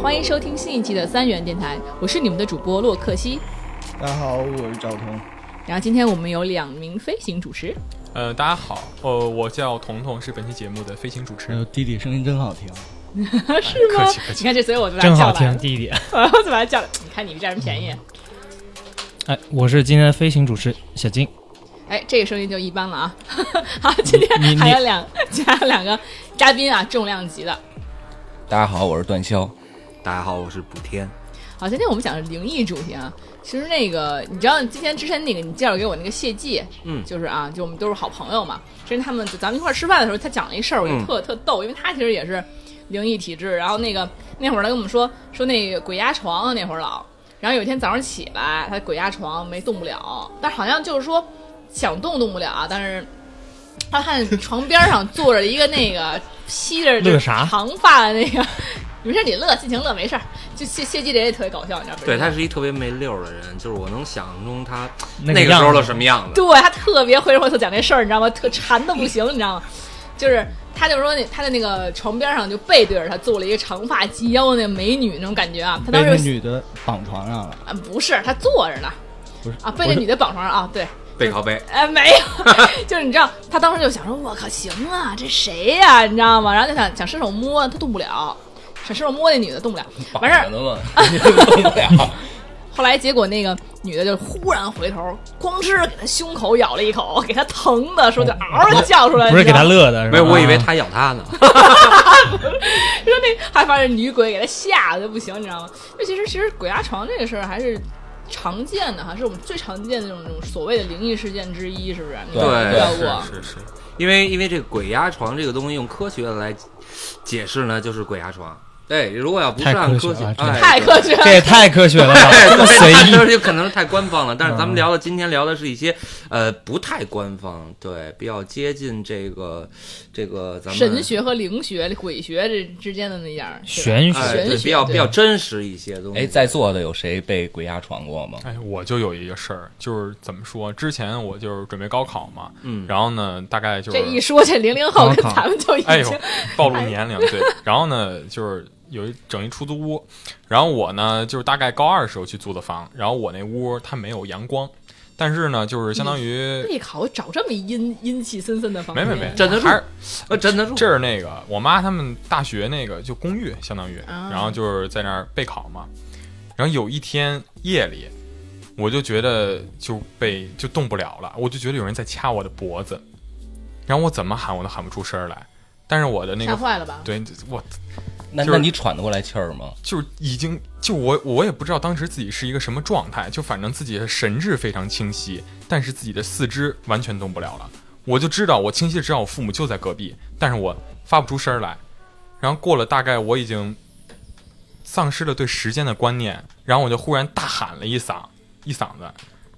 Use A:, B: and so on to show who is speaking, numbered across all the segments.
A: 欢迎收听新一期的三元电台，我是你们的主播洛克西。
B: 大家好，我是赵彤。
A: 然后今天我们有两名飞行主持，
C: 呃，大家好，呃，我叫彤彤，是本期节目的飞行主持
B: 哎呦，
C: 人。
B: 弟弟声音真好听，
A: 是吗
C: 客 气客？
A: 你
C: 气
A: 看这，所以我就把他
D: 真
A: 叫
D: 好
A: 来
D: 听，
A: 了，
D: 弟弟。
A: 我就把他叫来。你看你们占人便宜，
D: 哎，我是今天的飞行主持小金。
A: 哎，这个声音就一般了啊。 好，今
D: 你
A: 天
D: 你
A: 还有两， 还有两个嘉宾啊，重量级的。
E: 大家好，我是段潇。
F: 大家好，我是补天。
A: 好，今天我们讲的是灵异主题啊。其实那个，你知道今天之前那个你介绍给我那个谢继，
F: 嗯
A: 就是啊，就我们都是好朋友嘛。之前他们咱们一块儿吃饭的时候，他讲了一事儿，我就
F: 嗯
A: 特、特逗，因为他其实也是灵异体质。然后那个那会儿他跟我们说说那个鬼压床啊，那会儿老。然后有一天早上起来，他鬼压床没动不了，但好像就是说想动动不了啊，但是他看床边上坐着一个那个披着
D: 乐啥
A: 长发的那个，没事你乐，尽情乐，没事儿。就谢谢继这也特别搞笑，你知道吗？
F: 对，他是一特别没溜儿的人，就是我能想象中他
D: 那
F: 个
D: 样
F: 时
D: 子
F: 候的什么样子。
A: 对他特别会说特讲这事儿，你知道吗？特馋的不行，你知道吗？就是他就说那他的那个床边上就背对着他坐了一个长发及腰的那美女那种感觉啊，他
B: 被
A: 当
B: 那
A: 时
B: 女的绑床上 了，
A: 啊不是他坐着呢
B: 不是
A: 啊被那女的绑床上啊对。
F: 背靠背，
A: 哎，没有，就是你知道，他当时就想说，我靠，行啊，这谁呀、你知道吗？然后就想想伸手摸，他动不了，想伸手摸那女的动不了，完事儿
E: 绑着呢嘛，动不了。
A: 后来结果那个女的就忽然回头，哐哧给他胸口咬了一口， 给他疼的说就嗷就叫出来，
D: 哦不是
A: 你知
D: 给
A: 道
D: 他
A: 吗
D: 乐的，是吧
F: 没有，我以为他咬他呢。
A: 说那还发现女鬼给他吓得不行，你知道吗？就其实其实鬼压床这个事儿还是常见的哈，是我们最常见的这种这种所谓的灵异事件之一，是不是？你
E: 对
A: 遇到过？
F: 是是是，因为因为这个鬼压床这个东西，用科学的来解释呢，就是鬼压床。对，如果要不是
D: 太
F: 按
D: 科
F: 科
D: 学
F: 学
D: 了，真的
F: 哎
A: 太科学了，
D: 这也太科学了吧，这么随
F: 对，
D: 意。
F: 这就可能是太官方了。但是咱们
D: 嗯
F: 聊的今天聊的是一些呃不太官方，对，比较接近这个这个咱们
A: 神学和灵学、鬼学这之间的那点儿对吧
D: 玄学
F: 哎，对，
A: 玄学
F: 比较
A: 对
F: 比较真实一些东西。
E: 哎，在座的有谁被鬼压床过吗？
C: 哎，我就有一个事儿，就是怎么说，之前我就是准备高考嘛，
F: 嗯，
C: 然后呢，大概就是
A: 这一说，这零零后跟
D: 我靠
A: 咱们就已
C: 哎
A: 经
C: 呦，暴露年龄 对，然后呢，就是有一整一出租屋，然后我呢就是大概高二时候去租的房，然后我那屋它没有阳光，但是呢，就是相当于、
A: 备考找这么阴阴气森森的房
C: 没
A: 间，
C: 没没，
F: 站得住
C: 还是
F: 呃，镇得住。
C: 这是那个我妈他们大学那个就公寓，相当于，
A: 啊
C: 然后就是在那儿备考嘛。然后有一天夜里，我就觉得就被就动不了了，我就觉得有人在掐我的脖子，然后我怎么喊我都喊不出声儿来，但是我的那
A: 吓
C: 个。
A: 坏了吧？
C: 对，我
E: 那
C: 就是
E: 那你喘得过来气儿吗？
C: 就是已经就我我也不知道当时自己是一个什么状态，就反正自己的神志非常清晰，但是自己的四肢完全动不了了。我就知道，我清晰的知道我父母就在隔壁，但是我发不出声儿来。然后过了大概，我已经丧失了对时间的观念，然后我就忽然大喊了一嗓一嗓子，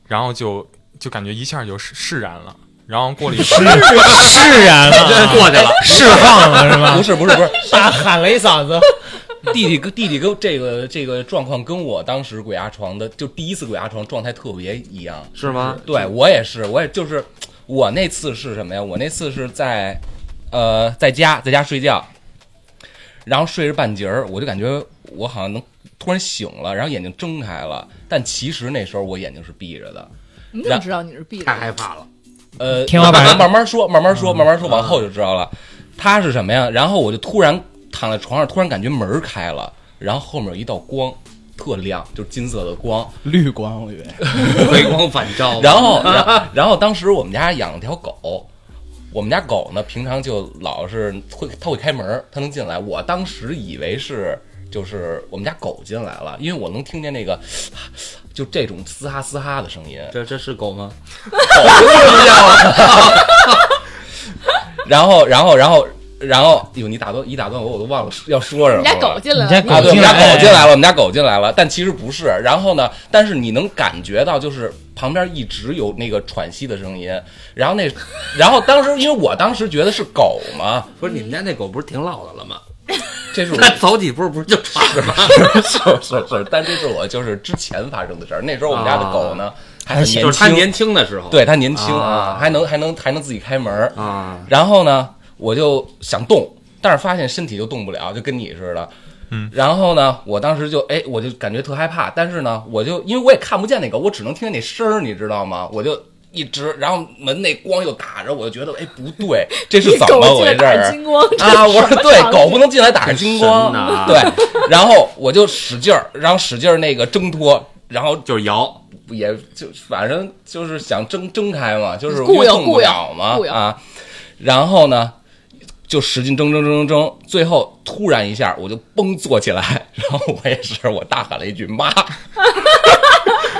C: 然后就就感觉一下就释释然了。然后过了一会 儿，
D: 释然了，过去了，释放了是
F: 啊
D: 吧
E: 不？是不是不是，
D: 大喊了一嗓子，
E: 弟弟跟弟弟跟这个这个状况跟我当时鬼压床的，就第一次鬼压床状态特别一样。
F: 是吗？
E: 对我也是，我也就是我那次是什么呀？我那次是在呃在家在家睡觉，然后睡着半截儿，我就感觉我好像能突然醒了，然后眼睛睁开了，但其实那时候我眼睛是闭着的。
A: 你怎么知道你是闭着
F: 太
A: 的？
F: 害怕了。嗯
E: 呃，
D: 天花板嗯
E: 慢慢慢慢说，慢慢说，慢慢说，往后就知道了。他是什么呀？然后我就突然躺在床上，突然感觉门儿开了，然后后面有一道光，特亮，就是金色的光。
B: 绿光我以为。
F: 回光返照。
E: 然后，然后然后当时我们家养了条狗，我们家狗呢平常就老是会它会开门儿，它能进来。我当时以为是就是我们家狗进来了，因为我能听见那个就这种嘶哈嘶哈的声音。
F: 这这是狗吗？
E: 然后，然后，然后，然后，哟，你打断一打断我，我都忘了要说什
A: 你
E: 么了。
A: 家狗进来了，哎
D: 你家
E: 啊，对，我
D: 进
E: 们
D: 来了
E: 家狗进来了，我们家狗进来了，但其实不是。然后呢，但是你能感觉到，就是旁边一直有那个喘息的声音。然后那，然后当时因为我当时觉得是狗嘛，
F: 不是你们家那狗不是挺老的了吗？
E: 这是我
F: 它走几步不是就喘了吗？
E: 是是是，但这是我就是之前发生的事儿。那时候我们家的狗呢还 很
F: 就
E: 年
F: 是它
E: 轻，
F: 年轻的时候。
E: 对它年轻啊
F: 啊，
E: 还能还能还能自己开门儿。
F: 啊，
E: 然后呢，我就想动，但是发现身体就动不了，就跟你似的。
C: 嗯，
E: 然后呢，我当时就哎，我就感觉特害怕，但是呢，我就因为我也看不见那个，我只能听见那声儿，你知道吗？我就一直，然后门那光又打着，我就觉得哎不对，这是怎么回事
G: 打
E: 儿
G: 着？金光
E: 啊，我说对，狗不
G: 能
E: 能进来打着金光
F: 这神呐，
E: 对，然后我就使劲儿，然后使劲儿那个挣脱，然后
F: 就是摇，
E: 也就反正就是想挣挣开嘛，就是
G: 固有
E: 因为动不
G: 固有
E: 了嘛
G: 固有
E: 啊，然后呢就使劲挣挣挣挣挣，最后突然一下我就嘣坐起来，然后我也是我大喊了一句 妈，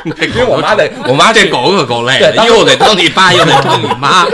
E: 因为我妈得我妈
F: 这
E: 去
F: 狗可够累
E: 对
F: 的，
E: 当时
F: 又得当你爸，又得当你 妈，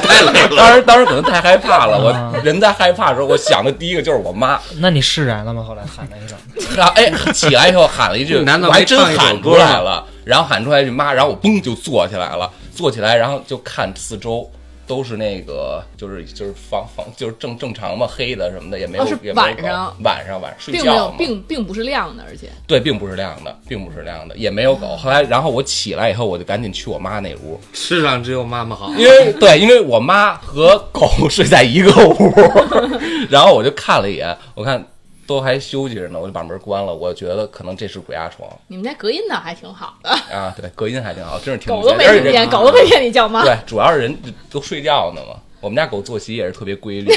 F: 太累了。
E: 当时当时可能太害怕了，
D: 啊
E: 我人在害怕的时候，我想的第一个就是我妈，
D: 那你释然了吗？后来喊了一声，
E: 然后哎起来以后喊了一句，
F: 难道
E: 我还
F: 没
E: 真
F: 唱一首
E: 喊
F: 歌啊
E: 出来
F: 吗
E: 了，然后喊出来一句妈，然后我嘣就坐起来了，坐起来然后就看四周。都是那个，就是就是房房，就是正正常嘛，黑的什么的也没有，
G: 哦是
E: 也没有
G: 晚
E: 狗
G: 上
E: 晚上晚上睡
G: 并没
E: 觉
G: 有
E: 嘛，
G: 并并不是亮的，而且
E: 对，并不是亮的，并不是亮的，也没有
G: 啊
E: 狗。后来，然后我起来以后，我就赶紧去我妈那屋，
F: 世上只有妈妈好。
E: 因为对，因为我妈和狗 睡在一个屋， 然后我就看了一眼，我看都还休息着呢，我就把门关了。我觉得可能这是鬼压床
G: 你们家隔音倒还挺好的，
E: 啊，对，隔音还挺好，真是挺
G: 狗都没
E: 而
G: 听
E: 且
G: 见，狗都没见你叫妈。
E: 啊对，主要是人都睡觉呢嘛。我们家狗作息也是特别规律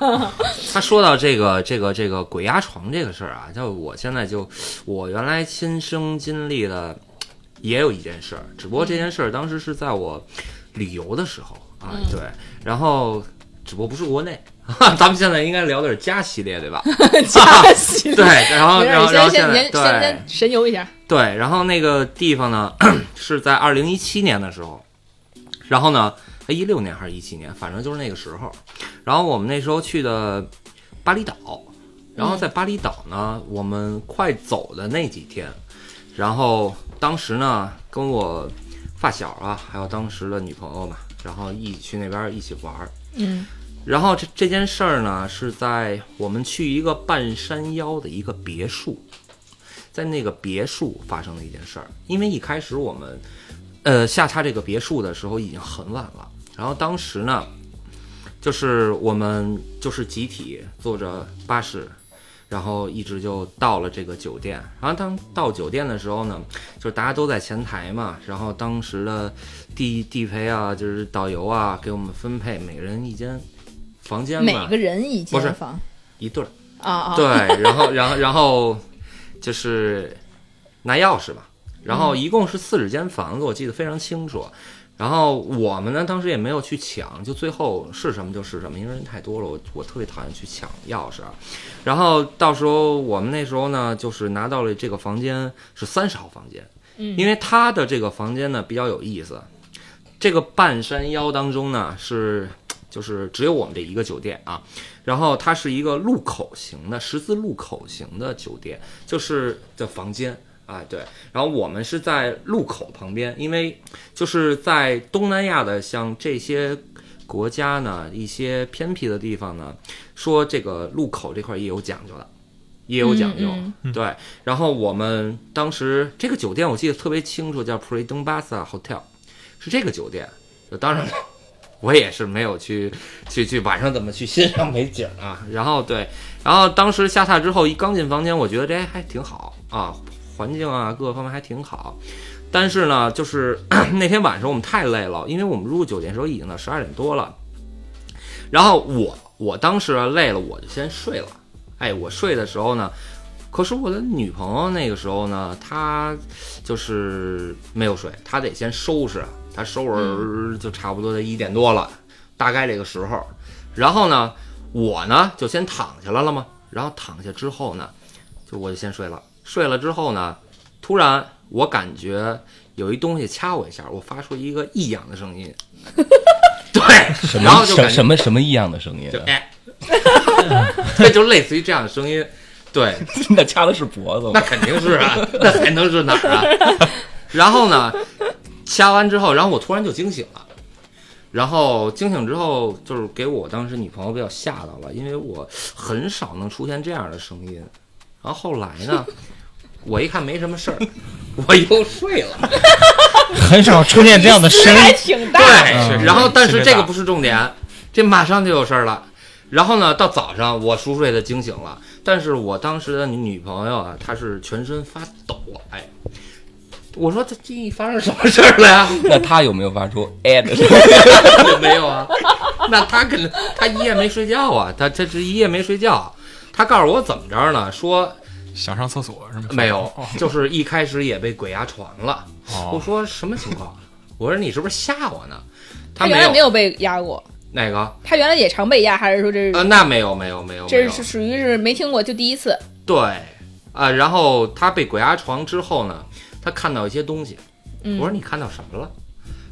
E: 那种，
F: 他说到这个这个这个鬼压床这个事儿啊，就我现在就我原来亲身经历的也有一件事儿，只不过这件事儿当时是在我旅游的时候啊，
G: 嗯
F: 对，然后只不过不是国内， 咱们现在应该聊的是家系列对吧？
G: 加 息。
F: 对，然后
G: 没事
F: 然
G: 你
F: 后然后
G: 先先
F: 现在
G: 先
F: 对
G: 先神游一下，
F: 对，然后那个地方呢 是在二零一七年的时候，然后呢，哎，一六年还是一七年，反正就是那个时候。然后我们那时候去的巴厘岛，然
G: 嗯
F: 后在巴厘岛呢，我们快走的那几天，然后当时呢，跟我发小啊，还有当时的女朋友嘛，然后一起去那边一起玩儿。
G: 嗯，
F: 然后这这件事儿呢，是在我们去一个半山腰的一个别墅，在那个别墅发生的一件事儿。因为一开始我们，呃，下榻这个别墅的时候已经很晚了，然后当时呢，就是我们就是集体坐着巴士。然后一直就到了这个酒店，然后当到酒店的时候呢，就是大家都在前台嘛，然后当时的地地陪啊，就是导游啊，给我们分配每人一间房间
G: 每
F: 嘛，
G: 个人一
F: 不是
G: 间房
F: 一对儿。
G: 啊啊，
F: 对，然后然后然后就是拿钥匙吧，然
G: 嗯
F: 后一共是四十间房子，我记得非常清楚。然后我们呢，当时也没有去抢，就最后是什么就是什么，因为人太多了，我我特别讨厌去抢钥匙啊。然后到时候我们那时候呢，就是拿到了这个房间是三十号房间，
G: 嗯
F: 因为它的这个房间呢比较有意思。这个半山腰当中呢是就是只有我们这一个酒店啊，然后它是一个路口型的十字路口型的酒店，就是的房间啊，对。然后我们是在路口旁边，因为就是在东南亚的像这些国家呢，一些偏僻的地方呢，说这个路口这块也有讲究的，也有讲究。
G: 嗯
F: 对，然后我们当时这个酒店我记得特别清楚，叫 Pre d o m b a s a Hotel，是这个酒店。就当然了，我也是没有去去去晚上怎么去欣赏美景啊。然后对，然后当时下榻之后，一刚进房间，我觉得这还挺好啊，环境啊各个方面还挺好。但是呢，就是 那天晚上我们太累了，因为我们入酒店的时候已经到十二点多了。然后我我当时啊累了，我就先睡了。哎，我睡的时候呢，可是我的女朋友那个时候呢，她就是没有睡，她得先收拾，她收拾就差不多得一点多了，大概这个时候。然后呢，我呢就先躺下来了嘛，然后躺下之后呢，就我就先睡了，睡了之后呢，突然我感觉有一东西掐我一下，我发出一个异样的声 音，对，
E: 什
F: 然后
E: 么
F: 就
E: 什
F: 感
E: 么
F: 觉
E: 什么什么异样的声音啊
F: 就？哎， 这就类似于这样的声音，对，
E: 那掐的是脖子
F: 那
E: 吗？
F: 肯定是啊，那还能是哪儿啊？ 然后呢，掐完之后，然后我突然就惊醒了，然后惊醒之后就是给我当时女朋友比较吓到了，因为我很少能出现这样的声音。然后后来呢，我一看没什么事儿，我又睡了。
D: 很少出现这样的声
G: 还
D: 音。
G: 挺大，
C: 是
F: 对，
C: 是
F: 然后但
C: 是
F: 是这
C: 这
F: 个
C: 个
F: 不是重点，这马上就有事儿了。然后呢，到早上我熟睡的惊醒了，但是我当时的女朋友啊，她是全身发抖，哎，我说这这发生什么事儿了呀？
E: 那他有没有发出哎的声？
F: 也没有啊。那他肯定，他一夜没睡觉啊，他他是一夜没睡觉。他告诉我怎么着呢？说
C: 想上厕所是吗？
F: 没有
C: 哦，
F: 就是一开始也被鬼压床了。我
C: 哦，
F: 说什么情况？我说你是不是吓我呢？
A: 他
F: 没
A: 原哎来没
F: 有
A: 有被压过，
F: 那个
A: 他原来也常被压，还是说这
F: 呃，
A: 是
F: 那没有没有没有，没
A: 这
F: 有
A: 是属于是没听过，就第一次
F: 对啊、然后他被鬼压床之后呢，他看到一些东西。
A: 嗯
F: 我说你看到什么了？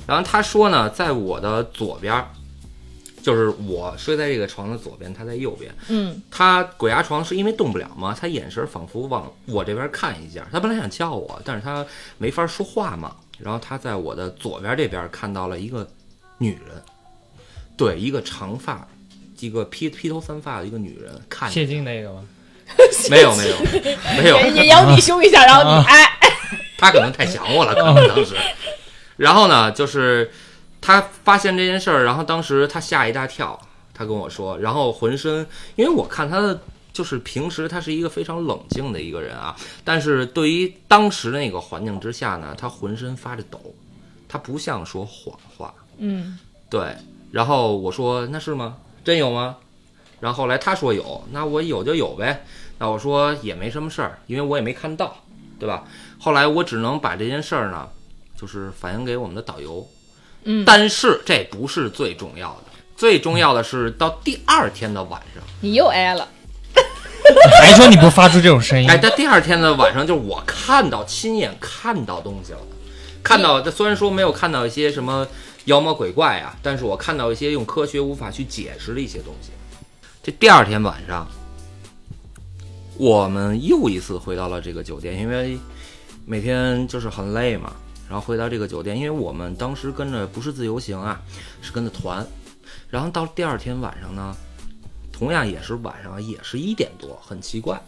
F: 然后他说呢，在我的左边儿，就是我睡在这个床的左边，他在右边。
A: 嗯
F: 他鬼压床是因为动不了嘛，他眼神仿佛往我这边看一下。他本来想叫我，但是他没法说话嘛。然后他在我的左边这边看到了一个女人，对，一个长发，一个披披头散发的一个女人，看着
D: 谢晋那个吗？
F: 没有没有没有，
A: 人家咬你胸一下，然后
F: 啊
A: 你哎，
F: 他可能太想我了，可能当时。然后呢，就是他发现这件事儿，然后当时他吓一大跳，他跟我说，然后浑身，因为我看他的就是平时他是一个非常冷静的一个人啊，但是对于当时那个环境之下呢，他浑身发着抖，他不像说谎话，
A: 嗯，
F: 对。然后我说那是吗？真有吗？然后后来他说有，那我有就有呗。那我说也没什么事儿，因为我也没看到，对吧？后来我只能把这件事儿呢，就是反映给我们的导游。
A: 嗯
F: 但是这不是最重要的，最重要的是到第二天的晚上，
A: 你又挨了，
D: 还说你不发出这种声音
F: 哎，？在第二天的晚上，就是我看到亲眼看到东西了，看到这虽然说没有看到一些什么妖魔鬼怪啊，但是我看到一些用科学无法去解释的一些东西。这第二天晚上，我们又一次回到了这个酒店，因为每天就是很累嘛，然后回到这个酒店，因为我们当时跟着不是自由行啊，是跟着团，然后到第二天晚上呢，同样也是晚上，也是一点多，很奇怪。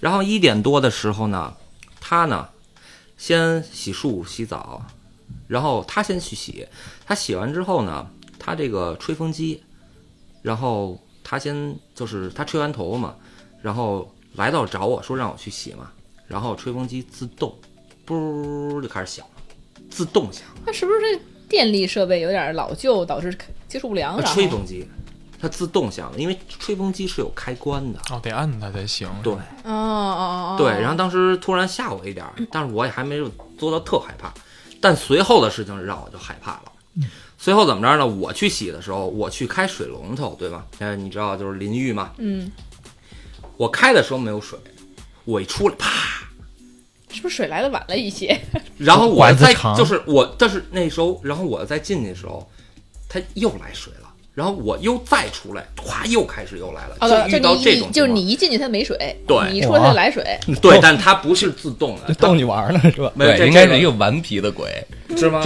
F: 然后一点多的时候呢，他呢先洗漱洗澡，然后他先去洗，他洗完之后呢，他这个吹风机，然后他先就是他吹完头发嘛，然后来到找我说让我去洗嘛，然后吹风机自动，噗就开始响了，自动响。
A: 那是不是这电力设备有点老旧，导致接触不良？哦然后
F: 啊吹风机，它自动响了，因为吹风机是有开关的。
C: 哦，得按它才行。
F: 对
A: 哦哦哦，
F: 对，然后当时突然吓我一点儿，但是我也还没有做到特害怕。但随后的事情让我就害怕了。
D: 嗯
F: 随后怎么着呢？我去洗的时候，我去开水龙头，对吧？呃，你知道就是淋浴嘛。
A: 嗯，
F: 我开的时候没有水，我一出来啪，
A: 是不是水来的晚了一些？
F: 然后我
D: 管子
F: 再
D: 长
F: 就是我，但是那时候，然后我再进去的时候，它又来水了，然后我又再出来，咵又开始又来了，
A: 哦，
F: 就遇到
A: 就
F: 这
A: 你
F: 种
A: 一就是
F: 情况
A: 你一进去它没水，
F: 对
A: 你一出来它就来水，
F: 对，但它不是自动 的，
B: 逗你玩呢是 吧？
F: 没有这
E: 应该是
F: 这个
E: 一个顽皮的鬼，
F: 是吗？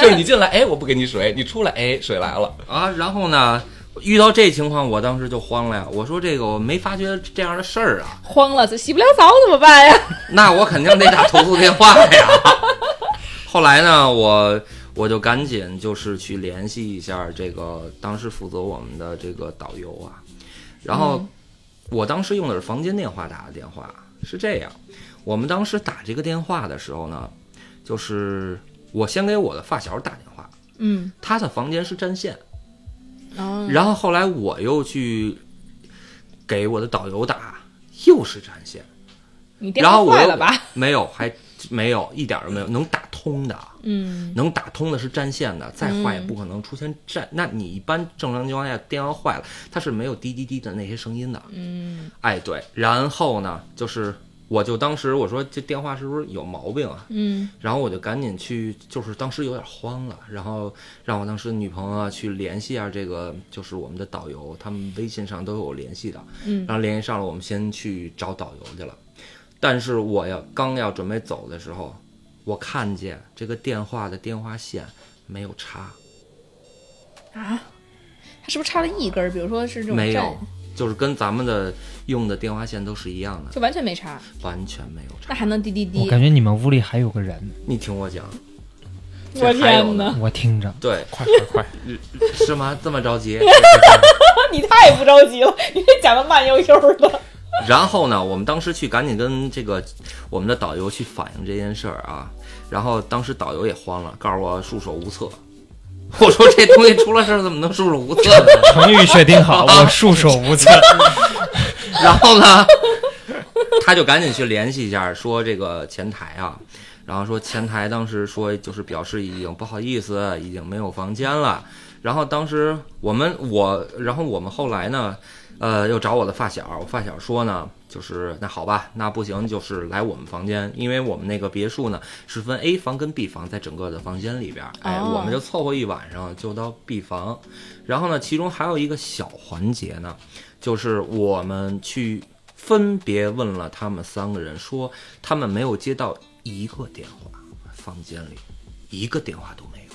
E: 就是你进来，哎，我不给你水，你出来，哎，水来了。
F: 啊，然后呢，遇到这情况，我当时就慌了呀。我说这个我没发觉这样的事儿啊，
A: 慌了，洗不了澡怎么办呀？
F: 那我肯定得打投诉电话呀。 后来呢，我我就赶紧就是去联系一下这个当时负责我们的这个导游啊，然后我当时用的是房间电话打的电话，是这样，我们当时打这个电话的时候呢，就是我先给我的发小打电话，
A: 嗯，
F: 他的房间是占线。
A: 哦
F: 然后后来我又去给我的导游打，又是占线，
A: 你电
F: 然
A: 话
F: 后我
A: 坏
F: 又
A: 了吧？
F: 没有，还没有一点儿都没有能打通的，
A: 嗯，
F: 能打通的是占线的，再坏也
A: 嗯
F: 不可能出现占。那你一般正常情况下电话坏了，它是没有滴滴滴的那些声音的。
A: 嗯，
F: 哎，对，然后呢，就是我就当时我说这电话是不是有毛病啊？
A: 嗯，
F: 然后我就赶紧去，就是当时有点慌了，然后让我当时的女朋友啊去联系一下这个，就是我们的导游，他们微信上都有联系的，
A: 嗯
F: 然后联系上了，我们先去找导游去了。但是我要刚要准备走的时候，我看见这个电话的电话线没有插，
A: 啊它是不是插了一根儿？比如说是这种
F: 没
A: 站
F: 有，就是跟咱们的用的电话线都是一样的，
A: 就完全没插，
F: 完全没有插
A: 那。还能滴滴
D: 我
A: 滴？
D: 感觉你们屋里还有个人，
F: 你听我讲，
A: 我
F: 这还有
A: 天
F: 呢
A: 哪，
D: 我听着。
F: 对，
C: 快快快！
F: 是吗？这么着急？
A: 你太不着急了，你这讲的慢悠悠的。
F: 然后呢，我们当时去赶紧跟这个我们的导游去反映这件事儿啊，然后当时导游也慌了，告诉我束手无策。 我说这东西出了事儿怎么能束手无策呢？
D: 成语确定好， 我束手无 策。
F: 然后呢，他就赶紧去联系一下，说这个前台啊，然后说前台当时说就是表示已经不好意思，已经没有房间了。然后当时我们我，然后我们后来呢，呃，又找我的发小，我发小说呢，就是那好吧，那不行，就是来我们房间，因为我们那个别墅呢是分 A 房跟 B 房，在整个的房间里边儿，哎，
A: 哦
F: 我们就凑合一晚上就到 B 房。然后呢，其中还有一个小环节呢，就是我们去分别问了他们三个人，说他们没有接到一个电话，房间里一个电话都没有。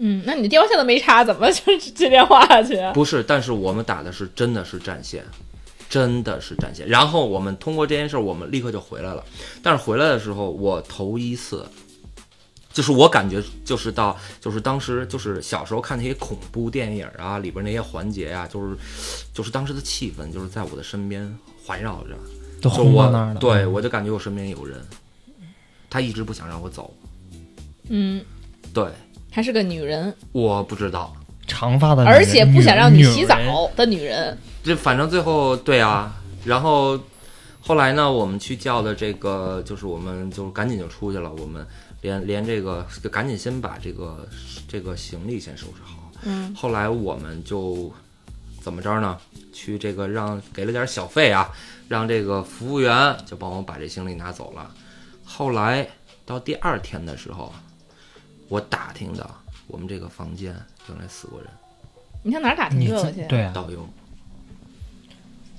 A: 嗯，那你的电话线都没插，怎么就接电话去？啊
F: 不是，但是我们打的是真的是战线，真的是战线。然后我们通过这件事儿，我们立刻就回来了。但是回来的时候，我头一次。就是我感觉，就是到，就是当时就是小时候看那些恐怖电影啊，里边那些环节啊，就是，就是当时的气氛，就是在我的身边环绕着。
D: 都
F: 就
D: 轰
F: 我
D: 到那儿了，
F: 对我就感觉我身边有人，他一直不想让我走。
A: 嗯，
F: 对，
A: 还是个女人，
F: 我不知道，
D: 长发的女人，
A: 而且不想让你
D: 女
A: 洗澡
D: 人
A: 的女人。
F: 这反正最后对啊，然后后来呢，我们去叫的这个就是我们就是赶紧就出去了，我们连连这个就赶紧先把这个这个行李先收拾好。
A: 嗯，
F: 后来我们就怎么着呢？去这个让给了点小费啊，让这个服务员就帮我把这行李拿走了。后来到第二天的时候，我打听到我们这个房间原来死过人，
A: 你上哪儿打听
D: 你
A: 这个
D: 自
A: 去？
D: 对啊，
F: 导游。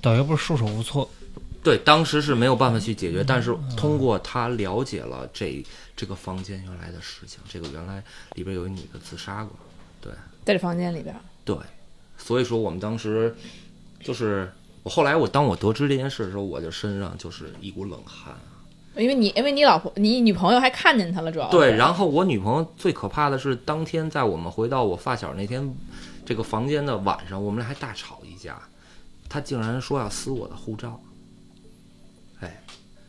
D: 导游不是束手无策，
F: 对，当时是没有办法去解决，但是通过他了解了这这个房间原来的事情，这个原来里边有一女的自杀过，
A: 在这房间里边，
F: 对，所以说我们当时就是我后来我当我得知这件事的时候，我就身上就是一股冷汗。啊
A: 因为你因为你老婆你女朋友还看见他了，主要是
F: 对，然后我女朋友最可怕的是，当天在我们回到我发小那天这个房间的晚上，我们俩还大吵一架，她竟然说要撕我的护照。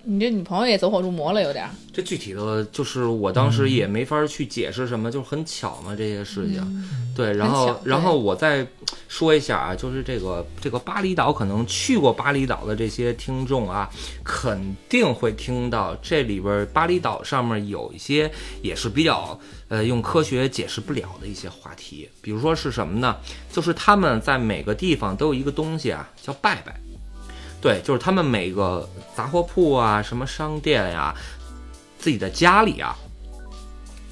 A: 你这女朋友也走火入魔了，有点儿。
F: 这具体的就是我当时
A: 嗯
F: 也没法去解释什么，就是很巧嘛这些事情。对，然
A: 嗯很
F: 后
A: 巧对
F: 然后我再说一下啊，就是这个这个巴厘岛，可能去过巴厘岛的这些听众啊，肯定会听到这里边儿巴厘岛上面有一些也是比较呃用科学解释不了的一些话题，比如说是什么呢？就是他们在每个地方都有一个东西啊，叫拜拜。对，就是他们每个杂货铺啊、什么商店呀、自己的家里啊，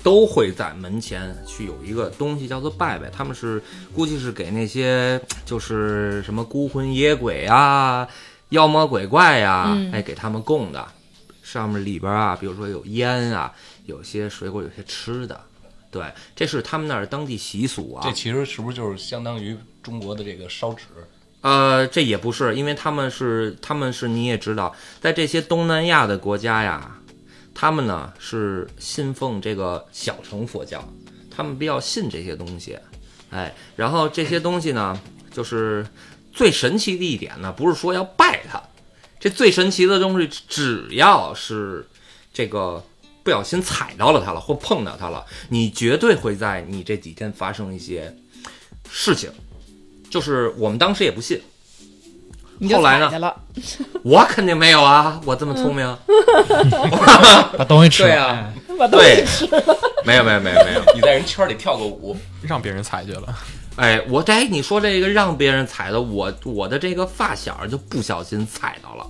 F: 都会在门前去有一个东西叫做拜拜，他们是估计是给那些就是什么孤魂野鬼啊、妖魔鬼怪呀、
A: 嗯
F: 哎，给他们供的。上面里边啊，比如说有烟啊，有些水果，有些吃的，对，这是他们那儿当地习俗啊。
E: 这其实是不是就是相当于中国的这个烧纸？
F: 呃，这也不是，因为他们是他们是你也知道，在这些东南亚的国家呀，他们呢是信奉这个小乘佛教，他们比较信这些东西，哎，然后这些东西呢，就是最神奇的一点呢，不是说要拜它，这最神奇的东西，只要是这个不小心踩到了它了，或碰到它了，你绝对会在你这几天发生一些事情。就是我们当时也不信，
A: 你就
F: 后来呢
A: 踩去了，
F: 我肯定没有啊，我这么聪明，
D: 把东西吃
F: 对
D: 了。
F: 啊，
A: 把东西
F: 对，没有没有没有没有，
E: 你在人圈里跳个舞，
C: 让别人踩去了。
F: 哎，我这你说这个让别人踩的，我我的这个发小就不小心踩到了。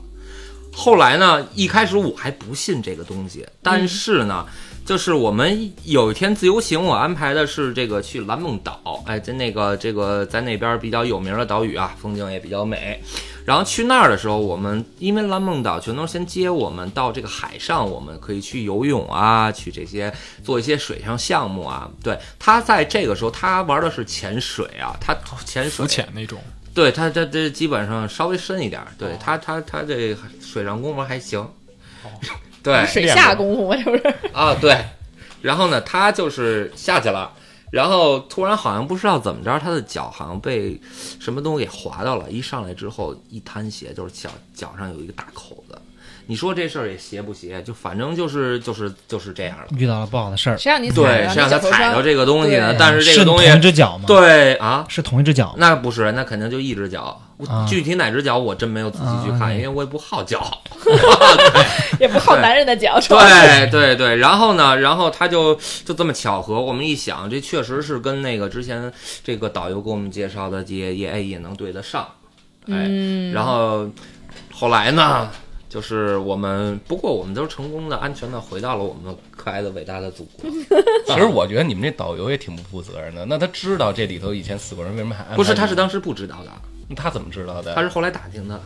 F: 后来呢，一开始我还不信这个东西，但
C: 嗯
F: 是呢，就是我们有一天自由行，我安排的是这个去蓝梦岛，哎，在那个这个在那边比较有名的岛屿啊，风景也比较美。然后去那儿的时候，我们因为蓝梦岛全都先接我们到这个海上，我们可以去游泳啊，去这些做一些水上项目啊。对他在这个时候，他玩的是潜水啊，他潜水
C: 浮潜那种，
F: 对他，他这基本上稍微深一点儿，对他，他他这水上功夫还行，对
A: 水下功夫是不是？
F: 啊，对。然后呢，他就是下去了，然后突然好像不知道怎么着，他的脚好像被什么东西给划到了，一上来之后一滩血，就是脚脚上有一个大口子。你说这事儿也邪不邪？就反正就是就是就是这样了。
D: 遇到了不好的事儿，
A: 谁让你
F: 对，谁让他踩到这个东西呢？但是这个
D: 是
F: 东西，
D: 同一只脚吗？，
F: 对啊，
D: 是同一只脚吗。
F: 那不是，那肯定就一只脚。我
D: 啊
F: 具体哪只脚我真没有仔细去
D: 啊
F: 看，因为我也不 好脚。
A: 也不好男人的脚，是吧
F: 对对对，然后呢，然后他就就这么巧合，我们一想，这确实是跟那个之前这个导游给我们介绍的也也哎也能对得上，哎，
A: 嗯，
F: 然后后来呢，就是我们不过我们都成功的安全的回到了我们可爱的伟大的祖 国。
E: 其实我觉得你们这导游也挺不负责任的。那他知道这里头以前死过人，为什么还安排
F: 不是，他
E: 你
F: 是当时不知道的，
E: 他怎么知道的？
F: 他是后来打听的。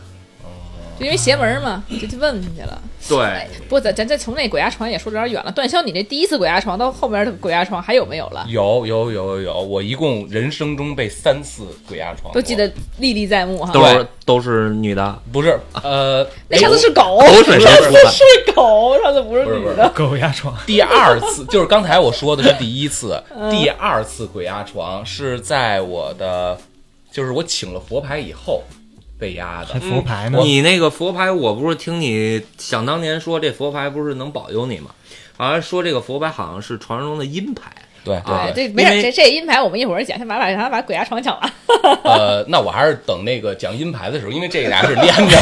A: 就因为邪门嘛，就去问问去了。
F: 对，
A: 不过咱咱这从那鬼压床也说有点远了。段霄，你这第一次鬼压床到后边的鬼压床还有没有了？
E: 有有有有有，我一共人生中被三次鬼压床过，
A: 都记得历历在目哈。
F: 都是都是女的，
E: 不是？呃，
A: 那上次是狗，
F: 口 水
A: 上
F: 都出
A: 次
F: 来。
A: 是狗，上次不是
E: 不是
A: 女
E: 不是
A: 的。
D: 狗压床，
E: 第二 次，就是刚才我说的是第一次，
A: 嗯
E: 第二次鬼压床是在我的，就是我请了佛牌以后被压
D: 还
E: 的。
D: 佛牌呢。
F: 嗯你那个佛牌，我不是听你想当年说这佛牌不是能保佑你吗？好像说这个佛牌好像是传说中的阴牌，
E: 对
F: 啊
E: 对对，
A: 对，没事，
F: 因为
A: 这这阴牌我们一会儿讲，先把把让他把鬼压床讲完。
E: 呃，那我还是等那个讲阴牌的时候，因 为这俩是连着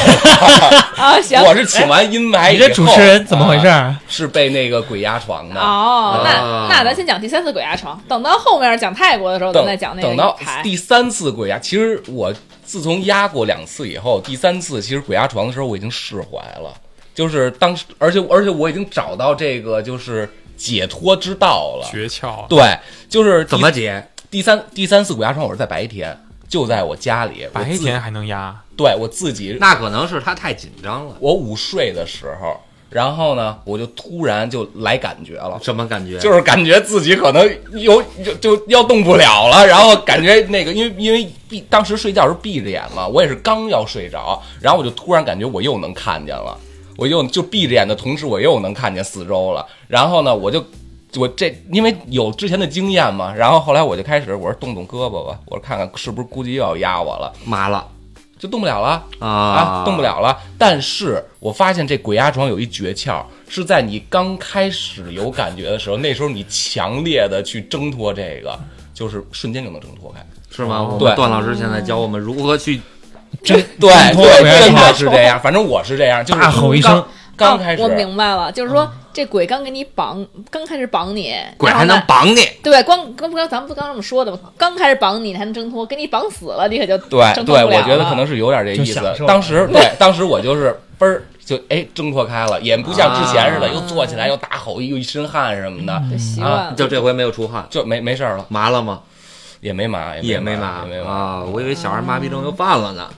A: 啊，行
E: 的。。我是请完阴牌
D: 你
E: 以后，
D: 这主持人怎么回事儿？
E: 啊？是被那个鬼压床的。
A: 哦，那
F: 啊
A: 那咱先讲第三次鬼压床，等到后面讲泰国的时候，咱
E: 等
A: 再讲那
E: 等
A: 个
E: 到
A: 牌。
E: 第三次鬼压，其实我自从压过两次以后，第三次其实鬼压床的时候我已经释怀了，就是当时，而且而且我已经找到这个就是解脱之道了。
C: 诀窍啊，
E: 对，就是第
F: 怎么解？
E: 第三第三次鬼压床，我是在白天，就在我家里，我
C: 白
E: 自
C: 天还能压，
E: 对我自己
F: 那可能是他太紧张了，
E: 我午睡的时候，然后呢，我就突然就来感觉了。
F: 什么感觉？
E: 就是感觉自己可能有就就要动不了了，然后感觉那个，因为因为闭当时睡觉是闭着眼嘛，我也是刚要睡着，然后我就突然感觉我又能看见了，我又就闭着眼的同时，我又能看见四周了，然后呢，我就。我这因为有之前的经验嘛，然后后来我就开始我说动动胳膊吧，我说看看是不是估计又要压我了，
F: 麻了
E: 就动不了了。
F: 啊
E: 啊，动不。了了。但是我发现这鬼压床有一诀窍，是在你刚开始有感觉的时候，那时候你强烈的去挣脱这个，就是瞬间就能挣脱开。
F: 是吗？我
E: 对
F: 们段老师现在教我们如何去
D: 真
E: 对
D: 挣脱鬼压
E: 对，真
D: 床
E: 的是这样。反正我是这样，就是
D: 大吼一
E: 刚
D: 声，
E: 刚开始
A: 哦
E: 嗯
A: 我明白了，就是说这鬼刚给你绑，刚开始绑你，
F: 鬼
A: 然
F: 还
A: 后呢
F: 能绑你，
A: 对，光刚不刚咱们不刚这么说的吗？刚开始绑你，你还能挣脱，给你绑死了，你可就
E: 对
A: 挣脱
E: 对，
A: 不了
E: 我觉得
A: 了
E: 可能是有点这意
D: 就
E: 思
D: 享受。
E: 当时对，当时我就是嘣儿就哎挣脱开了，也不像之前似
D: 啊
E: 的、又坐起来又大吼又一身汗什么的，
D: 嗯
A: 就习惯
E: 啊
A: 了。
F: 就这回没有出汗，
E: 就没没事儿了，
F: 麻了吗？
E: 也没麻
F: 也
E: 没
F: 麻
E: 也没麻。
F: 啊！我以为小儿麻痹症又犯了呢。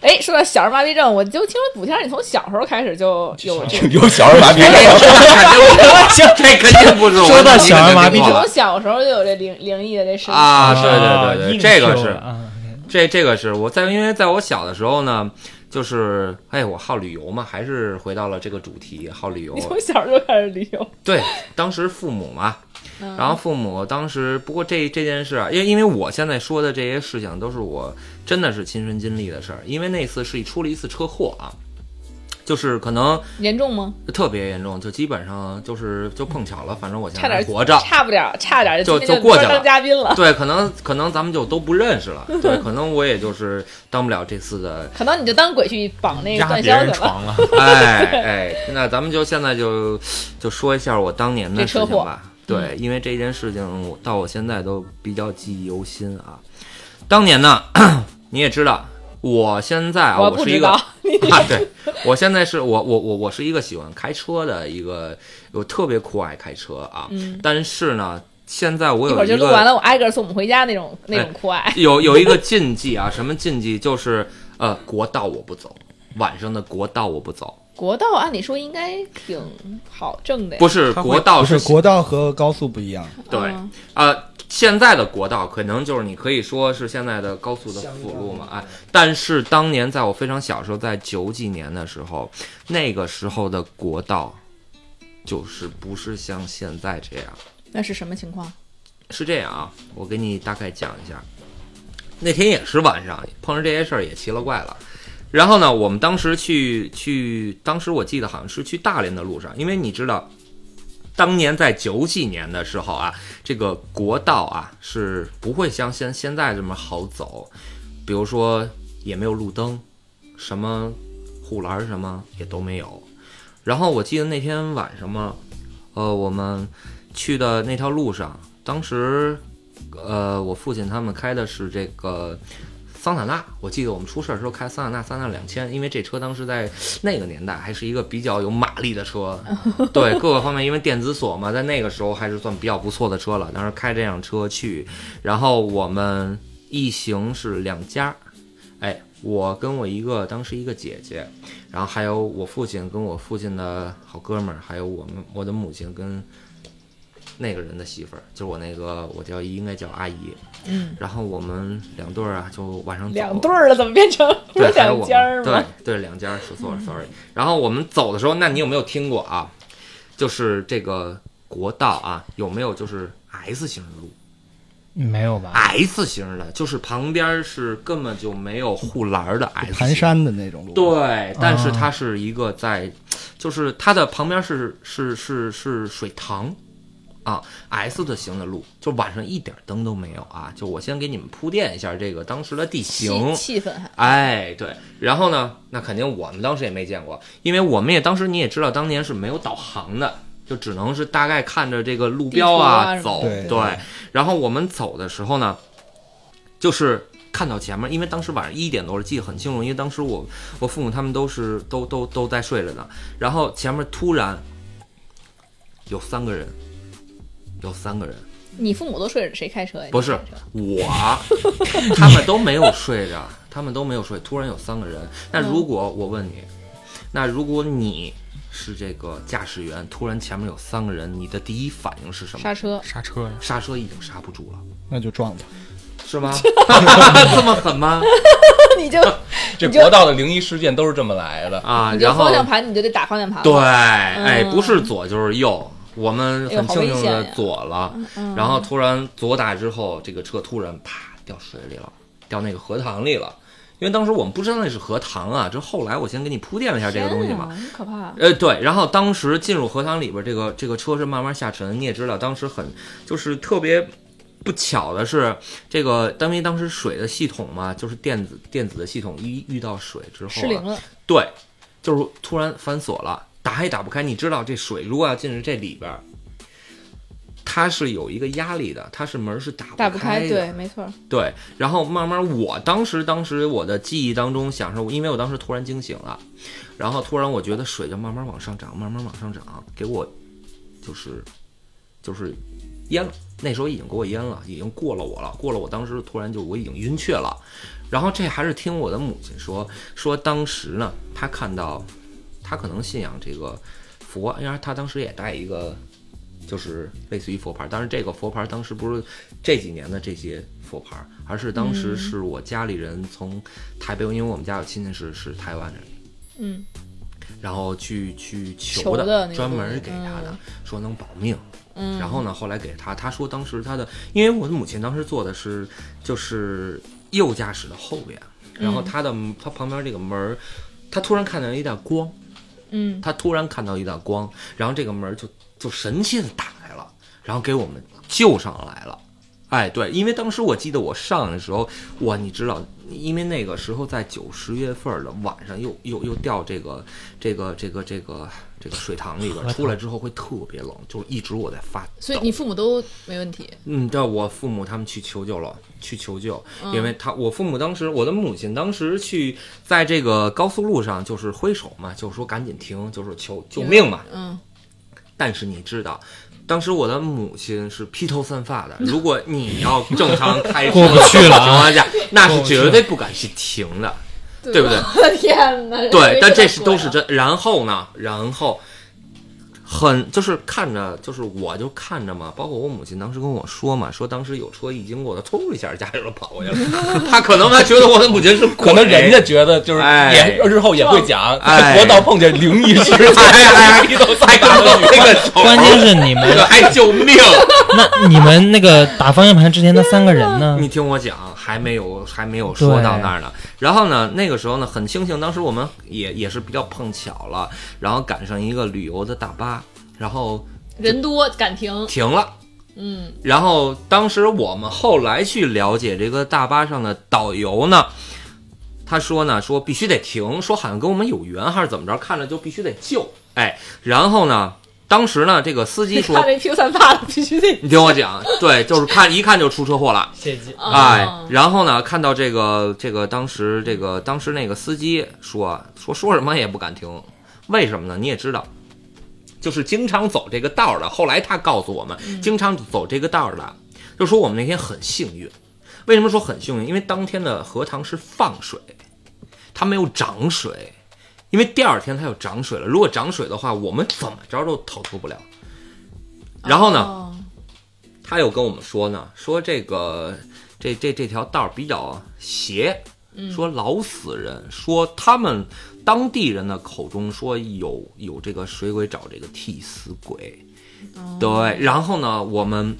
A: 哎，说到小儿麻痹症，我就听说补天儿，你从小时候开始就有这个，
E: 有小儿麻痹症。
F: 这肯定不是我
D: 说到小儿麻痹
F: 你
D: 症
F: 肯定
A: 从
F: 不是
A: 小时候就有这灵灵异的这事情。
F: 啊！对对对对，
D: 硬
F: 这个
D: 秀
F: 是
D: 了啊
F: 这这个是我在，因为在我小的时候呢，就是哎，我好旅游嘛，还是回到了这个主题，好旅游
A: 你。从小就开始旅游，
F: 对，当时父母嘛，
A: 嗯
F: 然后父母当时不过这这件事啊，因为因为我现在说的这些事情都是我真的是亲身经历的事儿，因为那次是一出了一次车祸啊，就是可能
A: 严重吗？
F: 特别严重，就基本上就是就碰巧了，反正我现
A: 差
F: 在还
A: 点
F: 活着，
A: 差不点儿，差点儿
F: 就
A: 今天
F: 就过去
A: 你说
F: 了
A: 当嘉宾 了。
F: 对，可能可能咱们就都不认 识了，对，可能我也就是当不了这次的
A: 可能你就当鬼去绑那个
C: 压
A: 段
C: 别
A: 霄去
C: 人
A: 了。
C: 床了，
F: 哎哎，那咱们就现在就就说一下我当年的事
A: 这车
F: 情
A: 祸嗯
F: 吧。对，因为这件事情我到我现在都比较记忆犹新啊。当年呢， 你也知道，我现在啊，我
A: 不
F: 是一
A: 知
F: 个
A: 道
F: 啊，对我现在是我我我我是一个喜欢开车的一个，我特别酷爱开车啊。
A: 嗯
F: 但是呢，现在我
A: 一
F: 有
A: 会儿就
F: 一
A: 录
F: 个哎
A: 完了，我挨个送我们回家那种那种酷爱。
F: 有有一个禁忌啊，什么禁忌？就是呃，国道我不走，晚上的国道我不走。
A: 国道按理说应该挺好挣的呀。
F: 不是
C: 它会
F: 国道
B: 不是
F: 是
B: 国道和高速不一样，
F: 对
A: 嗯，
F: 呃，现在的国道可能就是你可以说是现在的高速的辅路嘛，哎，但是当年在我非常小时候，在九几年的时候，那个时候的国道就是不是像现在这样，
G: 那是什么情况？
F: 是这样啊，我给你大概讲一下。那天也是晚上，碰上这些事儿也奇了怪了。然后呢，我们当时去去，当时我记得好像是去大连的路上，因为你知道，当年在九几年的时候啊，这个国道啊是不会像现现在这么好走，比如说也没有路灯，什么护栏什么也都没有。然后我记得那天晚上嘛，呃，我们去的那条路上，当时，呃，我父亲他们开的是这个桑塔纳，我记得我们出事儿的时候开桑塔纳，桑塔纳两千，因为这车当时在那个年代还是一个比较有马力的车，对各个方面，因为电子锁嘛，在那个时候还是算比较不错的车了。当时开这辆车去，然后我们一行是两家，哎，我跟我一个当时一个姐姐，然后还有我父亲跟我父亲的好哥们儿，还有我们我的母亲跟那个人的媳妇儿，就是我那个我叫应该叫阿姨。嗯，然后我们两对儿啊，就晚上走
A: 两对儿了，怎么变成不
F: 对
A: 是，
F: 还有
A: 两
F: 我
A: 家儿
F: 们
A: 吗？
F: 对对，两家儿说错了，sorry。然后我们走的时候，那你有没有听过啊？就是这个国道啊，有没有就是 S 型的路
D: 没有吧？
F: ？S 型的，就是旁边是根本就没有护栏儿的 S
B: 盘
F: 型
B: 山的嗯那种路。，
F: 对，但是它是一个在，就是它的旁边是是是是水塘，啊，S 的形的路，就晚上一点灯都没有啊。就我先给你们铺垫一下这个当时的地形，
A: 气气氛还
F: 哎，对，然后呢，那肯定我们当时也没见过，因为我们也当时你也知道，当年是没有导航的，就只能是大概看着这个路
A: 地
F: 标
A: 图啊什么的
F: 走。
B: 对
F: 然后我们走的时候呢，就是看到前面，因为当时晚上一点多了，记得很清楚，因为当时我我父母他们都是都都都在睡着呢。然后前面突然有三个人，有三个人，
A: 你父母都睡着，谁开车呀？
F: 不是
A: 你开车
F: 我，他们都没有睡着，他们都没有睡。突然有三个人，那
A: 嗯
F: 如果我问你，那如果你是这个驾驶员，突然前面有三个人，你的第一反应是什么？
A: 刹车，
C: 刹车呀，
F: 刹车已经刹不住了，
B: 那就撞他。
F: 是吗？这么狠吗？
A: 你 就
E: 这国道的灵异事件都是这么来的。
F: 啊，
A: 你就
F: 然后
A: 方向盘你就得打方向盘。
F: 对，，哎，不是左就是右，我们
A: 哦嗯哎呦
F: 很
A: 好
F: 庆
A: 危
F: 幸
A: 险
F: 的
A: 呀嗯
F: 左了，然后突然左打之后，这个车突然啪掉水里了，掉那个荷塘里了。因为当时我们不知道那是荷塘啊，这后来我先给你铺垫了一下这个东西嘛。
A: 很可怕。啊
F: 呃，对，然后当时进入荷塘里边，这个这个车是慢慢下沉。你也知道，当时很就是特别不巧的是，这个因为当时水的系统嘛，就是电子电子的系统一遇到水之后、啊，
A: 失灵了，
F: 对，就是突然反锁了，打也打不开。你知道这水如果要进入这里边儿，它是有一个压力的，它是门儿是打
A: 打
F: 不
A: 不
F: 的。
A: 开，对，没错，
F: 对，然后慢慢我当时当时我的记忆当中想说，因为我当时突然惊醒了，然后突然我觉得水就慢慢往上涨，慢慢往上涨，给我就是就是淹了。那时候已经给我淹了，已经过了我了，过了我当时突然就我已经晕厥了。然后这还是听我的母亲说， 说当时呢，她看到她可能信仰这个佛，啊因为她当时也带一个就是类似于佛牌，当然这个佛牌当时不是这几年的这些佛牌，而是当时是我家里人从台北，因为我们家有亲戚是是台湾人，
A: 嗯，
F: 然后去去
A: 求
F: 求
A: 的那个
F: 专门
A: 东西
F: 给他的
A: 嗯，
F: 说能保命。
A: 嗯，
F: 然后呢，后来给他，他说当时他的，因为我的母亲当时坐的是就是右驾驶的后边，
A: 嗯
F: 然后他的他旁边这个门儿，他突然看到一道光，
A: 嗯，
F: 他突然看到一道光，然后这个门儿就就神奇的打开了，然后给我们救上来了。哎，对，因为当时我记得我上的时候，哇，你知道，因为那个时候在九十月份儿的晚上又，又又掉这个这个这个这个这个水塘里边儿，出来之后会特别冷，就是一直我在发抖。
G: 所以你父母都没问题，
F: 嗯，对，我父母他们去求救了，去求救，
G: 嗯
F: 因为他我父母当时，我的母亲当时去在这个高速路上就是挥手嘛，就是说赶紧停，就是求救命嘛。
G: 嗯。
F: 但是你知道，当时我的母亲是披头散发的，如果你要正常开车
D: 过不去了啊
F: 的情况下，那是绝对不敢去停的，对不对？
A: 我的天哪！
F: 对，但这是
A: 个
F: 都是真。然后呢？然后很就是看着，就是我就看着嘛，包括我母亲当时跟我说嘛，说当时有车一经过，她嗖一下驾驶就跑过去 了，她可能还觉得我的母亲是鬼
E: 可能人家觉得就是
F: 哎
E: 也日后也会讲，
F: 哎
E: 国道碰见灵异事
F: 哎哎哎
E: 件，一头
F: 还
E: 三
F: 跟我
E: 个
F: 那个手，
D: 关键是你们
F: 那个哎救命！
D: 那你们那个打方向盘之前那三个人呢？
F: 你听我讲，还没有还没有说到那儿呢。然后呢，那个时候呢，很庆幸，当时我们也也是比较碰巧了，然后赶上一个旅游的大巴，然后
G: 人多敢停，
F: 停了。
G: 嗯，
F: 然后当时我们后来去了解这个大巴上的导游呢，他说呢，说必须得停，说好像跟我们有缘还是怎么着，看着就必须得救。哎，然后呢，当时呢，这个司机 说
G: 他，那 Q 三八了，必须得
F: 你听我讲，对，就是看一看就出车祸了。
D: 谢谢。
A: 哦
F: 哎
G: 啊，
F: 然后呢，看到这个这个当时这个当时那个司机说说说什么也不敢听，为什么呢？你也知道，就是经常走这个道儿的。后来他告诉我们，经常走这个道儿的，就说我们那天很幸运。为什么说很幸运？因为当天的荷塘是放水，它没有涨水，因为第二天它又涨水了。如果涨水的话，我们怎么着都逃脱不了。然后呢，
G: 哦
F: 他又跟我们说呢，说这个这这这条道儿比较邪，说老死人，说他们当地人的口中说有有这个水鬼找这个替死鬼，
A: 哦
F: 对，然后呢，我们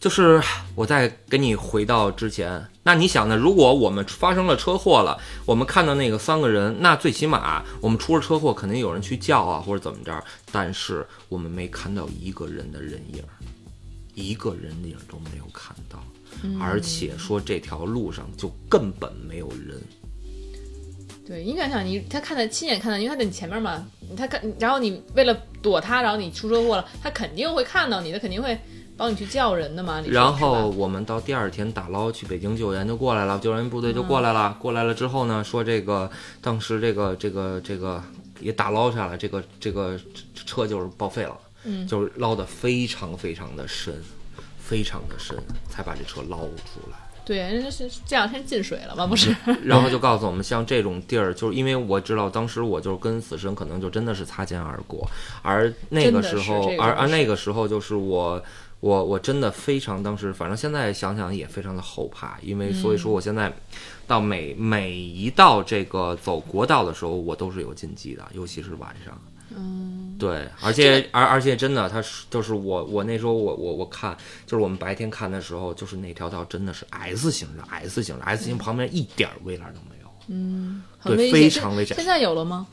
F: 就是我再跟你回到之前，那你想呢？如果我们发生了车祸了，我们看到那个三个人，那最起码啊我们出了车祸，肯定有人去叫啊，或者怎么着，但是我们没看到一个人的人影儿。一个人影都没有看到，
A: 嗯
F: 而且说这条路上就根本没有人。
G: 对你敢想你他看的亲眼看到，因为他在你前面嘛，他看，然后你为了躲他，然后你出车祸了，他肯定会看到你的，他肯定会帮你去叫人的嘛。你说
F: 然
G: 是
F: 后
G: 吧
F: 我们到第二天打捞去北京救援就过来了，救援部队就过来
G: 嗯
F: 了。过来了之后呢，说这个当时这个这个这个也打捞下来，这个这个车就是报废了，
G: 嗯
F: 就是捞的非常非常的深，非常的深，才把这车捞出来。
G: 对，人家是这两天进水了嘛，不
F: 嗯
G: 是？
F: 然后就告诉我们，像这种地儿，就是因为我知道当时我就是跟死神可能就真的是擦肩而过，而那个时
G: 真的
F: 候，
G: 是这个
F: 而
G: 是
F: 而那个时候就是我。我我真的非常当时，反正现在想想也非常的后怕，因为所以
G: 嗯
F: 说我现在到每、每一道这个走国道的时候，我都是有禁忌的，尤其是晚上。嗯，对，而且而而且真的，他是就是我我那时候我我我看就是我们白天看的时候，就是那条道真的是 S 型的，S 型的，S 型旁边一点儿围栏都没有。
G: 很
F: 对
G: 危险
F: 非
G: 现
F: 常危险
G: 现在有了吗？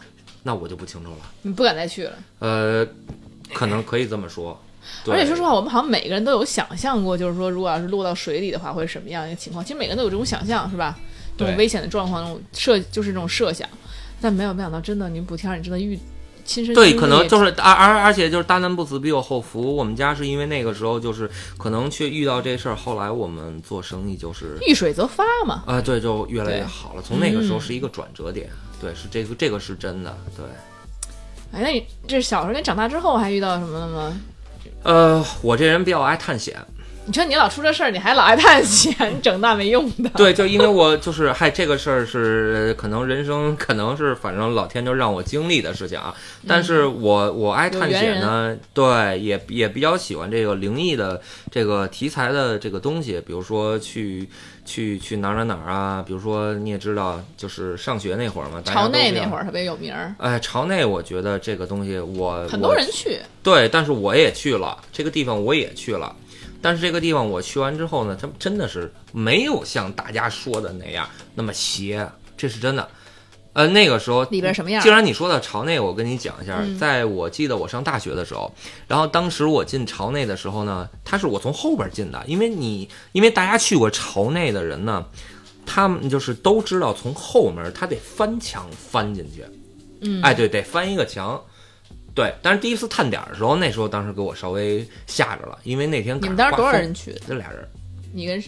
F: 那我就不清楚了。
G: 你不敢再去了。
F: 呃，可能可以这么说。对
G: 而且说实话，我们好像每个人都有想象过，就是说，如果要是落到水里的话，会是什么样一个情况？其实每个人都有这种想象，是吧？这种
D: 对
G: 危险的状况，那种设就是这种设想。但没有没想到，真的，你补天儿，你真的遇亲身
F: 对，
G: 经历
F: 可能就是而而而且就是大难不死必有后福。我们家是因为那个时候就是可能却遇到这事儿，后来我们做生意就是
G: 遇水则发嘛。
F: 啊、对，就越来越
G: 对嗯
F: 好了。从那个时候是一个转折点，对，是这个这个是真的，对。
G: 哎，那你这小时候，那长大之后还遇到什么了吗？
F: 呃，我这人比较爱探险，
G: 你说你老出这事儿，你还老爱探险， 你整那没用的。
F: 对，就因为我就是，嗨，这个事儿是可能人生可能是反正老天就让我经历的事情啊。但是
G: 嗯
F: 我我爱探险呢，对，也也比较喜欢这个灵异的这个题材的这个东西，比如说去去去哪儿哪儿哪儿啊，比如说你也知道，就是上学那会儿嘛，大家
G: 朝
F: 都
G: 内
F: 这
G: 那
F: 样
G: 会。儿特别有名儿，
F: 哎，朝内，我觉得这个东西我
G: 很多
F: 我
G: 人去。
F: 对，但是我也去了这个地方，我也去了，但是这个地方我去完之后呢，它真的是没有像大家说的那样那么邪，这是真的。呃，那个时候
G: 里边什么样嗯
F: 既然你说到朝内，我跟你讲一下，在我记得我上大学的时候，然后当时我进朝内的时候呢，他是我从后边进的，因为你因为大家去过朝内的人呢，他们就是都知道从后门他得翻墙翻进去，嗯，哎对，得翻一个墙。对，但是第一次探点儿的时候，那时候当时给我稍微吓着了，因为那天
G: 你
F: 赶
G: 们
F: 上
G: 当时多
F: 刮
G: 少
F: 风
G: 人？去的？
F: 就俩人，
G: 你跟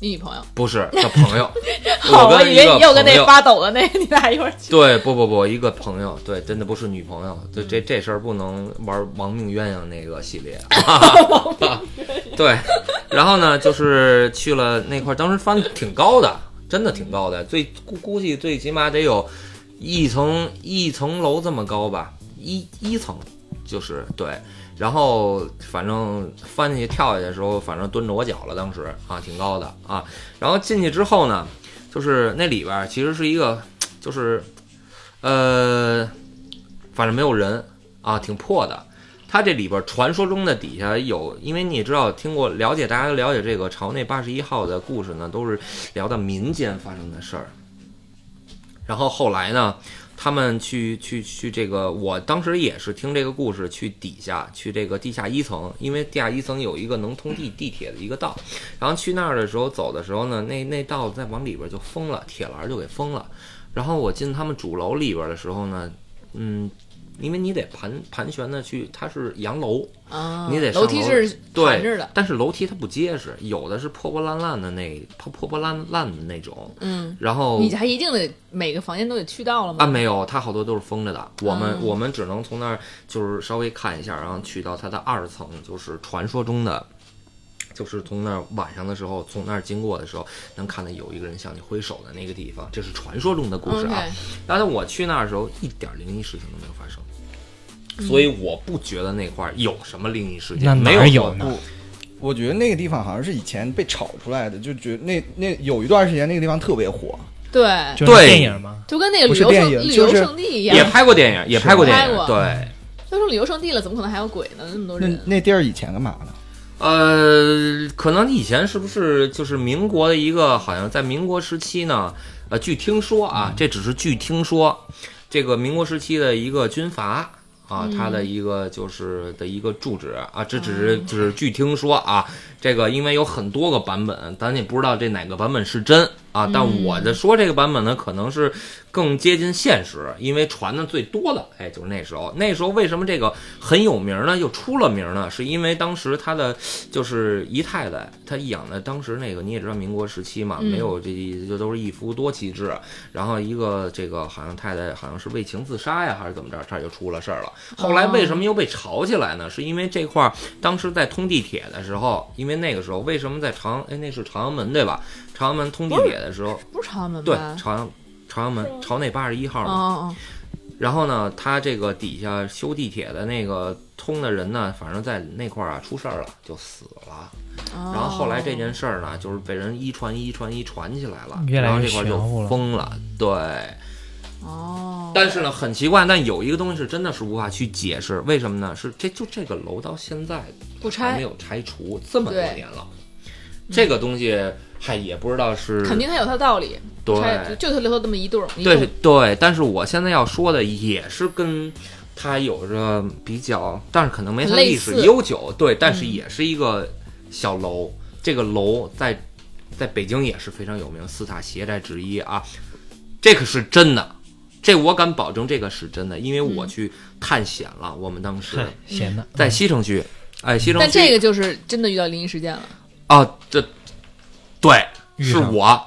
G: 你女朋友？。
F: 不是的朋友
G: 哦，我
F: 跟
G: 以
F: 一
G: 为
F: 个
G: 你又跟
F: 朋
G: 那
F: 友
G: 发抖的那， 你俩一块儿去。
F: 对，不不不，一个朋友，对，真的不是女朋友，对，这这事儿不能玩亡命鸳鸯那个系列。对，然后呢，就是去了那块儿，当时翻得挺高的，真的挺高的，最估估计最起码得有一层一层楼这么高吧，一一层，就是对，然后反正翻进去跳下去的时候，反正蹲着我脚了，当时啊挺高的啊。然后进去之后呢，就是那里边儿其实是一个，就是呃，反正没有人啊，挺破的。它这里边儿传说中的底下有，因为你也知道，听过了解大家都了解这个朝内八十一号的故事呢，都是聊到民间发生的事儿。然后后来呢，他们去去去这个，我当时也是听这个故事去底下去这个地下一层，因为地下一层有一个能通地地铁的一个道，然后去那儿的时候走的时候呢，那那道再往里边就封了，铁栏就给封了。然后我进他们主楼里边的时候呢，嗯，因为你得盘盘旋的去，它是洋楼，
G: 啊，
F: 你得上
G: 楼梯是
F: 对
G: 盘着的，
F: 但是楼梯它不结实，有的是破破烂烂的那破破破烂烂的那种，
G: 嗯，
F: 然后
G: 你还一定得每个房间都得去到了
F: 啊，
G: 吗？
F: 没有，它好多都是封着的。我们、
G: 嗯
F: 我们只能从那儿就是稍微看一下，然后去到它的二层，就是传说中的，就是从那儿晚上的时候从那儿经过的时候，能看到有一个人向你挥手的那个地方，这是传说中的故事啊。
G: OK
F: 但是我去那儿的时候，一点儿灵异事情都没有发生，所
G: 嗯
F: 以我不觉得那块儿有什么灵异事件，
D: 那
F: 没
D: 哪儿
F: 有
D: 有呢
F: 不
B: 我觉得那个地方好像是以前被炒出来的，就觉得那那有一段时间那个地方特别火，
G: 对，
D: 就是
F: 对
D: 电影嘛，
G: 就跟那个
B: 不
G: 旅
B: 是
G: 游胜
B: 电影
G: 旅游
B: 就是
G: 胜地一样
F: 也，拍过电影，也拍过电
G: 拍
F: 影，
G: 过
F: 对。
G: 都说旅游胜地了，怎么可能还有鬼呢？那么多
B: 那
G: 人，
B: 那地儿以前干嘛呢？
F: 呃，可能以前是不是就是民国的一个，好像在民国时期呢？呃，据听说啊，这只是据听说，这个民国时期的一个军阀啊，他的一个就是的一个住址啊，这只是就是据听说啊，这个因为有很多个版本，咱也不知道这哪个版本是真啊，但我的说这个版本呢，可能是更接近现实，因为传的最多的，哎，就是那时候，那时候为什么这个很有名呢？又出了名呢？是因为当时他的就是姨太太，她养的当时那个你也知道，民国时期嘛，
G: 嗯
F: 没有这就都是一夫多妻制，然后一个这个好像太太好像是为情自杀呀，还是怎么着，这儿就出了事儿了。后来为什么又被炒起来呢？是因为这块儿当时在通地铁的时候，因为那个时候为什么在长哎那是朝阳门对吧？朝阳门通地铁的时候，
G: 不是朝阳门
F: 对
G: 吧？
F: 朝阳朝阳门朝内八十一号
G: 哦
F: 嘛，
G: 哦
F: 然后呢，他这个底下修地铁的那个通的人呢，反正在那块儿啊出事儿了，就死了。
G: 哦，然
F: 然后后来这件事儿呢，就是被人一传一、一传一传起来了，
D: 越来越
F: 然后这块儿
D: 玄乎
F: 就
D: 了
F: 疯了。对，
G: 哦，
F: 但是呢，很奇怪，但有一个东西是真的是无法去解释，为什么呢？是这就这个楼到现在
G: 不
F: 还没
G: 拆，
F: 有拆除，这么多
G: 对
F: 年了，这个东西嗨也不知道是
G: 肯定它有它的道理，
F: 对
G: 拆就就它留头这么一对儿，一对
F: 对
G: 儿
F: 对，但是我现在要说的也是跟它有着比较，但是可能没它历史
G: 类似嗯
F: 悠久，对，但是也是一个小楼。这个楼在在北京也是非常有名，四大邪宅之一啊，这可是真的。这我敢保证，这个是真的，因为
G: 嗯
F: 我去探险了。我们当时
D: 嗨，闲的。
F: 在西城区，哎，西城区，
G: 但这个就是真的遇到灵异事件了
F: 啊，这对，
D: 遇
F: 是
D: 上
F: 我，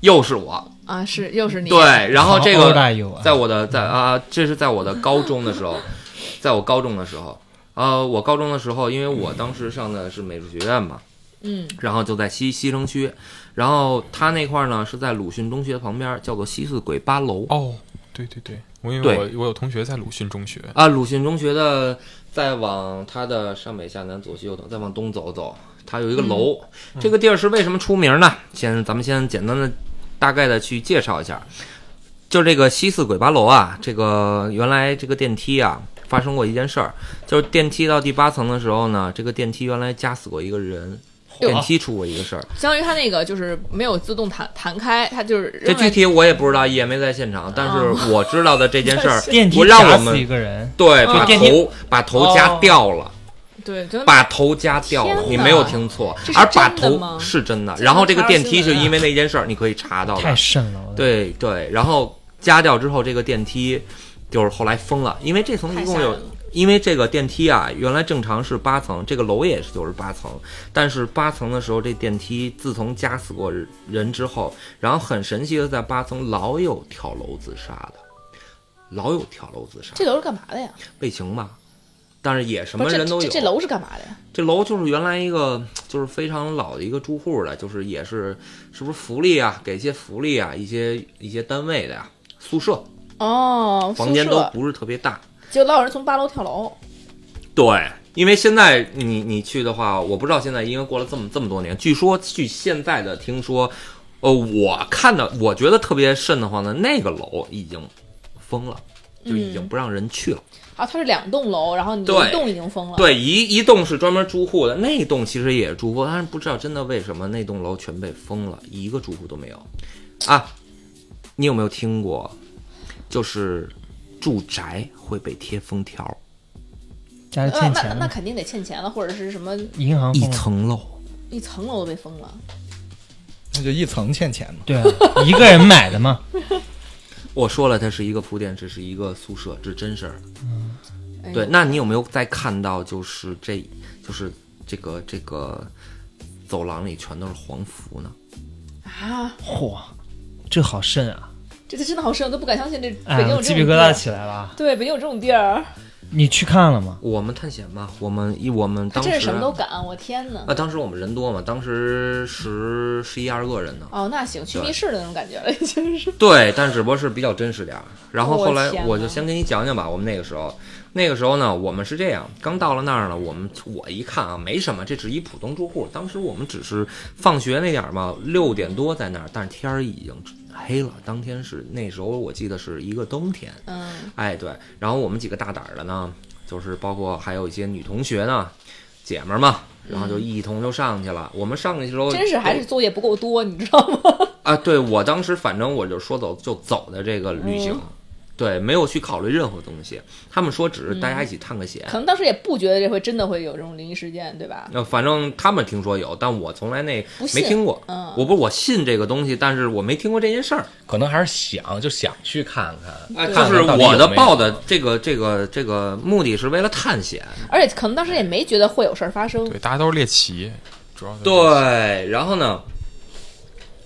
F: 又是我，
G: 啊，是又是你
F: 对。然后这
D: 好
F: 个
D: 欧大有啊，
F: 在我的在啊，这是在我的高中的时候，在我高中的时候，呃，我高中的时候，因为我当时上的是美术学院嘛，
G: 嗯，
F: 然后就在西西城区，然后他那块儿呢是在鲁迅中学旁边，叫做西四鬼八楼
C: 哦，对对对，我因为
F: 对
C: 我我有同学在鲁迅中学，
F: 啊，鲁迅中学的再往它的上北下南左西右东，再往东走走，它有一个楼，这个地儿是为什么出名呢？先咱们先简单的大概的去介绍一下，就这个西四鬼八楼啊，这个原来这个电梯啊发生过一件事儿，就是电梯到第八层的时候呢，这个电梯原来夹死过一个人，电梯出过一个事儿，
G: 相当于它那个就是没有自动弹弹开，它就是
F: 这
G: 扔
F: 具
G: 来
F: 体我也不知道，也没在现场，但是我知道的这件事儿
D: 电梯
F: 我让我
D: 夹死一
F: 们
D: 个人，
F: 对把
D: 哦电梯
F: 头把头夹
D: 哦
F: 掉了。
G: 对， 真的
F: 把头夹掉了，
G: 天哪
F: 你没有听错
G: 这，是
F: 而把
G: 真的
F: 头
G: 吗
F: 是真的。
G: 这
F: 然后
G: 能
F: 这个
G: 查
F: 电
G: 新
F: 梯是
G: 闻啊
F: 因为那件事儿，你可以查到
D: 太
F: 的。
D: 瘆了。我的，
F: 对对，然后夹掉之后，这个电梯就是后来封了，因为这层一
G: 太
F: 共
G: 吓人
F: 有
G: 了，
F: 因为这个电梯啊，原来正常是八层，这个楼也是就是八层，但是八层的时候，这电梯自从夹死过人之后，然后很神奇的在八层老有跳楼自杀的，老有跳楼自杀，
A: 这楼是干嘛的呀？
F: 为情吧，但是也什么
A: 不是
F: 人都
A: 这
F: 有。
A: 这这楼是干嘛的呀？
F: 这楼就是原来一个就是非常老的一个住户的，就是也是是不是福利啊，给一些福利啊，一些一些单位的呀、宿舍
A: 哦，
F: 房
A: 宿
F: 间都
A: 舍
F: 不是特别大，
A: 就老有人从八楼跳楼，
F: 对，因为现在你你去的话，我不知道现在因为过了这么这么多年，据说据现在的听说，呃，我看到我觉得特别瘆得慌的那个楼已经封了，就
A: 嗯
F: 已经不让人去了。
A: 啊，它是两栋楼，然后你
F: 对
A: 一栋已经封了，
F: 对，一一栋是专门住户的，那一栋其实也是住户，但是不知道真的为什么那栋楼全被封了，一个住户都没有。啊，你有没有听过，就是住宅会被贴封条，
D: 家里
A: 呃，
D: 欠
A: 那
D: 钱
A: 那
D: 了，
A: 肯定得欠钱了，或者是什么
D: 银行
F: 一
D: 封了，
F: 层楼。
A: 一层楼都被封了。
B: 那就一层欠钱嘛。
D: 对啊，一个人买的嘛，
F: 我说了，它是一个铺垫，这是一个宿舍，这是真事儿。
A: 哎呦
F: 对，，那你有没有再看到，就是这，就是这个这个走廊里全都是黄符呢？
A: 啊，
D: 嚯，这好深啊！
A: 这这真的好深，我都不敢相信这
D: 哎
A: 北京有
D: 呀，
A: 这种
D: 鸡皮
A: 地
D: 疙
A: 儿
D: 瘩起来了。
A: 对，北京有这种地儿，
D: 你去看了吗？
F: 我们探险嘛，我们一我们
A: 他
F: 当时啊
A: 真是什么都敢，我天哪！
F: 啊，当时我们人多嘛，当时十十一二个人呢。
A: 哦，那行，去
F: 对
A: 密室的那种感觉了，已 经是。
F: 对，但只不过是比较真实点儿。然后后来
A: 我天呐
F: 我就先给你讲讲吧，我们那个时候，那个时候呢，我们是这样，刚到了那儿呢，我们我一看啊，没什么，这只是一普通住户。当时我们只是放学那点儿嘛，六点多在那儿，但是天儿已经黑了。当天是那时候我记得是一个冬天，
A: 嗯，
F: 哎，对，然后我们几个大胆儿的呢，就是包括还有一些女同学呢，姐们儿嘛，然后就一同就上去了。我们上去的时候，
A: 嗯真是还是作业不够多，你知道吗？
F: 啊，对我当时反正我就说走就走的这个旅
E: 哦
F: 行，对，没有去考虑任何东西。他们说只是大家
E: 嗯
F: 一起探个险
A: 可，能当时也不觉得这回真的会有这种灵异事件，对吧？
F: 那、反正他们听说有，但我从来那
A: 不信
F: 没听过。
A: 嗯
F: 我不是我信这个东西，但是我没听过这件事儿。
E: 可能还是想就想去看看，
F: 就
E: 看
F: 是
E: 看到底
F: 我的
E: 有没有
F: 报的这个这个这个目的是为了探险，
A: 而且可能当时也没觉得会有事儿发生。
C: 对，大家都是猎奇，主要就是
F: 对，然后呢，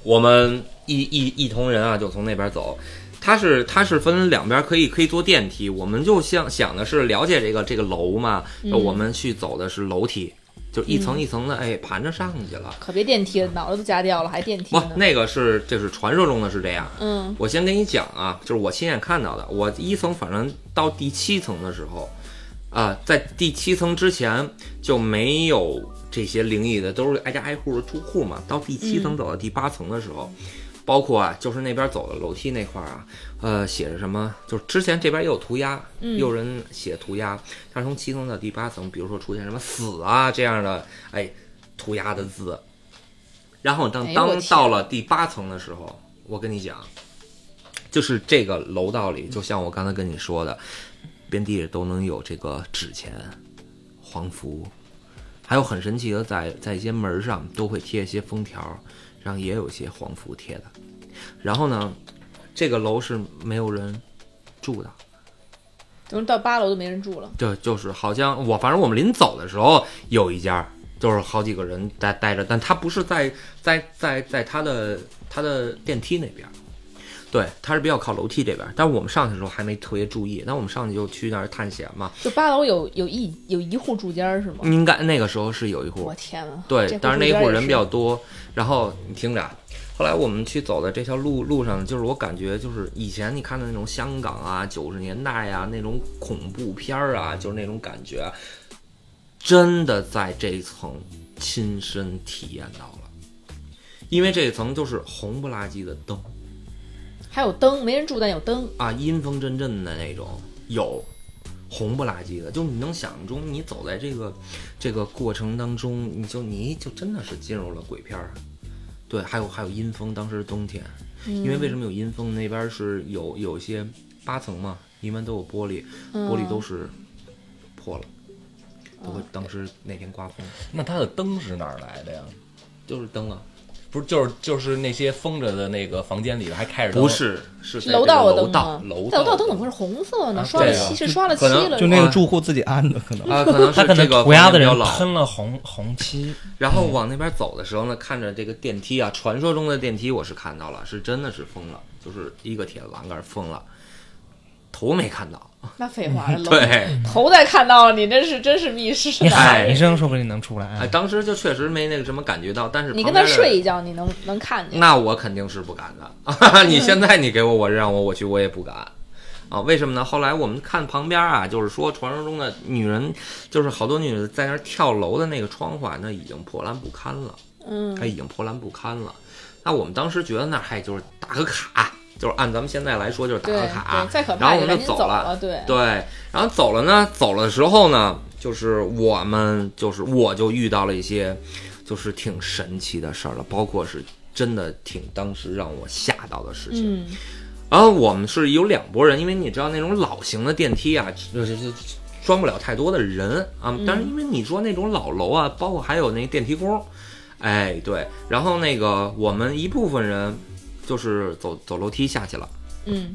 F: 我们一一一同人啊，就从那边走。它是它是分两边可以可以坐电梯，我们就像想的是了解这个这个楼嘛，那我们去走的是楼梯，就一层一层的哎盘着上去了。
A: 可别电梯了，脑袋都夹掉了，还电梯
F: 不
A: 呢，。
F: 那个是这是传说中的是这样。
A: 嗯，
F: 我先跟你讲啊，就是我亲眼看到的。我一层反正到第七层的时候，啊、在第七层之前就没有这些灵异的，都是挨家挨户的住户嘛。到第七层走到第八层的时候，包括啊，就是那边走的楼梯那块儿啊，呃，写着什么，就是之前这边也有涂鸦，也有人写涂鸦，但是从七层到第八层，比如说出现什么死啊这样的，哎，涂鸦的字。然后
A: 哎
F: 当
A: 呦我
F: 当
A: 天
F: 到了第八层的时候，我跟你讲，就是这个楼道里，就像我刚才跟你说的，遍地都能有这个纸钱、黄符，还有很神奇的在，在一些门上都会贴一些封条，上也有一些黄符贴的。然后呢，这个楼是没有人住的，
A: 等到八楼都没人住了。
F: 对，就是好像我反正我们临走的时候有一家，就是好几个人待待着，但他不是在在在在他的他的电梯那边儿，对，他是比较靠楼梯这边儿。但是我们上去的时候还没特别注意，但我们上去就去那儿探险嘛，
A: 就八楼有有一有一户住家是吗？
F: 应该那个时候是有一户，
A: 我天呐，这
F: 嗯对，
A: 户
F: 但是那一
A: 住家
F: 户
A: 也
F: 人比较多。然后你听着啊，后来我们去走的这条路路上，就是我感觉就是以前你看的那种香港啊、九十年代啊那种恐怖片儿啊，就是那种感觉，真的在这一层亲身体验到了。因为这一层就是红不拉几的灯
A: 还有灯，没人住但有灯，
F: 啊，阴风阵阵的那种，有红不拉几的，就你能想象中，你走在这个这个过程当中，你就你就真的是进入了鬼片儿。对，还有还有阴风，当时是冬天，
A: 嗯
F: 因为为什么有阴风？那边是有有一些八层嘛，一般都有玻璃，
A: 嗯
F: 玻璃都是破了，都
A: 哦
F: 会当时那天刮风，
E: 那它的灯是哪儿来的呀？
F: 就是灯啊，
E: 不是，就是就是那些封着的那个房间里边还开着灯，
F: 不是是在
A: 楼
F: 这个
A: 道的
F: 楼
A: 灯
F: 道
A: 吗？
F: 楼
A: 但楼
F: 道
A: 道灯怎么会是红色呢？
E: 啊
A: 刷了
E: 对啊
A: 漆是刷了漆
F: 可能
A: 了，
B: 就那个住户自己安的，可能
F: 啊，可能
D: 他
F: 是
D: 可
F: 这
D: 能
F: 个
D: 涂鸦
F: 房
D: 的
F: 间比较
D: 人
F: 老
D: 喷了红红漆，
F: 然后往那边走的时候呢，看着这个电梯啊，传说中的电梯，我是看到了，是真的是封了，就是一个铁栏杆封了，头没看到。
A: 那废话，楼
F: 对，
A: 头再看到了你，真是真是密室
D: 你
A: 的。
D: 喊一声说不定能出来
F: 哎，
D: 啊。
F: 当时就确实没那个什么感觉到，但是
A: 你
F: 旁
A: 跟他
F: 边的
A: 睡一觉，你能能看见。
F: 那我肯定是不敢的。你现在你给我，我让我我去，我也不敢。啊，为什么呢？后来我们看旁边啊，就是说传说中的女人，就是好多女人在那儿跳楼的那个窗户啊，那已经破烂不堪了，
A: 嗯
F: 它已经破烂不堪了。那我们当时觉得那儿嗨，就是打个卡，就是按咱们现在来说就是打
A: 对
F: 个卡啊
A: 对，，再可
F: 然
A: 怕
F: 后我
A: 就
F: 们
A: 赶
F: 就
A: 紧
F: 走了
A: 了，。对，
F: 对，然后走了呢，走了的时候呢，就是我们就是我就遇到了一些，就是挺神奇的事儿了，包括是真的挺当时让我吓到的事情。
A: 嗯，
F: 然后我们是有两拨人，因为你知道那种老型的电梯啊，就是就是装不了太多的人啊。
A: 嗯
F: 但是因为你说那种老楼啊，包括还有那电梯工，哎对，然后那个我们一部分人就是走走楼梯下去了，
A: 嗯，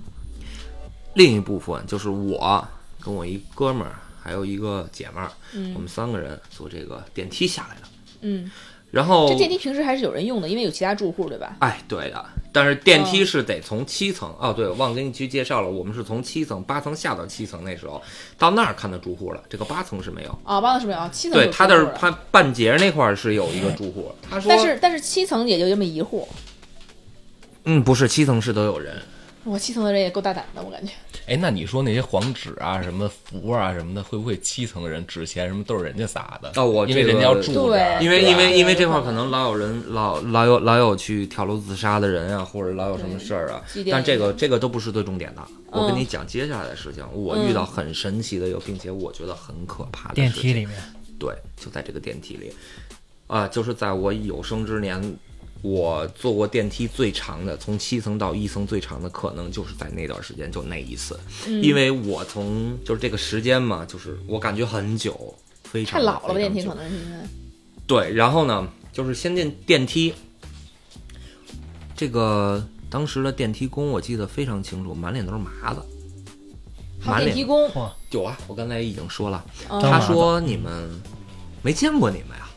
F: 另一部分就是我跟我一哥们儿还有一个姐们儿，
A: 嗯
F: 我们三个人坐这个电梯下来的。
A: 嗯，
F: 然后
A: 这电梯平时还是有人用的，因为有其他住户，对吧？
F: 哎，对的，但是电梯是得从七层哦对，我忘给你去介绍了，我们是从七层八层下到七层，那时候到那儿看到住户了，这个八层是没有。
A: 啊，八层是没有，七层
F: 对，
A: 有
F: 他
A: 住户
F: 那
A: 的
F: 他半截那块儿是有一个住户，他说，
A: 但是但是七层也就这么一户，
F: 嗯，不是七层是都有人，
A: 我七层的人也够大胆的，我感觉。
E: 哎，那你说那些黄纸啊、什么符啊、什么的，会不会七层的人纸钱什么都是人家撒的？
F: 哦我
E: 因为
F: 这个
E: 人家要住啊
A: 对
E: 这儿，
F: 因为
E: 对吧
F: 因为因为
A: 对
F: 这块儿可能老有人老老有老有去跳楼自杀的人啊，或者老有什么事儿啊
A: 祭奠，
F: 但这个这个都不是最重点的。我跟
A: 嗯
F: 你讲接下来的事情，我遇到很神奇的，又并且我觉得很可怕的
D: 电
F: 事
D: 梯
F: 情
D: 里面，
F: 对，就在这个电梯里，啊、就是在我有生之年，我坐过电梯最长的，从七层到一层最长的，可能就是在那段时间，就那一次，
A: 嗯
F: 因为我从就是这个时间嘛，就是我感觉很久，非常
A: 太老了吧，
F: 非
A: 电
F: 常
A: 梯
F: 久
A: 可能是因为，
F: 对，然后呢，就是先进电梯，这个当时的电梯工我记得非常清楚，满脸都是麻子，
A: 还
F: 满
A: 有电
F: 脸
A: 梯工，
F: 有啊，我刚才已经说了，
A: 嗯
D: 当
F: 他
D: 然
F: 说你们没见过你们呀、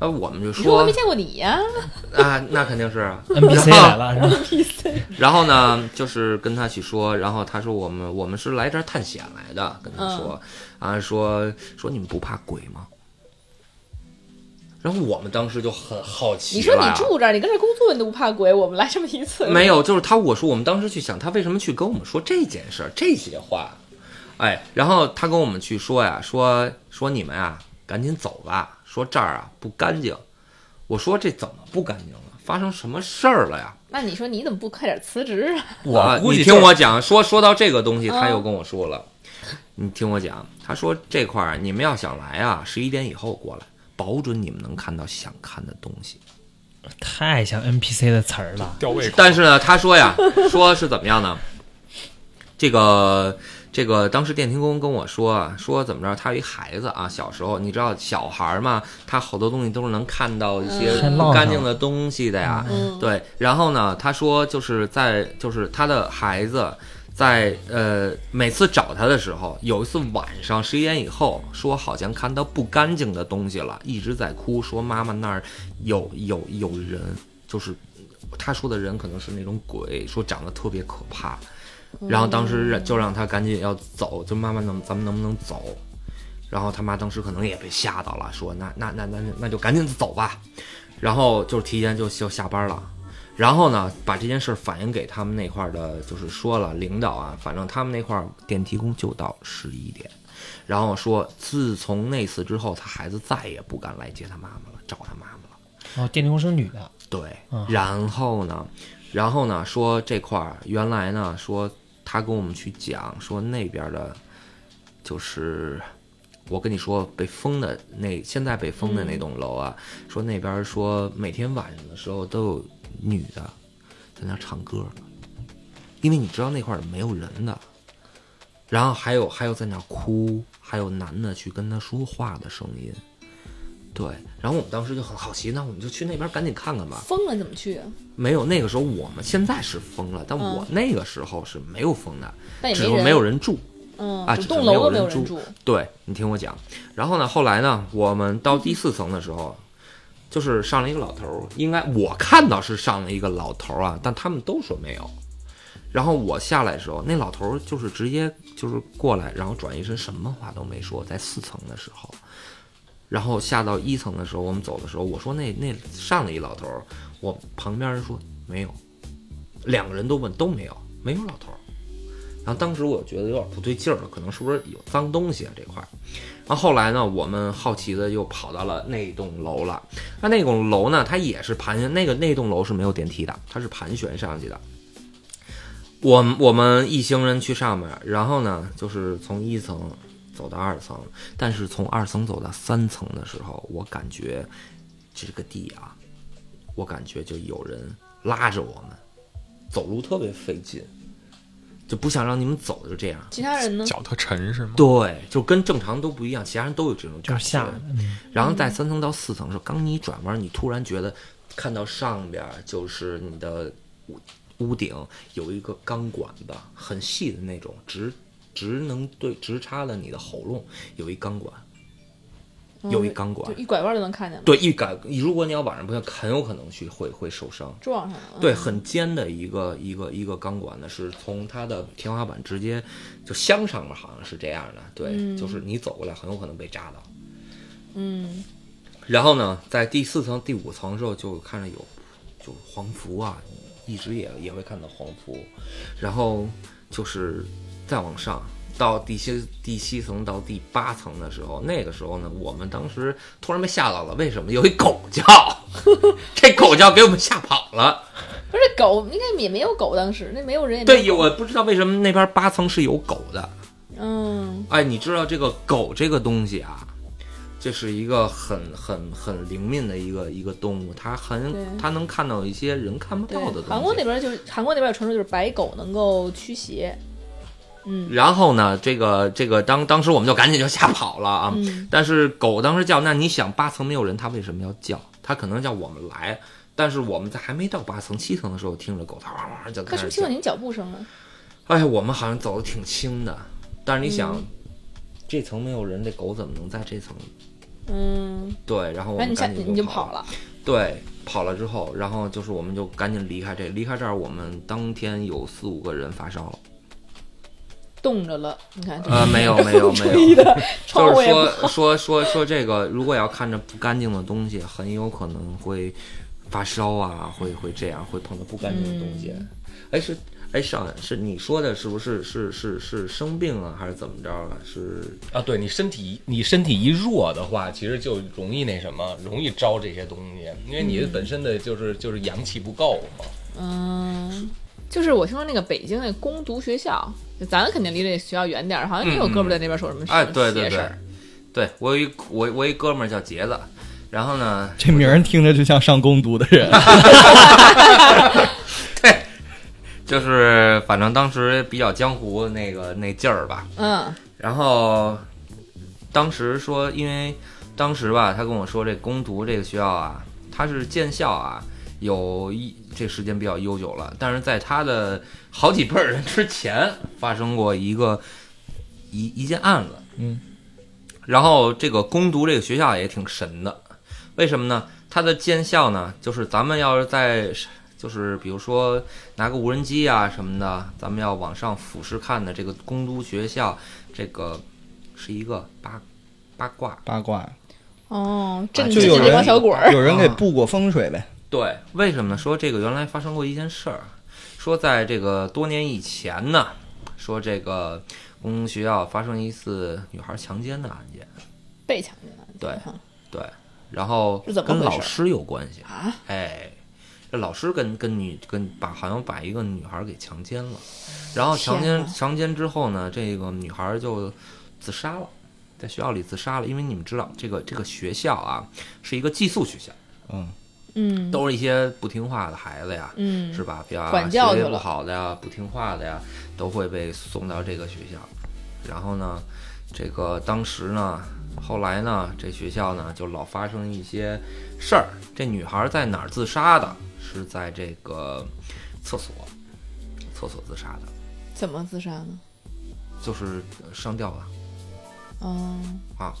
F: 啊，我们就
A: 你说
F: 说
A: 我没见过你呀？
F: 啊，那肯定是啊。
D: NPC 来了是吧？
F: 然后呢，就是跟他去说，然后他说我们我们是来这儿探险来的，跟他说、
A: 嗯
F: 啊，说说你们不怕鬼吗？然后我们当时就很好奇、啊，
A: 你说你住这儿，你跟这儿工作，你都不怕鬼？我们来这么一次，
F: 没有，就是他。我说我们当时去想，他为什么去跟我们说这件事儿、这些话，哎，然后他跟我们去说呀，说说你们啊，赶紧走吧，说这儿啊不干净。我说这怎么不干净了？发生什么事儿了呀？
A: 那你说你怎么不快点辞职啊？
F: 啊
E: 我估
F: 你
E: 计
F: 听
E: 就是
F: 我讲，说说到这个东西，他
A: 嗯
F: 又跟我说了，你听我讲，他说这块儿你们要想来啊，十一点以后过来，保准你们能看到想看的东西。
D: 太像 NPC 的词儿了。
C: 吊胃口。
F: 但是呢，他说呀，说是怎么样呢？这个这个，当时电梯工跟我说啊，说怎么着，他有一孩子啊，小时候你知道小孩儿嘛，他好多东西都是能看到一些
D: 还
F: 不
D: 落
F: 干
D: 上
F: 净的东西的呀。
A: 嗯
F: 对，然后呢，他说就是在就是他的孩子。在呃，每次找他的时候，有一次晚上十一点以后，说好像看到不干净的东西了，一直在哭，说妈妈那儿有有有人，就是他说的人可能是那种鬼，说长得特别可怕，然后当时就让他赶紧要走，就妈妈能咱们能不能走？然后他妈当时可能也被吓到了，说那那那那那就赶紧走吧，然后就是提前就就下班了。然后呢，把这件事儿反映给他们那块儿的，就是说了领导啊，反正他们那块儿电梯工就到十一点，然后说自从那次之后，他孩子再也不敢来接他妈妈了，找他妈妈了。
D: 哦，电梯工是女的，
F: 对
D: 啊，
F: 然后呢，然后呢，说这块儿原来呢，说他跟我们去讲，说那边的，就是我跟你说被封的那现在被封的那栋楼啊，说那边说每天晚上的时候都有女的在那唱歌，因为你知道那块儿没有人的，然后还有还有在那哭，还有男的去跟他说话的声音。对，然后我们当时就很好奇，那我们就去那边赶紧看看吧。
A: 疯了你怎么去啊？
F: 没有，那个时候我们现在是封了，但
A: 嗯
F: 我那个时候是没有封的，
A: 但也
F: 只是
A: 人，
F: 没有人住。
A: 嗯，
F: 啊
A: 整
F: 只
A: 栋
F: 是
A: 楼
F: 没有
A: 都没
F: 人
A: 有人
F: 住
A: 住，
F: 对你听我讲，然后呢，后来呢，我们到第四层的时候，就是上了一个老头儿，应该我看到是上了一个老头儿啊，但他们都说没有。然后我下来的时候，那老头儿就是直接就是过来，然后转一身，什么话都没说，在四层的时候。然后下到一层的时候，我们走的时候，我说那那上了一老头儿，我旁边人说没有，两个人都问都没有，没有老头儿。然后当时我觉得有点不对劲儿了，可能是不是有脏东西啊这块儿。然后后来呢，我们好奇的又跑到了那栋楼了。那那栋楼呢，它也是盘旋，那个那栋楼是没有电梯的，它是盘旋上去的。我们我们一行人去上面，然后呢，就是从一层走到二层，但是从二层走到三层的时候，我感觉这个地啊，我感觉就有人拉着我们，走路特别费劲，就不想让你们走，就这样。
A: 其他人呢？
C: 脚特沉是吗？
F: 对，就跟正常都不一样，其他人都有这种
D: 就
F: 感
D: 是吓嗯
F: 觉
D: 的。。
F: 然后在三层到四层的时候，刚你一转弯，你突然觉得看到上边儿就是你的屋屋顶有一个钢管子，很细的那种，直直能对直插了你的喉咙，有一钢管，有一钢管
A: 嗯就。一拐弯就能看见了，
F: 对，一感，如果你要晚上不行，很有可能去会会受伤。
A: 撞上了。
F: 对，很尖的一个一个一个钢管呢，是从它的天花板直接就镶上面，好像是这样的。对，就是你走过来很有可能被扎到。
A: 嗯，
F: 然后呢，在第四层、第五层的时候，就看着有就黄符啊，一直也也会看到黄符。然后就是再往上到第七第七层到第八层的时候，那个时候呢，我们当时突然被吓到了。为什么？有一狗叫， 这狗叫给我们吓跑了。
A: 不是狗，应该也没有狗，当时哎那没有人也没
F: 对，
A: 有狗。
F: 我不知道为什么那边八层是有狗的。
A: 嗯，
F: 哎，你知道这个狗这个东西啊，这是一个很很很灵敏的一个一个动物，它很
A: 对
F: 它能看到一些人看不
A: 对
F: 到的，东西。
A: 韩国那边就是韩国那边有传说，就是白狗能够驱邪。嗯
F: 然后呢，这个这个当当时我们就赶紧就吓跑了啊！
A: 嗯，
F: 但是狗当时叫，那你想八层没有人，它为什么要叫？它可能叫我们来，但是我们在还没到八层、七层的时候，听着狗它汪汪汪就
A: 他
F: 开
A: 是
F: 始
A: 不是听
F: 叫
A: 到。您脚步声了？
F: 哎呀，我们好像走的挺轻的，但是你想，这层没有人，这狗怎么能在这层？
A: 嗯，
F: 对，然后
A: 然后
F: 我们
A: 你下
F: 赶紧
A: 你就
F: 跑
A: 跑。了。
F: 对，跑了之后，然后就是我们就赶紧离开这，离开这儿，我们当天有四五个人发烧 了。
A: 冻着了，你看，
F: 呃，没有，没有，没有，
A: 吹嗯的 窗
F: 就
A: 户
F: 是
A: 也不
F: 说说说说这个，如果要看着不干净的东西，很有可能会发烧啊，会会这样，会碰到不干净的东西。
A: 嗯
F: 哎，是哎，上是你说的，是不是是是是生病啊，还是怎么着了？是
E: 啊，对你身体你身体一弱的话，其实就容易那什么，容易招这些东西，因为
F: 嗯
E: 你本身的就是就是阳气不够 嘛。
A: 嗯，就是我听说那个北京那攻读学校，就咱肯定离这学校远点儿，好像也有哥们儿在那边说什么
F: 哎，
A: 什么
F: 对对
A: 邪事
F: 对
A: 儿，，
F: 对我有一我我一哥们儿叫杰子，然后呢，
B: 这名儿听着就像上攻读的人。
F: 就是反正当时比较江湖那个那劲儿吧。
A: 嗯，
F: 然后当时说，因为当时吧，他跟我说这攻读这个学校啊，它是建校啊，有一这时间比较悠久了，但是在他的好几辈儿人之前发生过一个一一件案子。
B: 嗯，
F: 然后这个攻读这个学校也挺神的，为什么呢？它的建校呢，就是咱们要是在就是比如说拿个无人机啊什么的，咱们要往上俯视看的这个公都学校，这个是一个八八卦。
B: 八卦
A: 哦，
D: 啊
A: 镇
F: 就
A: 镇
B: 有
A: 这
B: 人
A: 帮 小鬼儿，
B: 有人给布过风水呗，
F: 对，为什么呢？说这个原来发生过一件事儿，啊说在这个多年以前呢，说这个公都学校发生一次女孩强奸的案件，
A: 被抢进来，
F: 对对，然后
A: 是怎么
F: 跟
A: 回事
F: 老师有关系，
A: 啊，
F: 哎，这老师跟跟女跟把好像把一个女孩给强奸了，然后强
A: 天
F: 奸
A: 哪
F: 强奸之后呢，这个女孩就自杀了，在学校里自杀了，因为你们知道这个这个学校啊是一个寄宿学校，
B: 嗯，
A: 嗯
F: 都是一些不听话的孩子呀，
A: 嗯，
F: 是吧？呀，
A: 管教去
F: 学业不
A: 了
F: 好的呀，不听话的呀，都会被送到这个学校。然后呢，这个当时呢，后来呢，这学校呢就老发生一些事儿。这女孩在哪儿自杀的？是在这个厕所，厕所自杀的，
A: 怎么自杀呢？
F: 就是上吊了
A: 哦，
F: 啊。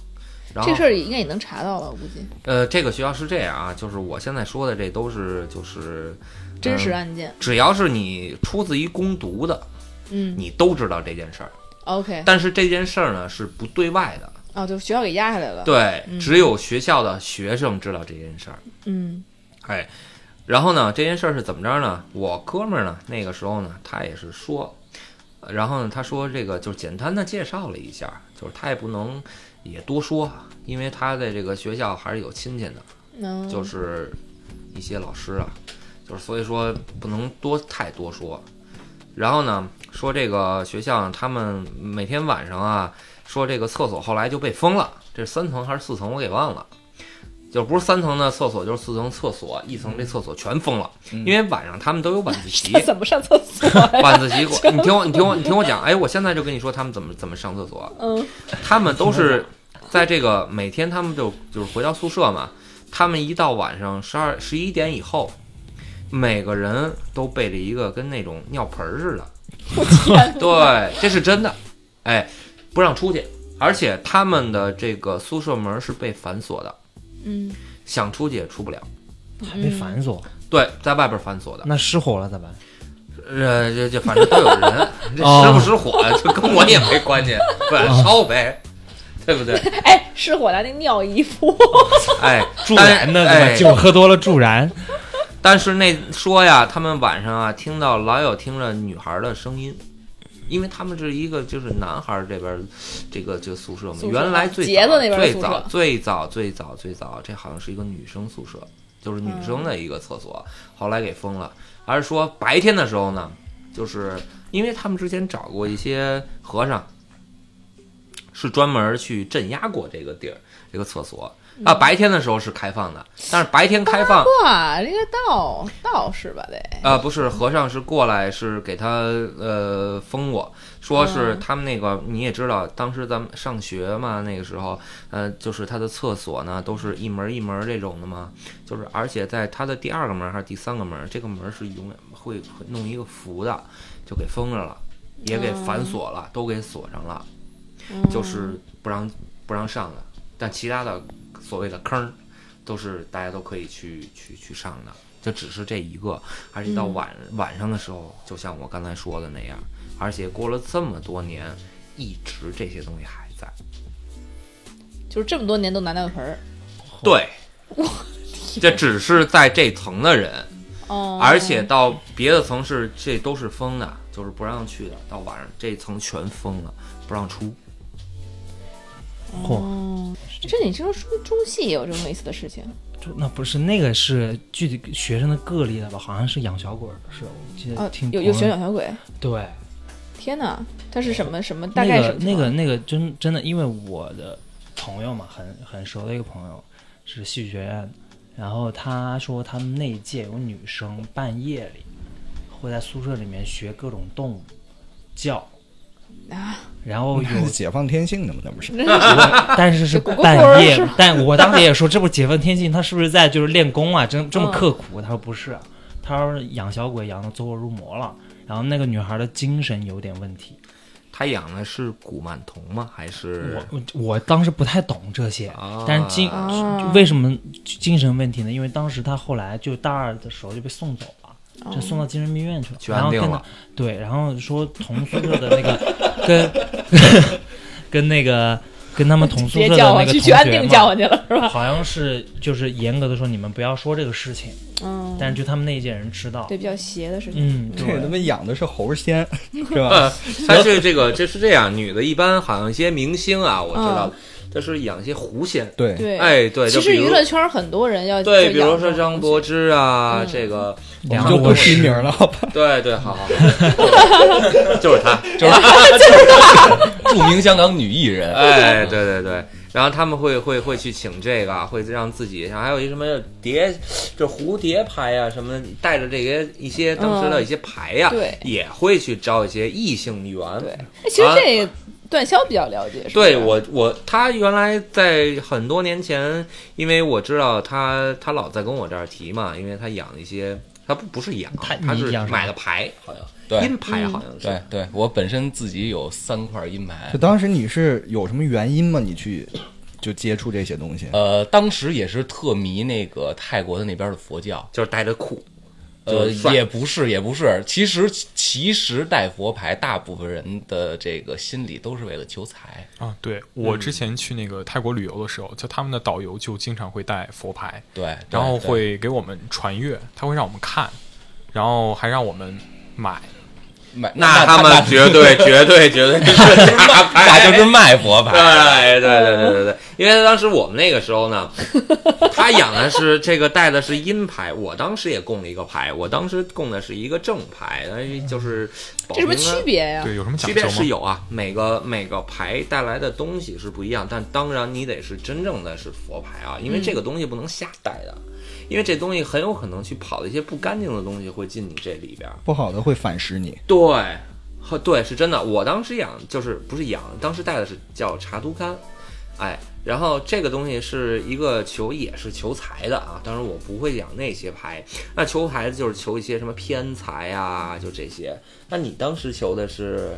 F: 然后
A: 这事儿应该也能查到吧？我估计
F: 呃，这个学校是这样啊，就是我现在说的这都是就是
A: 真实
F: 嗯
A: 案件，
F: 只要是你出自于攻读的，
A: 嗯
F: 你都知道这件事儿。
A: ，OK，
F: 但是这件事儿呢是不对外的，
A: 哦，就学校给压下来了，，
F: 对，
A: 嗯
F: 只有学校的学生知道这件事儿。
A: 嗯
F: 哎，然后呢，这件事儿是怎么着呢？我哥们儿呢，那个时候呢，他也是说，然后呢，他说这个就是简单的介绍了一下，就是他也不能也多说，啊因为他在这个学校还是有亲戚的，
A: 嗯，，
F: 就是一些老师啊，就是所以说不能多太多说。然后呢，说这个学校他们每天晚上啊，说这个厕所后来就被封了，这是三层还是四层我给忘了，就不是三层的厕所就是四层厕所，一层这厕所全封了，因为晚上他们都有晚自习
A: 怎么上厕 所呀？
F: 晚自习过，你听我，你听我，你听我讲，哎，我现在就跟你说他们怎么怎么上厕所，
A: 嗯，
F: 他们都是在这个每天，他们就就是回到宿舍嘛，他们一到晚上十二十一点以后，每个人都背着一个跟那种尿盆儿似的， 对，这是真的，哎，不让出去，而且他们的这个宿舍门是被反锁的，
A: 嗯，
F: 想出去也出不了，
D: 还被反锁，
F: 对，在外边反锁的，
D: 那失火了咋办？
F: 呃，这这反正都有 人，这
D: 哦
F: 失不失火就跟我也没关系，反正烧呗，对不对？
A: 哎，失火的那尿衣服，
F: 哎，
D: 助
F: 但
D: 燃的对吧？
F: 哎，
D: 酒喝多了助燃，
F: 但是那说呀，他们晚上啊听到老有听着女孩的声音，因为他们是一个就是男孩这边这个这个宿舍嘛，
A: 宿舍
F: 原来最
A: 杰子
F: 早
A: 那边的
F: 最
A: 宿
F: 早
A: 舍
F: 最早最早最早，这好像是一个女生宿舍，就是女生的一个厕所，后来给封了。而是说白天的时候呢，就是因为他们之前找过一些和尚，是专门去镇压过这个地儿这个厕所。啊，白天的时候是开放的，但是白天开放，
A: 哇，这个道道士吧得，
F: 啊，不是和尚是过来是给他呃封我，说是他们那个、你也知道，当时咱们上学嘛，那个时候呃就是他的厕所呢都是一门儿一门儿这种的嘛，就是而且在他的第二个门儿还是第三个门儿，这个门儿是永远会会弄一个符的，就给封着了，也给反锁了，都给锁上了，
A: 嗯
F: 就是不让不让上了，但其他的所谓的坑儿都是大家都可以去去去上的。就只是这一个，而且到晚、晚上的时候，就像我刚才说的那样，而且过了这么多年，一直这些东西还在。
A: 就是这么多年都拿尿盆儿。
F: 对，这只是在这层的人，
A: 哦，
F: 而且到别的层是这都是封的，就是不让去的。到晚上这层全封了，不让出。
D: 嚯，
A: 这你听说中戏也有这种类似的事情，
D: 这那不是那个是具体学生的个例了吧？好像是养小鬼儿，是我记
A: 啊
D: 得听，
A: 有有
D: 朋
A: 熊
D: 友
A: 小小鬼，
D: 对。
A: 天哪，它是什么什么？大概什么情
D: 那个
A: 况？
D: 那个那个真真的，因为我的朋友嘛，很很熟的一个朋友是戏剧学院的，然后他说他们那一届有女生半夜里会在宿舍里面学各种动物叫，
A: 啊，
D: 然后 有
B: 那是 解放天性的嘛，那不是？
D: 但是是
A: 这狗
D: 半夜
A: 狗是，
D: 但我当时也说这不解放天性，他是不是在就是练功啊？真这
A: 嗯
D: 么刻苦？他说不是，啊他说养小鬼养到走火入魔了，然后那个女孩的精神有点问题。
F: 他养的是古曼童吗？还是
D: 我我我当时不太懂这些，
F: 啊
D: 但是精、就为什么精神问题呢？因为当时他后来就大二的时候就被送走
A: 哦
D: 了，就送到精神病院去了，
F: 去
D: 然
F: 安
D: 后
F: 定
D: 跟
F: 了
D: 他对，然后说同宿舍的那个跟跟那个跟他们同宿
A: 别
D: 舍的
A: 叫
D: 那
A: 我
D: 个同
A: 去
D: 学
A: 去安定
D: 嘛
A: 叫我去了是吧？
D: 好像是就是严格的说，你们不要说这个事情，
A: 嗯，
D: 但是就他们那一届人知道
A: 对，，比较邪的事情。
D: 嗯，
B: 这他
D: 对，
B: 妈养的是 猴仙，是吧？
F: 他是这个，这是这样，女的一般好像一些明星啊，我知道
A: 嗯，
F: 她是养一些狐仙。
B: 对，
A: 对，
F: 哎，对，就
A: 其实
F: 比如
A: 娱乐圈很多人要
F: 对，
A: 就
F: 比如
A: 养
F: 说
A: 这种
F: 张柏芝啊，
A: 嗯
F: 这个
B: 我
D: 两
B: 们
D: 个
B: 就不
D: 我
B: 提
D: 是
B: 名了，好吧？
F: 对对，好好， 就是他，
E: 著名香港女艺 人，
F: 哎，对对对，然后他们会会会去请这个，啊会让自己，然后还有一什么蝶，这蝴蝶牌啊什么的，带着这些一些当时的一些牌呀、
A: 嗯对
F: 也会去招一些异性缘。
A: 对，哎其实
F: 啊
A: 这段霄比较了解，是吧
F: 对我我他原来在很多年前，因为我知道他他老在跟我这儿提嘛，因为他养一些，他不不是养，
D: 他
F: 他是
D: 你养什么
F: 买的牌，好像
E: 对
F: 阴牌好像是。
E: 对对，我本身自己有三块阴牌
B: 就，当时你是有什么原因吗？你去就接触这些东西？
E: 呃，当时也是特迷那个泰国的那边的佛教，
F: 就是带着酷，
E: 呃，
F: 就是帅
E: 也不是，也不是。其实，其实带佛牌，大部分人的这个心理都是为了求财。
C: 啊，对我之前去那个泰国旅游的时候，就他们的导游就经常会带佛牌，
E: 对，对
C: 然后
E: 对
C: 会给我们传阅，他会让我们看，然后还让我们买。
E: 卖，
F: 那他们哎绝对绝对绝对就是打牌，
E: 那
F: 哎
E: 就是卖佛
F: 啊
E: 牌，
F: 对对对对对对，因为当时我们那个时候呢，他养的是这个带的是阴牌，我当时也供了一个牌，我当时供的是一个正牌，但是就是保
A: 这什么
F: 平
A: 区
F: 安
A: 别呀、
C: 对，有什么讲
F: 区
C: 究
F: 别是
C: 吗？
F: 有啊，每个每个牌带来的东西是不一样，但当然你得是真正的是佛牌啊，因为这个东西不能瞎带的，因为这东西很有可能去跑的一些不干净的东西会进你这里边儿。
B: 不好的会反噬你。
F: 对，呵对，是真的。我当时养就是不是养，当时带的是叫茶都柑，哎，然后这个东西是一个求也是求财的啊。当然我不会养那些牌，那求牌就是求一些什么偏财啊，就这些。那你当时求的是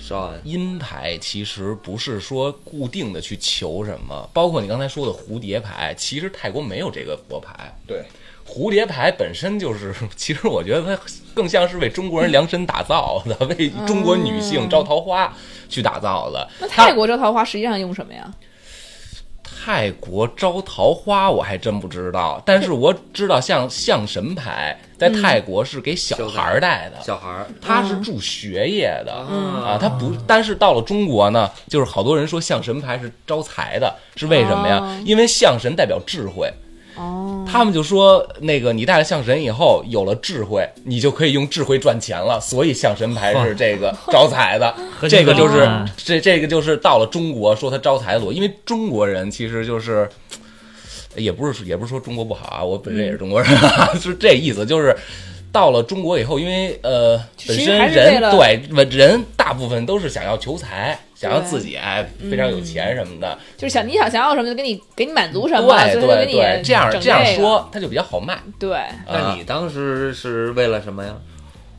F: 少安？
E: 阴牌其实不是说固定的去求什么，包括你刚才说的蝴蝶牌，其实泰国没有这个佛牌。
B: 对，
E: 蝴蝶牌本身就是， 其实我觉得它更像是为中国人量身打造的，为中国女性招桃花去打造的。
A: 那泰国这桃花实际上用什么呀？
E: 泰国招桃花我还真不知道，但是我知道像象神牌在泰国是给小孩儿戴的，
F: 小孩儿
E: 它是助学业的。啊，
F: 嗯
A: 嗯
F: 啊，
E: 它不，但是到了中国呢，就是好多人说象神牌是招财的，是为什么呀
A: 哦？
E: 因为象神代表智慧，
A: 哦，
E: 他们就说那个你带了象神以后，有了智慧，你就可以用智慧赚钱了，所以象神牌是这个招财的，
D: 合
E: 这
D: 情
E: 个
D: 合理
E: 就是
D: 啊
E: 这这个就是到了中国说它招财的逻辑，因为中国人其实就是。也不是也不是说中国不好啊，我本身也是中国人、啊， 是这意思，就是到了中国以后，因为呃，
A: 其
E: 本
A: 实
E: 身
A: 还是为
E: 人
A: 了
E: 对文人大部分都是想要求财，想要自己哎非常有
A: 嗯
E: 钱什么的，
A: 就是想你想想要什么就给你给你满足什么，
E: 对
A: 所以他
E: 对
A: 就给
E: 对，
A: 你
E: 这样
A: 整嗯
E: 这样
A: 个
E: 说它就比较好卖。
A: 对。
F: 那
E: 啊
F: 你当时是为了什么呀？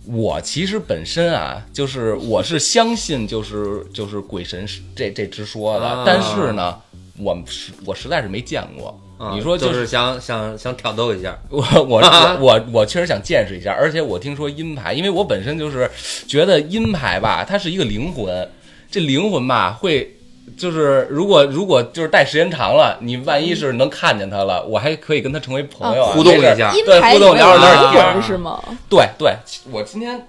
E: 我其实本身啊，就是我是相信就是就是鬼神是这这之说的，
F: 啊
E: 但是呢，我实我实在是没见过。
F: 啊
E: 你说
F: 就
E: 就是
F: 是想想想挑逗一下，
E: 我 我我我我确实想见识一下，而且我听说阴牌，因为我本身就是觉得阴牌吧，它是一个灵魂，这灵魂吧会。就是如果如果就是待时间长了，你万一是能看见它了，我还可以跟它成为朋友、啊
F: 互动
E: 没事儿
F: 一下
A: 阴
E: 对
A: 牌啊
E: 互
A: 里
E: 动
A: 面
E: 聊着聊着
A: 有
E: 天儿
A: 鬼是吗？
E: 对对，我今天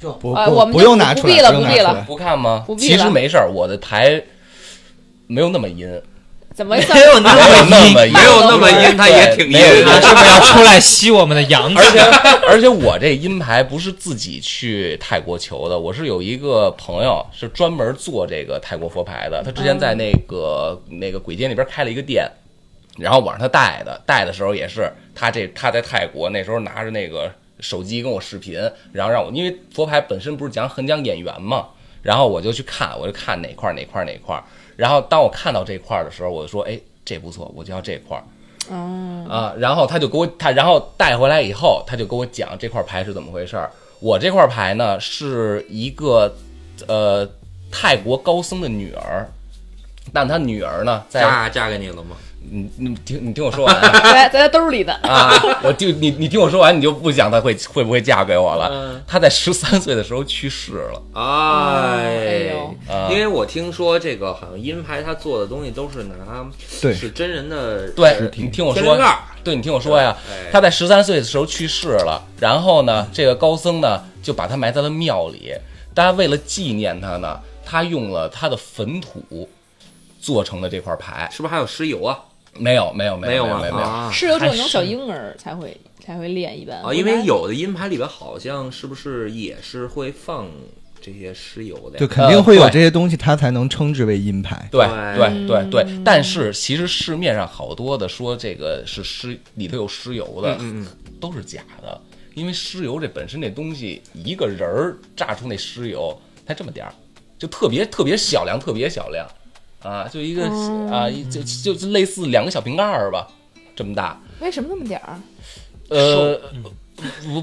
B: 不
A: 呃我们
B: 不不
A: 就
B: 用
A: 不
B: 拿
A: 不
B: 出来，
A: 必了
B: 不用
A: 不
B: 拿
A: 必
B: 出
A: 了
B: 来
E: 不看吗
A: 不？必
E: 其实
A: 了
E: 没事儿，我的牌没有那么 阴，
A: 怎么算
F: 没有那
E: 没有
F: 么
E: 那么阴，
F: 没有那 么阴，他也挺阴
E: 没有
F: 的。
D: 是不是要出来吸我们的阳
E: 而
D: 气？
E: 且 而且我这阴牌不是自己去泰国求的，我是有一个朋友是专门做这个泰国佛牌的，他之前在那个、那个鬼街那边开了一个店。然后我让他带的，带的时候也是他这他在泰国那时候拿着那个手机跟我视频，然后让我因为佛牌本身不是讲很讲眼缘嘛，然后我就去看，我就看哪块儿哪块儿哪块儿，然后当我看到这块儿的时候，我就说哎这不错，我就要这块儿。
A: 嗯
E: 啊，然后他就给我他，然后带回来以后，他就给我讲这块牌是怎么回事儿。我这块牌呢是一个呃泰国高僧的女儿，但他女儿呢在
F: 嫁嫁给你了吗？
E: 你你听你听我说完啊、
A: 在在他兜里的？
E: 啊，我就你你听我说完，你就不想她会会不会嫁给我
F: 嗯
A: 嗯
E: 了。她在十三岁的时候去世了，
F: 哎
A: 呦
E: 啊
F: 因为我听说这个好像阴牌他做的东西都是拿
B: 对
F: 是真人的
E: 对你听我
F: 天
E: 说
F: 灵盖，儿，
E: 对你听我说呀，
F: 哎
E: 他在十三岁的时候去世了，然后呢，这个高僧呢就把他埋在了庙里。大家为了纪念他呢，他用了他的坟土做成了这块牌。
F: 是不是还有尸油啊？
E: 没有，没有，没有，
F: 有
E: 没没
F: 吗？
E: 有，没有。
F: 啊
A: 是有这种
D: 还是
A: 小婴儿才会才会练一般
F: 啊，因为有的阴牌里边好像是不是也是会放这些尸油的呀？
B: 就肯定呃会有这些东西，它才能称之为阴牌。
E: 对
F: 对
E: 对对对，但是其实市面上好多的说这个是尸里头有尸油的，都是假的，因为尸油这本身这东西，一个人儿榨出那尸油才这么点儿，就特别特别小量，特别小量，啊，就一个、啊，一就就就类似两个小瓶盖儿吧，这么大，
A: 为什么那么点儿？
E: 呃。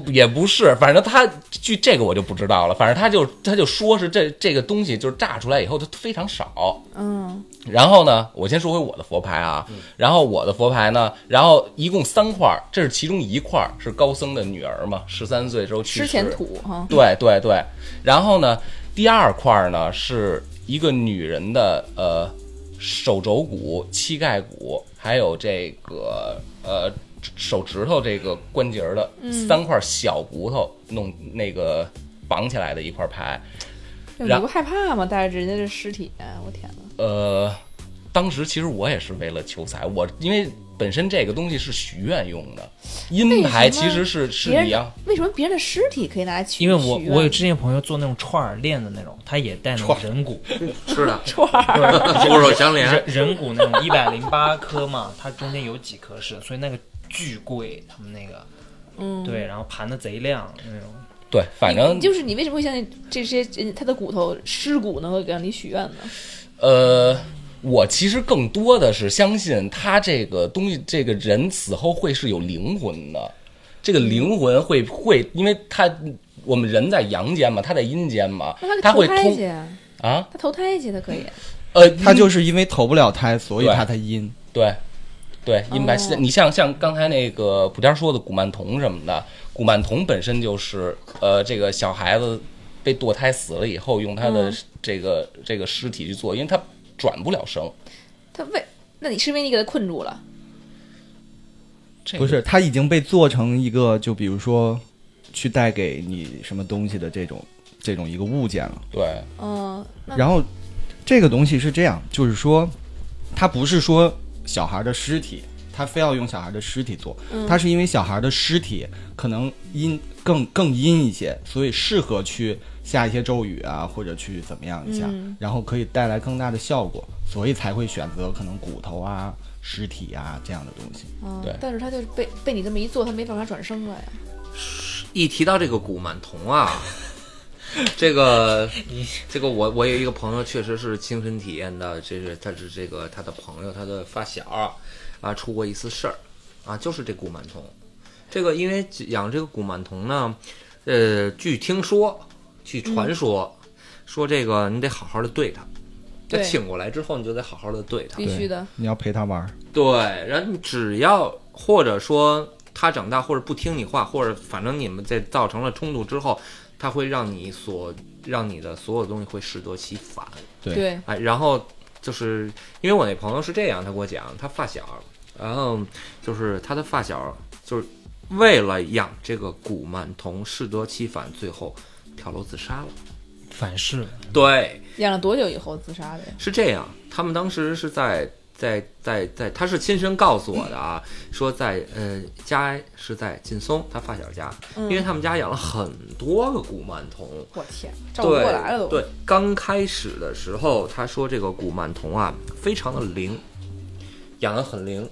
E: 不也不是，反正他据这个我就不知道了。反正他就他就说是这这个东西就是榨出来以后它非常少，
A: 嗯，
E: 然后呢，我先说回我的佛牌啊，然后我的佛牌呢，然后一共三块儿，这是其中一块儿是高僧的女儿嘛，十三岁之后去
A: 吃
E: 世。
A: 前土哈，
E: 对对对，然后呢，第二块儿呢是一个女人的呃手肘骨、膝盖骨，还有这个呃
A: 嗯
E: 手指头这个关节儿的、三块小骨头弄那个绑起来的一块牌。
A: 你
E: 然
A: 不害怕吗？带着人家这尸体，啊我天呐。
E: 呃，当时其实我也是为了求财，我因为本身这个东西是许愿用的，阴牌
A: 为什么
E: 其实是是
A: 别人
E: 一样，
A: 为什么别人的尸体可以拿来取？
D: 因为我
A: 取
D: 我有
A: 愿
D: 之前朋友做那种串儿链子那种，他也带那种人 骨，
F: 是的，
A: 串儿，
F: 左手
E: 哎
F: 相连
D: 人。人骨那种一百零八颗嘛，它中间有几颗是，所以那个巨贵，他们那个，
A: 嗯，
D: 对，然后盘的贼亮那种。
E: 对，反正
A: 你就是你为什么会相信这些人他的骨头尸骨能够让你许愿呢？
E: 呃，我其实更多的是相信他这个东西，这个人死后会是有灵魂的，这个灵魂会会，因为他我们人在阳间嘛，他在阴间嘛
A: 那，
E: 他
A: 他投
E: 会
A: 胎去
E: 通
A: 啊，
E: 啊，
A: 他投胎去，他可以。
E: 呃，
A: 嗯
B: 他
E: 阴
B: 就是因为投不了胎，所以
E: 对
B: 他才阴。
E: 对，对，阴白
A: 哦
E: 你像像刚才那个普天说的古曼童什么的，古曼童本身就是呃，这个小孩子被堕胎死了以后，用他的这个、这个尸体去做，因为他转不了生。
A: 他为那你是因为你给他困住了，
E: 这个
B: 不是，他已经被做成一个，就比如说，去带给你什么东西的这种这种一个物件了。
E: 对，
A: 嗯，那
B: 然后，这个东西是这样，就是说，它不是说小孩的尸体，他非要用小孩的尸体做，
A: 嗯
B: 他是因为小孩的尸体可能阴更更阴一些，所以适合去下一些咒语啊，或者去怎么样一下，
A: 嗯
B: 然后可以带来更大的效果，所以才会选择可能骨头啊、尸体啊这样的东西。
A: 嗯
E: 对
A: 但是他就是被被你这么一做，他没办法转生了呀。
F: 一提到这个古曼童啊，这个这个我我有一个朋友，确实是亲身体验的，这是他是这个他的朋友，他的发小啊，出过一次事儿啊，就是这古曼童。这个因为养这个古曼童呢，呃，据听说，据传说，说这个你得好好的对他，他
A: 对
F: 请过来之后，你就得好好的对他，
A: 必须的，
B: 你要陪他玩儿，
F: 对，然后你只要或者说他长大，或者不听你话，或者反正你们在造成了冲突之后，他会让你所让你的所有东西会适得其反。
B: 对
A: 对，
F: 哎，然后就是因为我那朋友是这样，他给我讲，他发小，然后就是他的发小，就是为了养这个古曼童，适得其反，最后跳楼自杀了。
D: 反噬，
F: 对，
A: 养了多久以后自杀的呀？
F: 是这样，他们当时是在在在在，他是亲身告诉我的啊，说在呃家是在劲松他发小家，因为他们家养了很多个古曼童，
A: 我天，照
F: 对
A: 顾不过来了都。
F: 对，刚开始的时候，他说这个古曼童啊，非常的灵，养得很灵。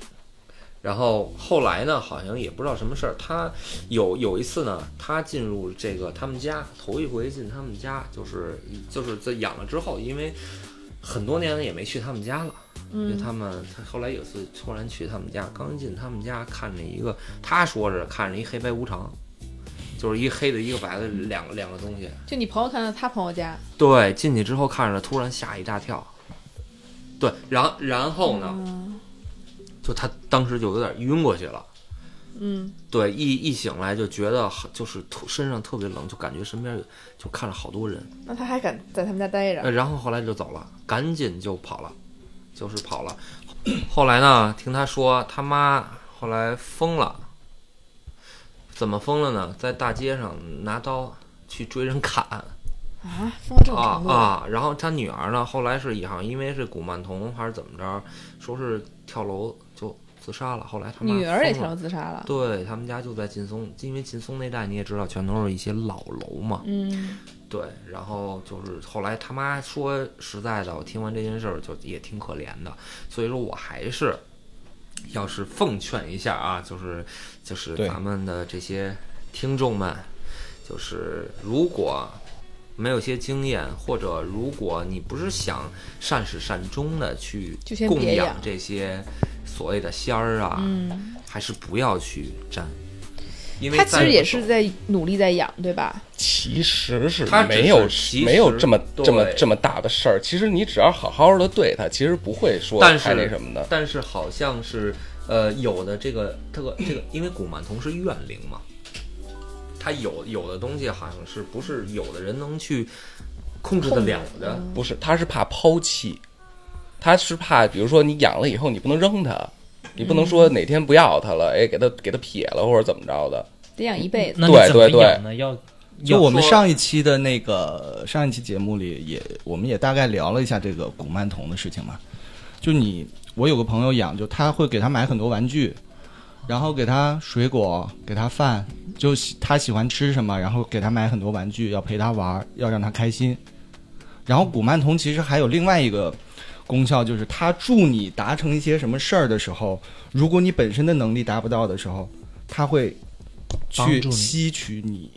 F: 然后后来呢，好像也不知道什么事儿，他有有一次呢，他进入这个他们家，头一回进他们家，就是就是在养了之后，因为很多年也没去他们家了。
A: 嗯
F: 因为他们他后来有次突然去他们家，刚进他们家看着一个，他说是看着一黑白无常，就是一黑的一个白的两个两个东西，
A: 就你朋友看到他朋友家，
F: 对，进去之后看着，突然吓一大跳。对，然然后呢，就他当时就有点晕过去了。
A: 嗯，
F: 对，一一醒来就觉得好就是特身上特别冷，就感觉身边有就看着好多人。
A: 那他还敢在他们家待
F: 呃，
A: 着？
F: 然后后来就走了，赶紧就跑了，就是跑了。后来呢，听他说他妈后来疯了，怎么疯了呢？在大街上拿刀去追人砍。
A: 啊，疯到这种
F: 啊
A: 程度，
F: 啊！然后他女儿呢，后来是好像因为是古曼童还是怎么着，说是跳楼就自杀了。后来他妈
A: 女儿也
F: 疯
A: 跳楼
F: 了，
A: 自杀了。
F: 对他们家就在劲松，因为劲松那带你也知道，全都是一些老楼嘛。
A: 嗯，
F: 对，然后就是后来他妈说实在的，我听完这件事儿就也挺可怜的，所以说我还是要是奉劝一下啊，就是就是
B: 对
F: 咱们的这些听众们，就是如果没有些经验，或者如果你不是想善始善终的去
A: 就先
F: 供
A: 别
F: 养
A: 养
F: 这些所谓的仙儿啊，
A: 嗯
F: 还是不要去沾，因为
A: 他其
F: 沾
A: 实也
F: 了
A: 是在努力在养，对吧？
E: 其实是
F: 他只是
E: 没有
F: 其实
E: 没有这么
F: 对
E: 这么这么大的事儿。其实你只要好好的对他，其实不会说
F: 但
E: 太
F: 是
E: 那什么的。
F: 但是好像是呃有的这个这个这个，因为古曼童是怨灵嘛，他有有的东西好像是不是有的人能去控制得了的？
A: 嗯
E: 不是，他是怕抛弃，他是怕，比如说你养了以后，你不能扔它，你不能说哪天不要它了，哎，给它给它撇了或者怎么着的。
A: 得养一辈子。
D: 那你
E: 对
D: 怎么
E: 对对
D: 养呢？要
B: 就我们上一期的那个上一期节目里也，我们也大概聊了一下这个古曼童的事情嘛。就你，我有个朋友养，就他会给他买很多玩具，然后给他水果，给他饭，就喜他喜欢吃什么，然后给他买很多玩具，要陪他玩儿，要让他开心。然后古曼童其实还有另外一个功效，就是它助你达成一些什么事儿的时候，如果你本身的能力达不到的时候，它会
D: 帮
B: 去
D: 助你
B: 吸取你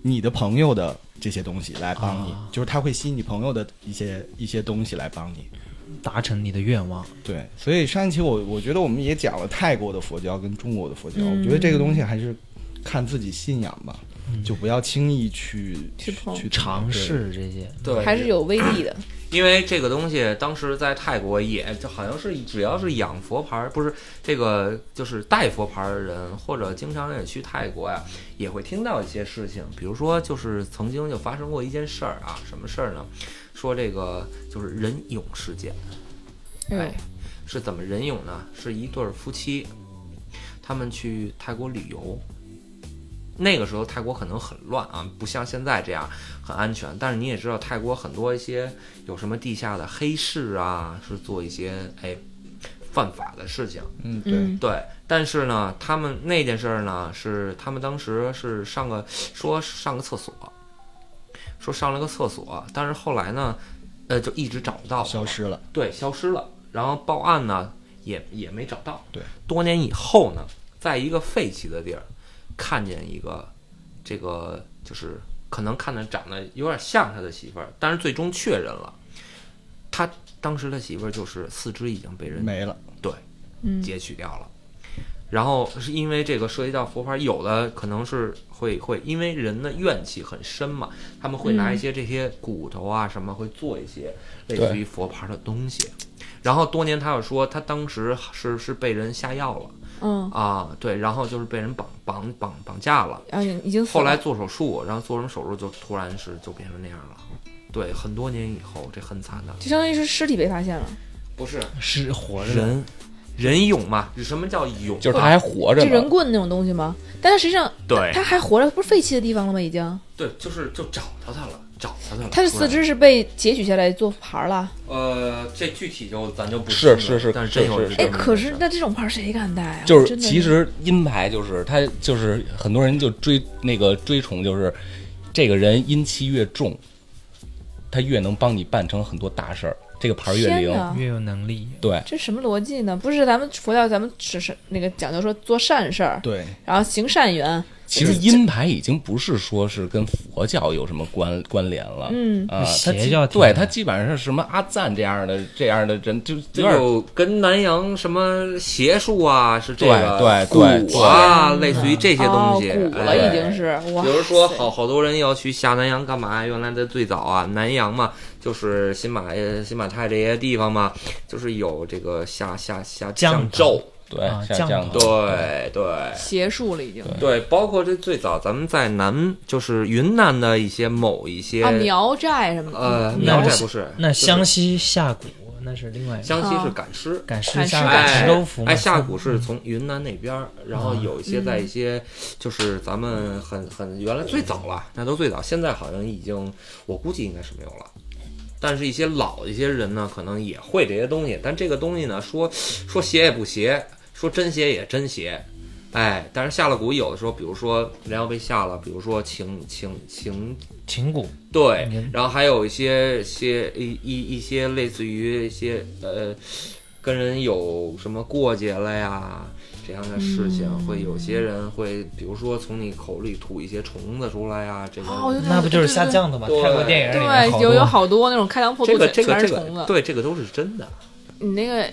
B: 你的朋友的这些东西来帮你，
D: 啊
B: 就是它会吸你朋友的一些一些东西来帮你。
D: 达成你的愿望，
B: 对，所以上一期我我觉得我们也讲了泰国的佛教跟中国的佛教，
A: 嗯
B: 我觉得这个东西还是看自己信仰吧，就不要轻易去
A: 去碰
B: 去
D: 嗯尝。试这些。
F: 嗯对，
A: 还是有威力的。
F: 因为这个东西当时在泰国也，就好像是只要是养佛牌儿，不是这个就是带佛牌儿的人，或者经常也去泰国呀、也会听到一些事情，比如说就是曾经就发生过一件事儿啊，什么事儿呢？说这个就是人俑事件，哎
A: 哎，
F: 是怎么人俑呢？是一对儿夫妻，他们去泰国旅游。那个时候泰国可能很乱啊，不像现在这样很安全。但是你也知道，泰国很多一些有什么地下的黑市啊，是做一些哎犯法的事情。
B: 嗯，对，
A: 嗯，
F: 对，但是呢，他们那件事儿呢，是他们当时是上个说上个厕所，说上了个厕所，但是后来呢，呃，就一直找不到，
B: 消失了。
F: 对，消失了。然后报案呢，也也没找到。
B: 对，
F: 多年以后呢，在一个废弃的地儿，看见一个这个就是可能看着长得有点像他的媳妇儿，但是最终确认了，他当时的媳妇儿就是四肢已经被人
B: 没了，
A: 嗯
F: 截取掉了。然后是因为这个涉及到佛牌，有的可能是会会因为人的怨气很深嘛，他们会拿一些这些骨头啊什么，会做一些类似于佛牌的东西。然后多年他又说，他当时是是被人下药了
A: 嗯，
F: 啊，对，然后就是被人绑绑绑绑架了，
A: 然后啊你已经死
F: 后来
A: 了
F: 做手术，然后做什么手术就突然是就变成那样了。对，很多年以后，这很惨的。
A: 就相当于是尸体被发现了，
F: 不是
D: 是活着的
F: 人，人俑嘛？什么叫俑？
E: 就是他还活着
A: 这人
E: 呢，
A: 棍那种东西吗？但他实际上
F: 对
A: 他还活着，不是废弃的地方了吗？已经，
F: 对，就是就找到他了，找到他了。
A: 他的
F: 突
A: 四
F: 然，
A: 肢是被截取下来做牌儿了。
F: 呃，这具体就咱就不
E: 是
F: 说了
E: 是是
F: 但是真有
E: 是是
F: 这
A: 哎，
F: 么一回
A: 可
F: 事
A: 是那这种牌儿谁敢戴啊？
E: 就是
A: 真的
E: 其实阴牌就是他就是很多人就追那个追崇就是这个人阴气越重，他越能帮你办成很多大事儿，这个牌儿越
A: 天
E: 灵。
A: 哪，
D: 越有能力，
E: 对，
A: 这什么逻辑呢？不是咱们佛教，咱们只是那个讲究说做善事儿，
B: 对，
A: 然后行善缘，
E: 其实阴牌已经不是说是跟佛教有什么关关联了，
A: 嗯
E: 啊，
D: 邪
E: 他基
D: 教挺
E: 对
D: 好
E: 他基本上是什么阿赞这样的这样的人，就有
F: 这
E: 点
F: 有跟南洋什么邪术啊，是这
E: 对
F: 个
E: 对对
F: 蛊啊，类似于这些东西，
A: 哦、鼓了
F: 哎
A: 已经是哇塞，
F: 比如说，好好多人要去下南洋干嘛？原来在最早啊，南洋嘛，就是新马呃新马泰这些地方嘛，就是有这个下下下
D: 降
F: 降咒，
E: 对
D: 啊
E: 像
D: 降
E: 这样
D: 头
E: 的
F: 对对，
A: 邪术了已经。
F: 对，包括这最早咱们在南，就是云南的一些某一些，
A: 啊，苗嗯寨什么的，哦
F: 呃，
D: 苗
F: 苗寨
D: 寨
F: 不是，
D: 那
F: 就是
D: 湘西下蛊那是另外一个。
F: 湘西是
A: 啊
F: 赶尸。
D: 赶尸
A: 赶
D: 下
A: 尸
D: 赶
F: 哎
D: 尸都服嘛？嗯
F: 哎，下蛊是从云南那边儿，然后有一些在一些，就是咱们很很原来最早了，那都最早，现在好像已经，我估计应该是没有了。但是，一些老的一些人呢，可能也会这些东西，但这个东西呢，说说邪也不邪，说真邪也真邪，哎，但是下了蛊，有的时候，比如说人要被下了，比如说情情情
D: 秦蛊
F: 对
D: 您，
F: 然后还有一些一些一一一些类似于一些呃，跟人有什么过节了呀这样的事情，
A: 嗯
F: 会有些人会，比如说从你口里吐一些虫子出来呀，这个、
A: 哦，我就
D: 那不就是下降头吗？
F: 对
D: 泰国电影里面
A: 对，
D: 好
A: 有
D: 多
A: 有好多那种开膛破
F: 这
A: 肚
F: 个
A: 的
F: 这个
A: 全
F: 这
A: 是
F: 个
A: 虫子。
F: 对，这个都是真的。
A: 你那个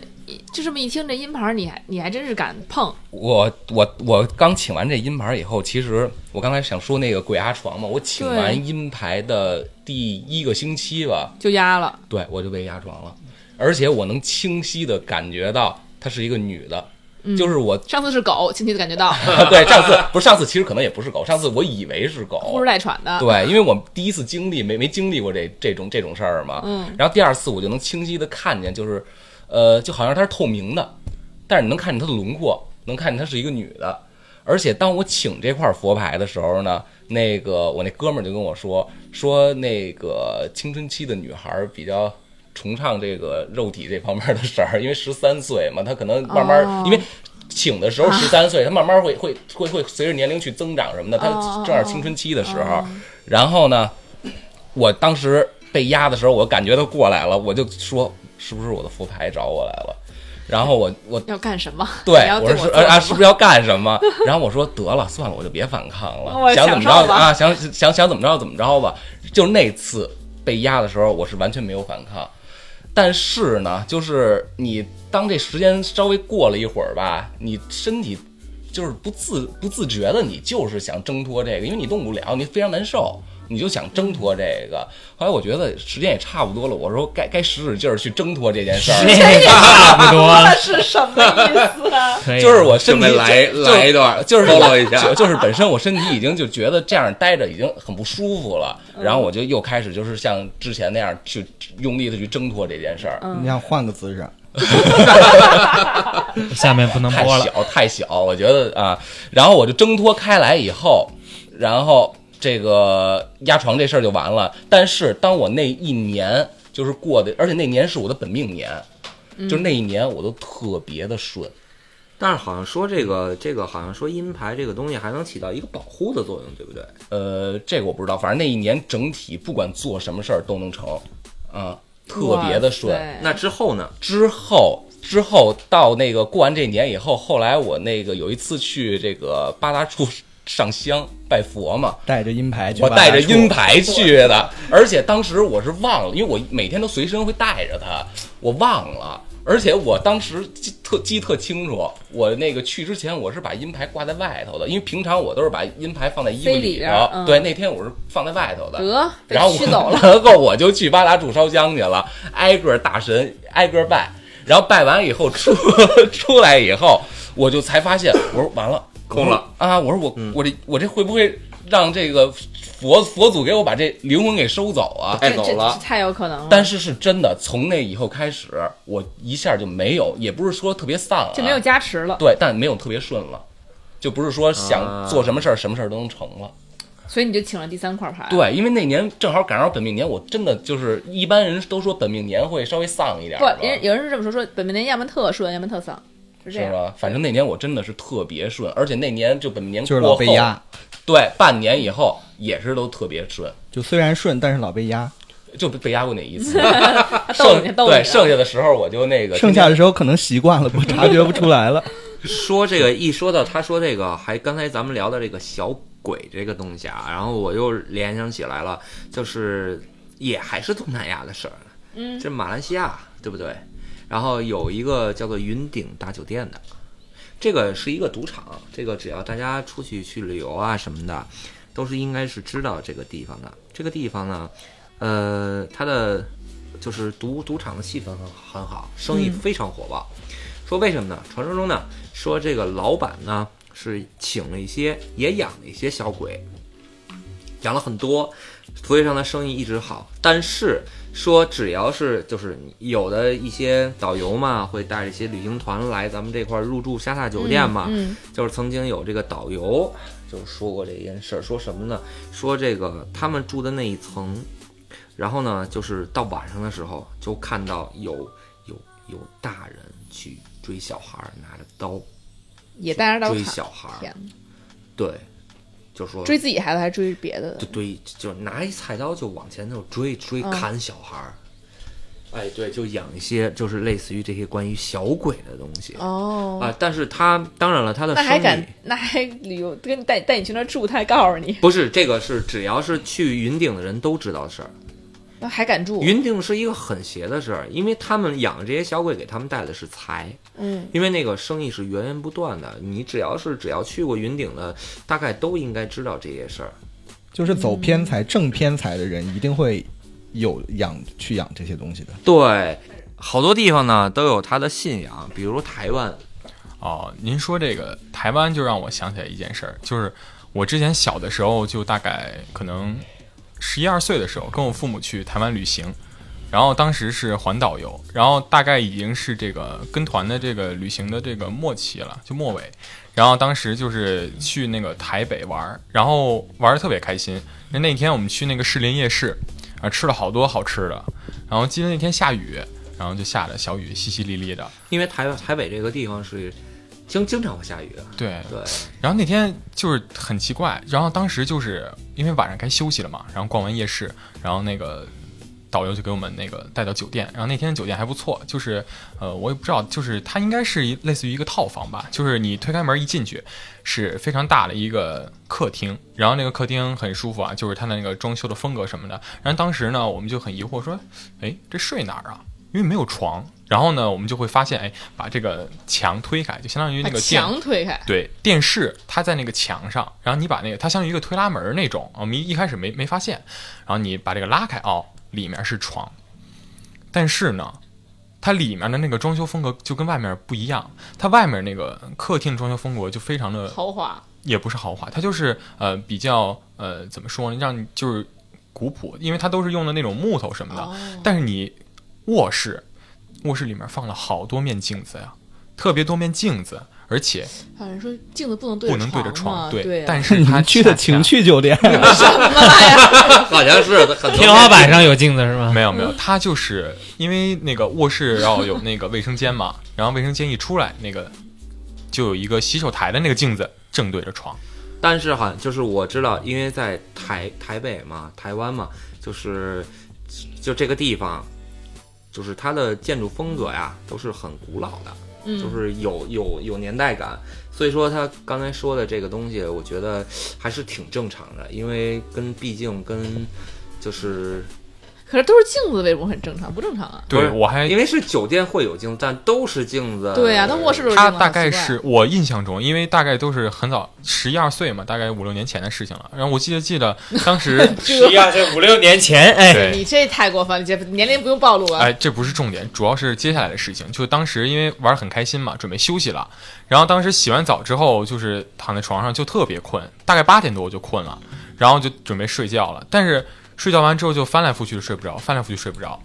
A: 就这么一听，这阴牌儿你还你还真是敢碰，
E: 我我我刚请完这阴牌以后，其实我刚才想说那个鬼压床嘛，我请
A: 对
E: 完阴牌的第一个星期吧，
A: 就压了。
E: 对我就被压床了，而且我能清晰的感觉到她是一个女的，就是我
A: 上次是狗，亲戚就感觉到
E: 对上次不是上次其实可能也不是狗，上次我以为是
A: 呼
E: 狗
A: 哧，带喘的，
E: 对，因为我第一次经历没没经历过这这种这种事儿嘛，
A: 嗯，
E: 然后第二次我就能清晰的看见，就是，呃，就好像它是透明的，但是你能看见它的轮廓，能看见它是一个女的。而且当我请这块佛牌的时候呢，那个我那哥们儿就跟我说，说那个青春期的女孩儿比较崇尚这个肉体这方面的事儿，因为十三岁嘛，她可能慢慢、
A: 哦
E: 因为。请的时
A: 啊
E: 候十三岁，她慢慢会会会会随着年龄去增长什么的，她
A: 哦
E: 正好青春期的时候，然后呢，我当时被压的时候，我感觉他过来了，我就说是不是我的佛牌找我来了？然后我我
A: 要干什么？
E: 对
A: 你要
E: 我
A: 对
E: 说
A: 我
E: 是
A: 做
E: 啊
A: 什
E: 啊
A: 么
E: 是不是要干什么？然后我说得了，算了，我就别反抗了
A: 我，
E: 想怎么
A: 享受
E: 着
A: 吧
E: 啊想想想怎么着怎么着吧。就那次被压的时候，我是完全没有反抗。但是呢，就是你当这时间稍微过了一会儿吧，你身体就是不自不自觉的，你就是想挣脱这个，因为你动不了，你非常难受，你就想挣脱这个。后来我觉得时间也差不多了，我说该该使使劲儿去挣脱这件事儿 了。
D: 哎 差不多了，
A: 是什么意思啊？
D: 可以
E: 就是我身体
F: 准备来
E: 就就
F: 来一段
E: 就是
F: follow 一下
E: 就就是本身我身体已经就觉得这样待着已经很不舒服了，然后我就又开始就是像之前那样去用力的去挣脱这件事儿，
B: 你想换个姿势，
D: 下面不能
E: 太
D: 播
F: 嗯
D: 了。
E: 小太小，我觉得啊，然后我就挣脱开来以后，然后这个压床这事儿就完了。但是当我那一年就是过的，而且那年是我的本命年，就是那一年我都特别的顺，
F: 但是好像说这个
A: 嗯
F: 这个好像说阴牌这个东西还能起到一个保护的作用，对不对？
E: 呃，这个我不知道，反正那一年整体不管做什么事儿都能成，啊，特别的顺。
A: 对
F: 那之后呢？
E: 之后之后到那个过完这年以后，后来我那个有一次去这个八大处上香拜佛嘛，
B: 带着阴牌去
E: 我
B: 挖大
E: 带
B: 树，
E: 着阴牌去的，而且当时我是忘了，因为我每天都随身会带着它，我忘了。而且我当时记特记特清楚，我那个去之前我是把阴牌挂在外头的，因为平常我都是把阴牌放在衣服
A: 塞里
E: 里
A: 边
E: 头
A: 儿。嗯
E: 对，那天我是放在外头的。
A: 得被
E: 然后
A: 驱走
E: 我，
A: 了。
E: 然后我就去八达处烧香去了，挨个大神挨个拜，然后拜完以后出 出来以后，我就才发现，我说完了，
F: 空了嗯
E: 啊！我说我、我这我这会不会让这个佛佛祖给我把这灵魂给收走啊？
F: 带走
A: 这这
F: 了，
A: 太有可能了。
E: 但是是真的，从那以后开始，我一下就没有，也不是说特别丧、啊，
A: 就没有加持了，
E: 对，但没有特别顺了，就不是说
F: 啊
E: 想做什么事儿、什么事儿都能成了。
A: 所以你就请了第三块牌。，
E: 对，因为那年正好赶上本命年，我真的就是一般人都说本命年会稍微丧一点儿
A: 不
E: 吧，，
A: 人有人是这么说，说本命年要么特顺，要么特丧，是这
E: 是
A: 样。
E: 吧？反正那年我真的是特别顺，而且那年就本命年
B: 就是
E: 过
B: 老被
E: 后
B: 压，
E: 对，半年以后也是都特别顺，
B: 就虽然顺，但是老被压。
E: 就被被压过那一次，
A: 他 逗
E: 剩
A: 你，逗你
E: 对
A: 啊。
E: 剩下的时候我就那个
B: 剩下的时候可能习惯了，不察觉不出来了。
F: 说这个一说到他说这个，还刚才咱们聊到这个小鬼这个东西啊，然后我又联想起来了，就是也还是东南亚的事儿，嗯，这马来西亚对不对？然后有一个叫做云顶大酒店的，这个是一个赌场，这个只要大家出去去旅游啊什么的，都是应该是知道这个地方的。这个地方呢，呃，它的就是赌赌场的气氛很很好，生意非常火爆。说为什么呢？传说中呢，说这个老板呢是请了一些，也养了一些小鬼，养了很多，所以让他生意一直好。但是说只要是就是有的一些导游嘛，会带着一些旅行团来咱们这块儿入住沙萨酒店嘛，
A: 嗯，
F: 就是曾经有这个导游就是说过这件事儿，说什么呢？说这个他们住的那一层，然后呢，就是到晚上的时候就看到有有有大人去追小孩儿，拿着刀
A: 也带着到
F: 追
A: 场。
F: 小孩儿，
A: 天哪，
F: 对，就说
A: 追自己孩子还是追别的
F: 就？对，就拿一菜刀就往前就追追
A: 嗯
F: 砍小孩儿。哎，对，就养一些就是类似于这些关于小鬼的东西啊、
A: 哦，
F: 但是他当然了，他的
A: 那
F: 生意
A: 还敢，那还旅游，跟你带带你去那儿住，他还告诉你，
F: 不是这个是只要是去云顶的人都知道的事儿。
A: 那还敢住？
F: 云顶是一个很邪的事儿，因为他们养这些小鬼给他们带的是财，
A: 嗯，
F: 因为那个生意是源源不断的。你只要是只要去过云顶的，大概都应该知道这些事儿。
B: 就是走
A: 嗯
B: 偏财、正偏财的人，一定会有养去养这些东西的。
F: 对，好多地方呢都有他的信仰，比如台湾，
C: 哦，您说这个台湾就让我想起来一件事儿，就是我之前小的时候，就大概可能十一二岁的时候，跟我父母去台湾旅行，然后当时是环岛游，然后大概已经是这个跟团的这个旅行的这个末期了，就末尾。然后当时就是去那个台北玩儿，然后玩的特别开心。那那天我们去那个士林夜市，啊，吃了好多好吃的。然后记得那天下雨，然后就下着小雨，淅淅沥沥的。
F: 因为台台北这个地方是经经常会下雨，
C: 对，
F: 对，
C: 然后那天就是很奇怪，然后当时就是因为晚上该休息了嘛，然后逛完夜市，然后那个导游就给我们那个带到酒店，然后那天酒店还不错，就是呃我也不知道，就是它应该是一类似于一个套房吧，就是呃你推开门一进去是非常大的一个客厅，然后那个客厅很舒服啊，就是它的那个装修的风格什么的，然后当时呢我们就很疑惑说，哎这睡哪儿啊？因为没有床，然后呢我们就会发现，哎把这个墙推开，就相当于
A: 把
C: 那个店
A: 墙推开，
C: 对，电视它在那个墙上，然后你把那个它像一个推拉门儿那种，我们一一开始没没发现，然后你把这个拉开，哦，里面是床，但是呢，它里面的那个装修风格就跟外面不一样，它外面那个客厅装修风格就非常的
A: 豪华，
C: 也不是豪华，它就是呃比较呃怎么说呢，让你就是古朴，因为它都是用的那种木头什么的。但是你卧室，卧室里面放了好多面镜子呀，特别多面镜子，而且
A: 有人说镜子不能对
C: 不能对着
A: 嘛
C: 床，
A: 对啊呀，
C: 但是
B: 你
C: 它
B: 们去的情趣酒店，
F: 好像是很多
D: 天花板上有镜子是吗？
C: 没有没有，它就是因为那个卧室要有那个卫生间嘛，然后卫生间一出来，那个就有一个洗手台的那个镜子正对着床。
F: 但是好像就是我知道，因为在台台北嘛，台湾嘛，就是就这个地方，就是它的建筑风格呀，都是很古老的，
A: 嗯
F: 就是有有有年代感。所以说他刚才说的这个东西，我觉得还是挺正常的，因为跟毕竟跟就是
A: 可是都是镜子，为什么很正常？不正常啊？
F: 不
C: 对
F: 是
C: 我还
F: 因为是酒店会有镜子，但都是镜子。
A: 对呀，那卧室都是镜
C: 他
A: 子，啊
C: 大概
A: 好奇怪
C: 是我印象中，因为大概都是很早十一二岁嘛，大概五六年前的事情了。然后我记得记得当时
A: 这
D: 十一二岁五六年前，哎，
C: 对
A: 你这太过分了，这年龄不用暴露啊。
C: 哎，这不是重点，主要是接下来的事情。就当时因为玩得很开心嘛，准备休息了，然后当时洗完澡之后，就是躺在床上就特别困，大概八点多我就困了，然后就准备睡觉了。但是睡觉完之后就翻来覆去的睡不着，翻来覆去睡不着。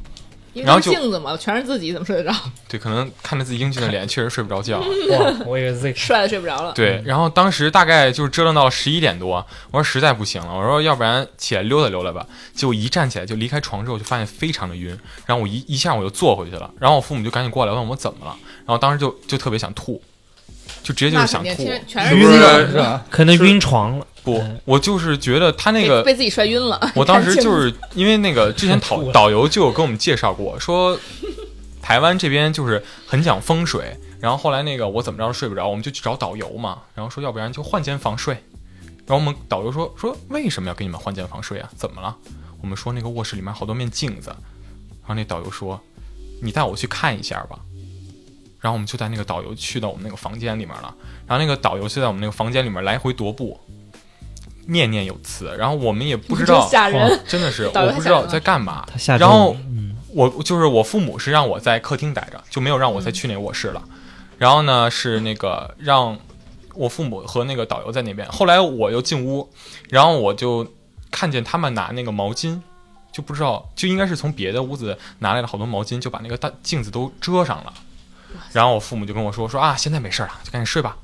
A: 因为
C: 然后
A: 都是
C: 就
A: 镜子嘛，全是自己，怎么睡得着？
C: 对，可能看着自己英俊的脸，确实睡不着觉。
D: 哇， 我以为自己
A: 帅的睡不着了。
C: 对，然后当时大概就是折腾到十一点多，我说实在不行了，我说要不然起来溜达溜达吧。结果一站起来就离开床之后，就发现非常的晕，然后我一一下我就坐回去了，然后我父母就赶紧过来问我怎么了，然后当时就就特别想吐，就直接就
A: 那
C: 是
A: 肯定
C: 想吐，
A: 全全
B: 是
A: 是
B: 不
A: 自
B: 是
A: 己
B: 是吧？
D: 可能晕床了，
C: 不，我就是觉得他那
A: 被
C: 个
A: 被自己摔晕了。
C: 我当时
A: 看
C: 就
A: 镜子
C: 是因为那个之前导导游就有跟我们介绍过，说台湾这边就是很讲风水。然后后来那个我怎么着睡不着，我们就去找导游嘛，然后说要不然就换间房睡。然后我们导游说说为什么要给你们换间房睡啊？怎么了？我们说那个卧室里面好多面镜子。然后那导游说你带我去看一下吧。然后我们就带那个导游去到我们那个房间里面了。然后那个导游就在我们那个房间里面来回踱步，念念有词。然后我们也不知道
A: 真吓人，
C: 真的是，
A: 导游
C: 我
A: 太
C: 不知
A: 吓人
C: 道在干嘛
D: 他。吓着
C: 然
D: 了
C: 后我就是我父母是让我在客厅待着，就没有让我再去那卧室了。然后呢是那个让我父母和那个导游在那边。后来我又进屋，然后我就看见他们拿那个毛巾，就不知道就应该是从别的屋子拿来了好多毛巾，就把那个大镜子都遮上了。然后我父母就跟我说说啊，现在没事儿了，就赶紧睡吧。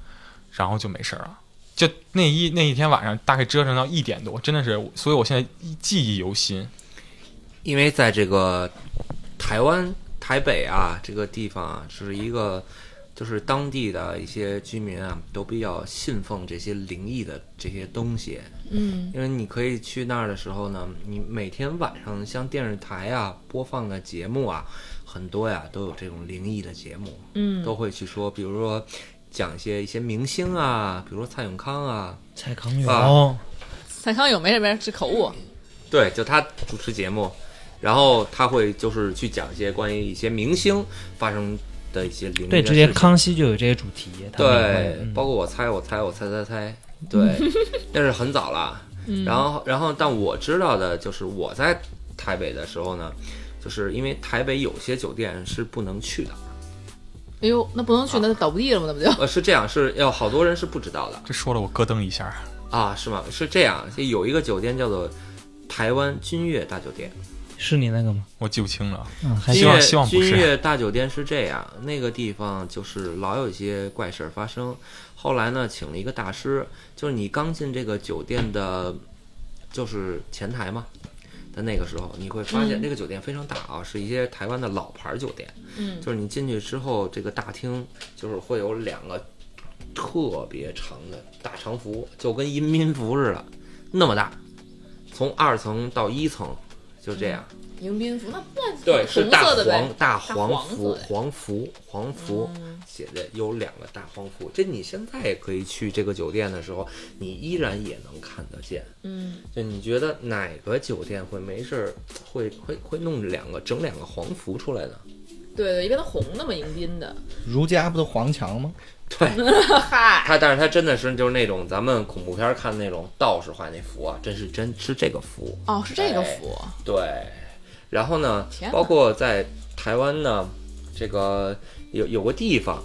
C: 然后就没事儿了。就那一那一天晚上，大概折腾到一点多，真的是，所以我现在记忆犹新。
F: 因为在这个台湾台北啊这个地方啊，是一个就是当地的一些居民啊，都比较信奉这些灵异的这些东西。嗯，因为你可以去那儿的时候呢，你每天晚上像电视台啊播放的节目啊，很多呀都有这种灵异的节目，嗯，都会去说，比如说讲一些一些明星啊，比如说蔡永康啊，
D: 蔡康哦永
F: 啊
A: 蔡康永没什么是口误，
F: 对，就他主持节目，然后他会就是去讲一些关于一些明星发生的一些灵异
D: 对，
F: 的
D: 直接
F: 事情
D: 康熙就有这些主题，他们也
F: 对
D: 会，嗯
F: 包括我猜我猜我猜猜猜， 对，那是很早了。
D: 嗯
F: 然后然后，但我知道的就是我在台北的时候呢，就是因为台北有些酒店是不能去的，
A: 哎呦，那不能去，那倒不地了吗？那不就
F: 呃，是这样，是要好多人是不知道的
C: 这说了我咯噔一下，
F: 啊，是吗？是这样，有一个酒店叫做台湾君悦大酒店，
D: 是你那个吗？
C: 我记不清了。
D: 嗯，还
C: 希
F: 君
D: 是
C: 望
F: 悦
C: 希望不是
F: 君悦大酒店是这样，那个地方就是老有一些怪事儿发生。后来呢，请了一个大师，就是你刚进这个酒店的，就是前台嘛。的那个时候，你会发现这个酒店非常大啊，是一些台湾的老牌酒店。
A: 嗯，
F: 就是你进去之后，这个大厅就是会有两个特别长的大长服，就跟迎宾服似的，那么大，从二层到一层，就这样。
A: 迎宾服那那
F: 对，是
A: 红
F: 大
A: 色的呗嗯
F: 黄，大
A: 大
F: 黄
A: 黄
F: 符
A: 色的，哦
F: 黄符，黄符写的有两个大黄符。这你现在也可以去这个酒店的时候，你依然也能看得见。
A: 嗯，
F: 就你觉得哪个酒店会没事儿会会会弄两个整两个黄符出来呢？
A: 对对，一般都红的嘛，迎宾的。
B: 如家不都黄墙吗？
F: 对
A: 嗨，
F: 他，但是他真的是就是那种咱们恐怖片儿看那种道士画那符啊，真是真是这个符。
A: 哦，是这个
F: 哎
A: 服，
F: 对，然后呢
A: 天，哪
F: 包括在台湾呢，这个有有个地方，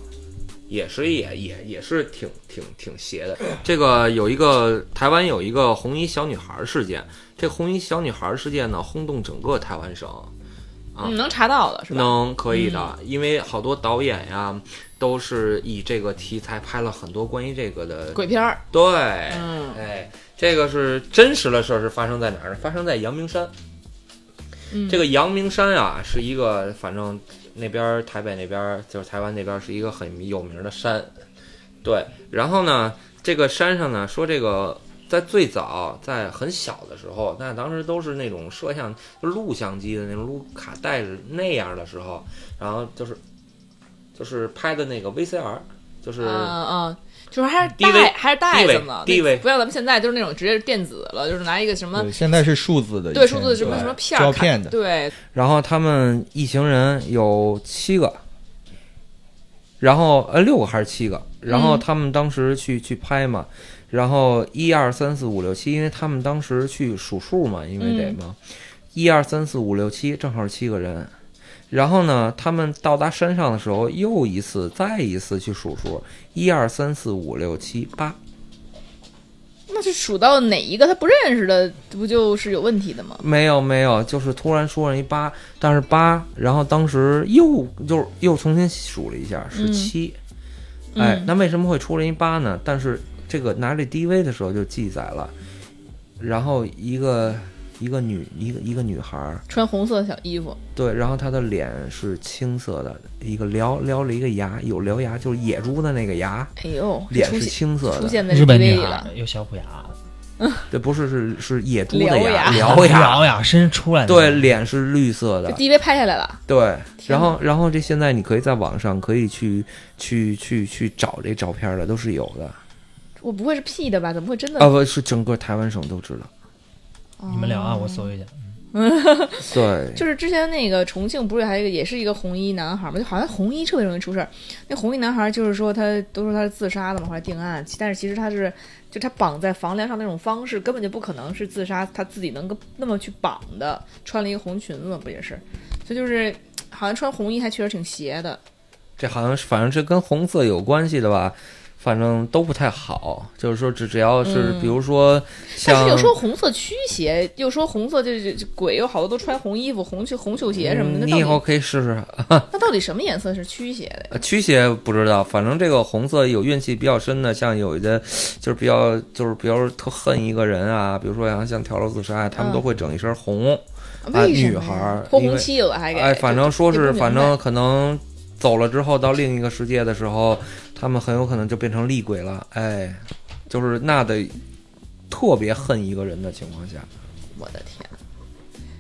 F: 也是也也也是挺挺挺邪的。这个有一个台湾有一个红衣小女孩事件，这红衣小女孩事件呢，轰动整个台湾省。啊
A: 嗯，能查到的是吧？嗯
F: 能可以的，因为好多导演呀，都是以这个题材拍了很多关于这个的。
A: 鬼片儿，
F: 对，
A: 嗯
F: 哎，这个是真实的事儿，是发生在哪儿呢？发生在阳明山。
A: 嗯
F: 这个阳明山啊，是一个反正那边儿台北那边儿就是台湾那边儿是一个很有名的山，对。然后呢，这个山上呢，说这个在最早在很小的时候，那当时都是那种摄像就录像机的那种录卡带是那样的时候，然后就是就是拍的那个 VCR，就是、
A: 嗯嗯，就是还是
F: 低
A: 带
F: 位
A: 还是带
F: 低
A: 着
F: 位
A: 呢，
F: 低
A: 那
F: 位
A: 不像咱们现在就是那种直接电子了，就是拿一个什么
B: 对，现在是数字的，
A: 对
B: 以前
A: 数字什么
B: 对
A: 什么片儿
B: 胶
A: 看
B: 片的，
A: 对，
F: 然后他们一行人有七个，然后呃六个还是七个，然后他们当时去去拍嘛，然后一二三四五六七，因为他们当时去数数嘛，因为得嘛，一二三四五六七正好是七个人。然后呢，他们到达山上的时候，又一次再一次去数数，一二三四五六七八，
A: 那是数到哪一个他不认识的，不就是有问题的吗？
F: 没有没有，就是突然说上一八，但是八，然后当时又就是又重新数了一
A: 嗯
F: 下是七、哎，那为什么会出来一八呢？但是这个拿这 DV 的时候就记载了，然后一个一个女一个一个女孩儿，
A: 穿红色的小衣服，
F: 对，然后她的脸是青色的，一个獠獠了一个牙，有獠牙就是野猪的那个牙，
A: 哎呦，
F: 脸
A: 出
F: 是
A: 现
F: 青色
A: 出
F: 的，
A: 现在
D: 日本女
A: DV 里
D: 孩
A: 了，
D: 有小虎牙，
F: 对，不是是是野猪的
A: 獠
F: 牙，
D: 獠
F: 獠牙，
D: 牙伸出来的，
F: 对，脸是绿色的
A: 这，DV 拍下来了，
F: 对，
A: 天哪
F: 然后然后这现在你可以在网上可以去去去去找这照片的，都是有的。
A: 我不会是 P 的吧？怎么会真的？
F: 啊，不是整个台湾省都知道。
D: 你们聊啊，我搜一下。
F: 对，
A: 就是之前那个重庆不是还有一个也是一个红衣男孩嘛，就好像红衣特别容易出事儿。那红衣男孩就是说他都说他是自杀的嘛，后来定案，其但是其实他是就他绑在房梁上那种方式根本就不可能是自杀，他自己能够那么去绑的，穿了一个红裙子嘛，不也是？所以就是好像穿红衣还确实挺邪的。
F: 这好像是，反正是跟红色有关系的吧，反正都不太好。就是说，只只要是、比如说
A: 嗯但
F: 像
A: 是又说红色驱邪，又说红色就就就鬼有好多都穿红衣服、红袖红袖鞋什么的，
F: 嗯
A: 那
F: 你以
A: 到
F: 后
A: 底
F: 可以试试。
A: 那到底什么颜色是驱邪的呀？
F: 呃驱邪不知道，反正这个红色有运气比较深的，像有的就是比较就是比如特恨一个人啊，比如说像像跳楼自杀啊，他
A: 嗯
F: 们都会整一身红。啊
A: 为什
F: 女
A: 么
F: 孩
A: 呀
F: 儿
A: 泼
F: 因
A: 红
F: 为
A: 漆有的还给
F: 哎，反
A: 就
F: 正说
A: 也不
F: 是，
A: 明
F: 反
A: 白
F: 正可能走了之后到另一个世界的时候，他们很有可能就变成厉鬼了。哎，就是那得特别恨一个人的情况下，
A: 我的天！啊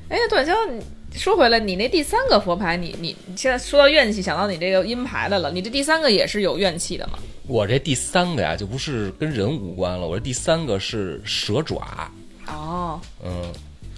A: 哎，短江，说回来，你那第三个佛牌，你你你现在说到怨气，想到你这个阴牌来了，你这第三个也是有怨气的嘛？
E: 我这第三个呀，就不是跟人无关了，我这第三个是蛇爪，
A: 哦，
E: 嗯，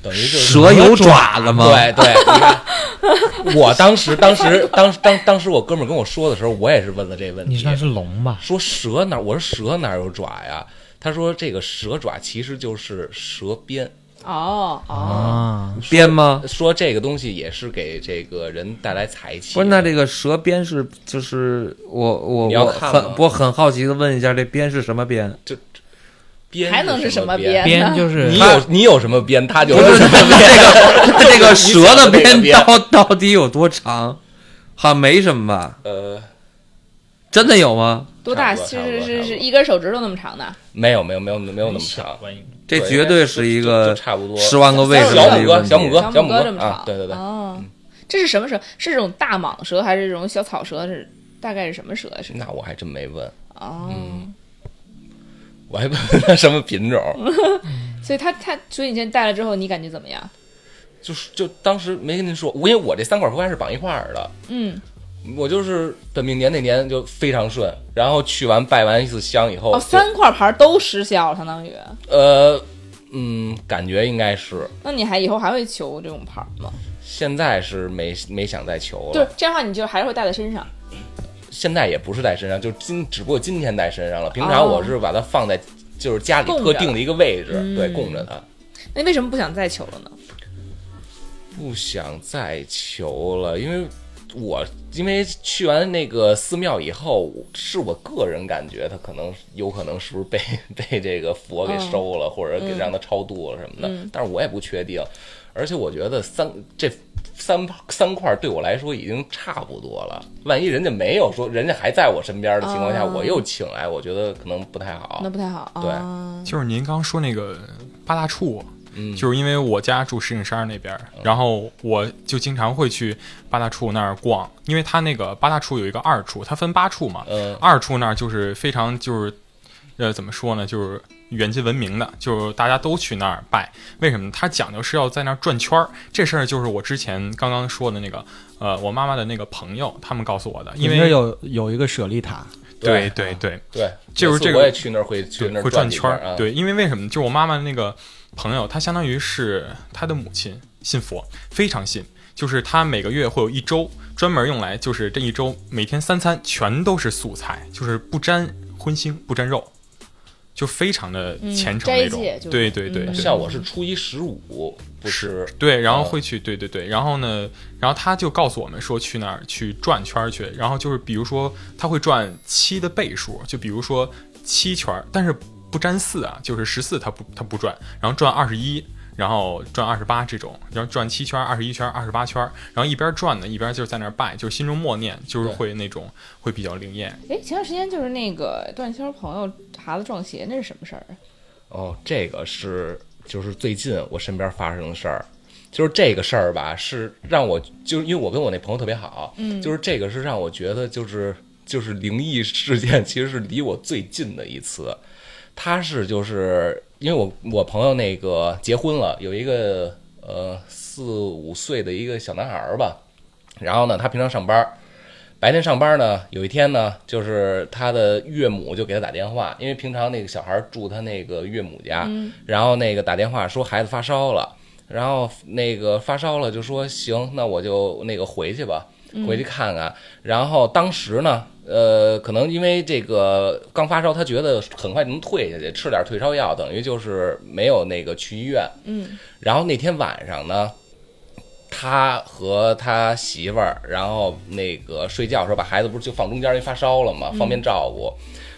E: 等于就是
F: 蛇有爪子吗？
E: 对对，你看，我当时当时当当当时我哥们儿跟我说的时候，我也是问了这问
D: 你
E: 题
D: 那，是龙吧？
E: 说蛇哪？我说蛇哪有爪呀？他说这个蛇爪其实就是蛇鞭，
A: 哦，哦，
D: 啊，
F: 鞭吗？
E: 说这个东西也是给这个人带来财气。
F: 不是，那这个蛇鞭是就是我我
E: 你要
F: 我
E: 看
F: 很
E: 吗
F: 我很好奇的问一下，这鞭是什么鞭？
E: 就编
G: 还能
E: 是
G: 是什么
E: 编？
G: 编
D: 编
G: 呢？
D: 就是
E: 你有你有什么编，他就是什么编。
H: 它这个蛇的边
E: 边
H: 到到底有多长？好像没什么吧？
E: 呃，
H: 真的有吗？
G: 多大？
E: 差不多
G: 是
E: 差不多
G: 是
E: 差
G: 是
E: 不多
G: 一根手指头那么长的？
E: 没有没有没有没有那么长，
H: 这绝对是一
E: 就
H: 个
E: 差不多。
H: 十万个为什
E: 小
H: 么的
E: 拇
H: 一
E: 哥，
H: 个
E: 小
H: 问
E: 拇
H: 题
E: 哥，
G: 小
E: 小
G: 拇
E: 拇
G: 哥这么长
E: 啊，对对对，
G: 哦，这是什么蛇？是这种大蟒蛇还是这种小草蛇？是大概是什么蛇？啊是
E: 那我还真没问，
G: 哦，
E: 嗯我还问他什么品种，
G: 所以它它，所以你现在戴了之后，你感觉怎么样？
E: 就是就当时没跟您说，我因为我这三管头发是绑一块儿的，
G: 嗯，
E: 我就是本命年那年就非常顺，然后去完拜完一次香以后，
G: 哦，
E: 就
G: 三块牌都失效，相当于。
E: 呃嗯，感觉应该是
G: 那你还以后还会求这种牌吗？
E: 现在是没没想再求
G: 就是
E: 了，
G: 这样的话，你就还是会戴在身上。
E: 现在也不是戴身上，就今只不过今天戴身上了，平常我是把它放在就是家里
G: 哦供着
E: 特定的一个位置，
G: 嗯
E: 对，供着它。
G: 那为什么不想再求了呢？
E: 不想再求了，因为我因为去完那个寺庙以后，是我个人感觉他可能有可能是不是被 被这个佛给收了，或者
G: 嗯
E: 给让他超度了什么的，但是我也不确定。而且我觉得三这三三块对我来说已经差不多了，万一人家没有说人家还在我身边的情况下，
G: 哦
E: 我又请来，我觉得可能不太好
G: 那。不太好。
E: 哦对
G: 啊
C: 就是您刚刚说那个八大处，
E: 嗯，
C: 就是因为我家住石景山那边儿，然后我就经常会去八大处那儿逛，因为它那个八大处有一个二处，它分八处嘛，
E: 呃，
C: 二处那儿就是非常就是，呃，怎么说呢，就是远近闻名的，就是大家都去那儿拜。为什么？它讲究是要在那儿转圈儿，这事儿就是我之前刚刚说的那个，呃，我妈妈的那个朋友他们告诉我的，因
B: 你那
C: 为
B: 有有一个舍利塔，
C: 对对对，
E: 对，
C: 就是这个
E: 我也去那儿会去
C: 对
E: 那儿
C: 会转
E: 几
C: 圈儿
E: 啊，
C: 对，因为为什么？就是我妈妈那个朋友，她相当于是她的母亲信佛，非常信，就是她每个月会有一周专门用来，就是这一周每天三餐全都是素菜，就是不沾荤腥，不沾肉，就非常的
G: 嗯
C: 虔诚
G: 斋
C: 那种。
G: 戒就是
C: 对对对
G: 嗯
C: 对，
E: 像我是初一十五不吃，
C: 对，然后
E: 啊
C: 会去，对对对，然后呢，然后他就告诉我们说去那儿去转圈儿去，然后就是比如说他会转七的倍数，就比如说七圈儿，但是不沾四啊，就是十四他不他不转，然后转二十一。然后转二十八这种，然后转七圈、二十一圈、二十八圈，然后一边转呢，一边就是在那儿拜，就是心中默念，就是
E: 对
C: 会那种会比较灵验。
G: 哎，前段时间就是那个段秋朋友孩子撞邪，那是什么事儿啊？
E: 哦，这个是就是最近我身边发生的事儿，就是这个事儿吧，是让我就是因为我跟我那朋友特别好，嗯，就是这个是让我觉得就是就是灵异事件 其实是离我最近的一次，他是就是因为我我朋友那个结婚了，有一个呃四五岁的一个小男孩儿吧，然后呢，他平常上班儿。白天上班呢，有一天呢，就是他的岳母就给他打电话，因为平常那个小孩住他那个岳母家，然后那个打电话说孩子发烧了，然后那个发烧了就说行，那我就那个回去吧，回去看看。然后当时呢，呃，可能因为这个刚发烧，他觉得很快就能退下去，吃点退烧药，等于就是没有那个去医院。
G: 嗯，
E: 然后那天晚上呢，他和他媳妇儿，然后那个睡觉的时候把孩子不是就放中间，因为发烧了
G: 嗯
E: 嘛，方便照顾。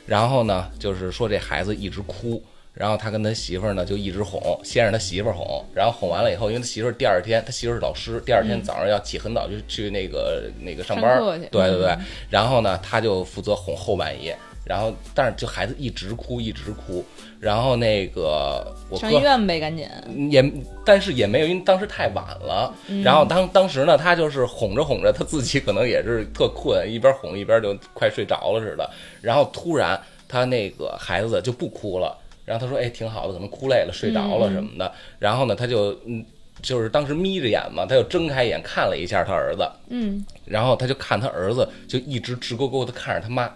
E: 然后呢，就是说这孩子一直哭，然后他跟他媳妇儿呢就一直哄，先是他媳妇儿哄，然后哄完了以后，因为他媳妇儿第二天，他媳妇儿是老师，第二
G: 嗯
E: 天早上要起很早就去那个那个上班
G: 上
E: 儿
G: 课，去
E: 对对对。然后呢，他就负责哄后半夜。然后，但是就孩子一直哭，一直哭。然后那个我
G: 上
E: 哥
G: 医院呗，赶紧。
E: 也，但是也没有，因为当时太晚了。然后当当时呢，他就是哄着哄着，他自己可能也是特困，一边哄一边就快睡着了似的。然后突然他那个孩子就不哭了，然后他说：“哎，挺好的，可能哭累了，睡着了什么的。然后呢，他就嗯，就是当时眯着眼嘛，他就睁开眼看了一下他儿子，
G: 嗯，
E: 然后他就看他儿子就一直直勾勾的看着他妈，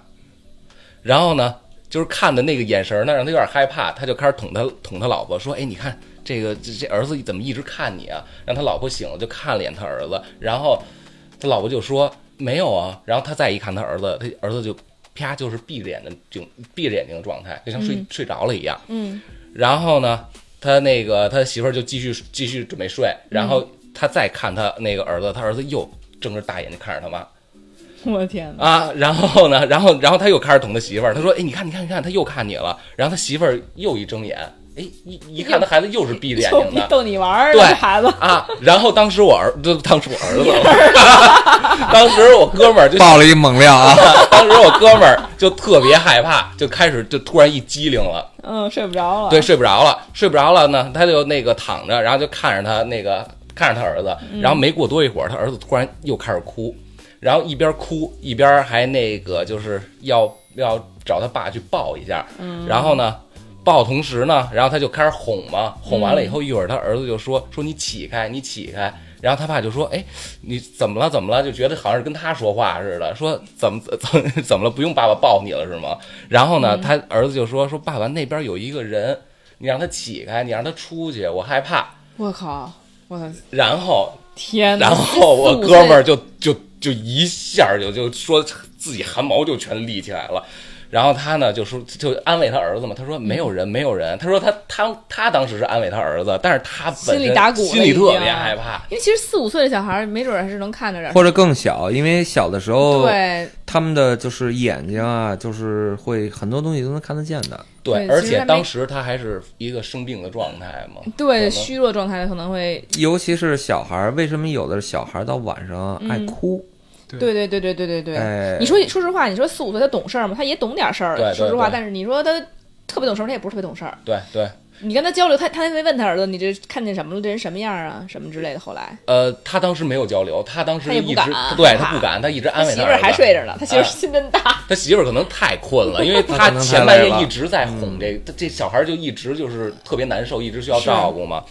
E: 然后呢，就是看的那个眼神儿呢，让他有点害怕，他就开始捅他捅他老婆说：“哎，你看这个这这儿子怎么一直看你啊？”让他老婆醒了就看了一眼他儿子，然后他老婆就说：“没有啊。”然后他再一看他儿子，他儿子就啪就是闭着眼睛就闭着眼睛的状态，就像睡、睡着了一样。
G: 嗯，
E: 然后呢，他那个他媳妇儿就继续继续准备睡，然后他再看他那个儿子，他儿子又睁着大眼睛看着他妈，
A: 我的天哪！
E: 啊，然后呢， 然后然后他又开始捅他媳妇儿，他说：“哎，你看，你看，你看，他又看你了。”然后他媳妇儿又一睁眼，哎，一一看他孩子又是 闭着眼
A: 逗
E: 睛
A: 你
E: 的。
A: 逗你玩儿呢，
E: 对
A: 这孩子
E: 啊！然后当时我儿， 就当时我儿子了，当时我哥们儿就
H: 爆了一猛料啊！
E: 当时我哥们儿就特别害怕，就开始就突然一激灵了，
A: 嗯睡不着了。
E: 对，睡不着了，睡不着了呢，他就那个躺着，然后就看着他那个看着他儿子，然后没过多一会儿，他儿子突然又开始哭，然后一边哭一边还那个就是要要找他爸去抱一下，然后呢。抱同时呢，然后他就开始哄嘛，哄完了以后，一会儿他儿子就说说你起开，你起开，然后他爸就说，哎，你怎么了？怎么了？就觉得好像是跟他说话似的，说怎么 怎么怎么了？不用爸爸抱你了是吗？然后呢，他儿子就说说爸爸那边有一个人，你让他起开，你让他出去，我害怕。
A: 我靠！我的
E: 然后
A: 天哪！
E: 然后我
A: 四五
E: 哥们
A: 岁
E: 儿就就就一下就就说自己汗毛就全立起来了。然后他呢就说就安慰他儿子嘛，他说没有人，没有人。他说他他他当时是安慰他儿子，但是他本身
A: 心里打鼓了
E: 心里
A: 已经
E: 特别害怕。
A: 因为其实四五岁的小孩儿没准儿还是能看着点儿。
H: 或者更小，因为小的时候，
A: 对，
H: 他们的就是眼睛啊，就是会很多东西都能看得见的。
E: 对，
A: 对
E: 而
A: 其实
E: 且
A: 他没
E: 当时他还是一个生病的状态嘛。
A: 对
E: 能
A: 虚弱状态可能会，
H: 尤其是小孩儿，为什么有的小孩儿到晚上爱哭？
A: 对对对对对对对。
H: 哎，
A: 你说说实话，你说四五岁他懂事儿吗？他也懂点儿事儿
E: 对，对
A: 说实话。
E: 对
A: 但是你说他特别懂事儿，他也不是特别懂事儿。
E: 对对，
A: 你跟他交流，他他还没问他儿子，你这看见什么了？这人什么样啊？什么之类的。后来
E: 呃，他当时没有交流，他当时
A: 他也不
E: 一直
A: 敢
E: 对
A: 怕
E: 他不敢，他一直
A: 他
E: 安慰
A: 媳
E: 他
A: 妇
E: 儿
A: 儿
E: 子。
A: 还睡着呢，他媳妇儿
E: 啊
A: 心真大。
E: 他媳妇儿可能太困了，因为
H: 可
E: 他
H: 能太
E: 前半
H: 累
E: 夜
H: 了
E: 一直在哄这这这小孩儿，就一直就是特别难受，一直需要照顾嘛。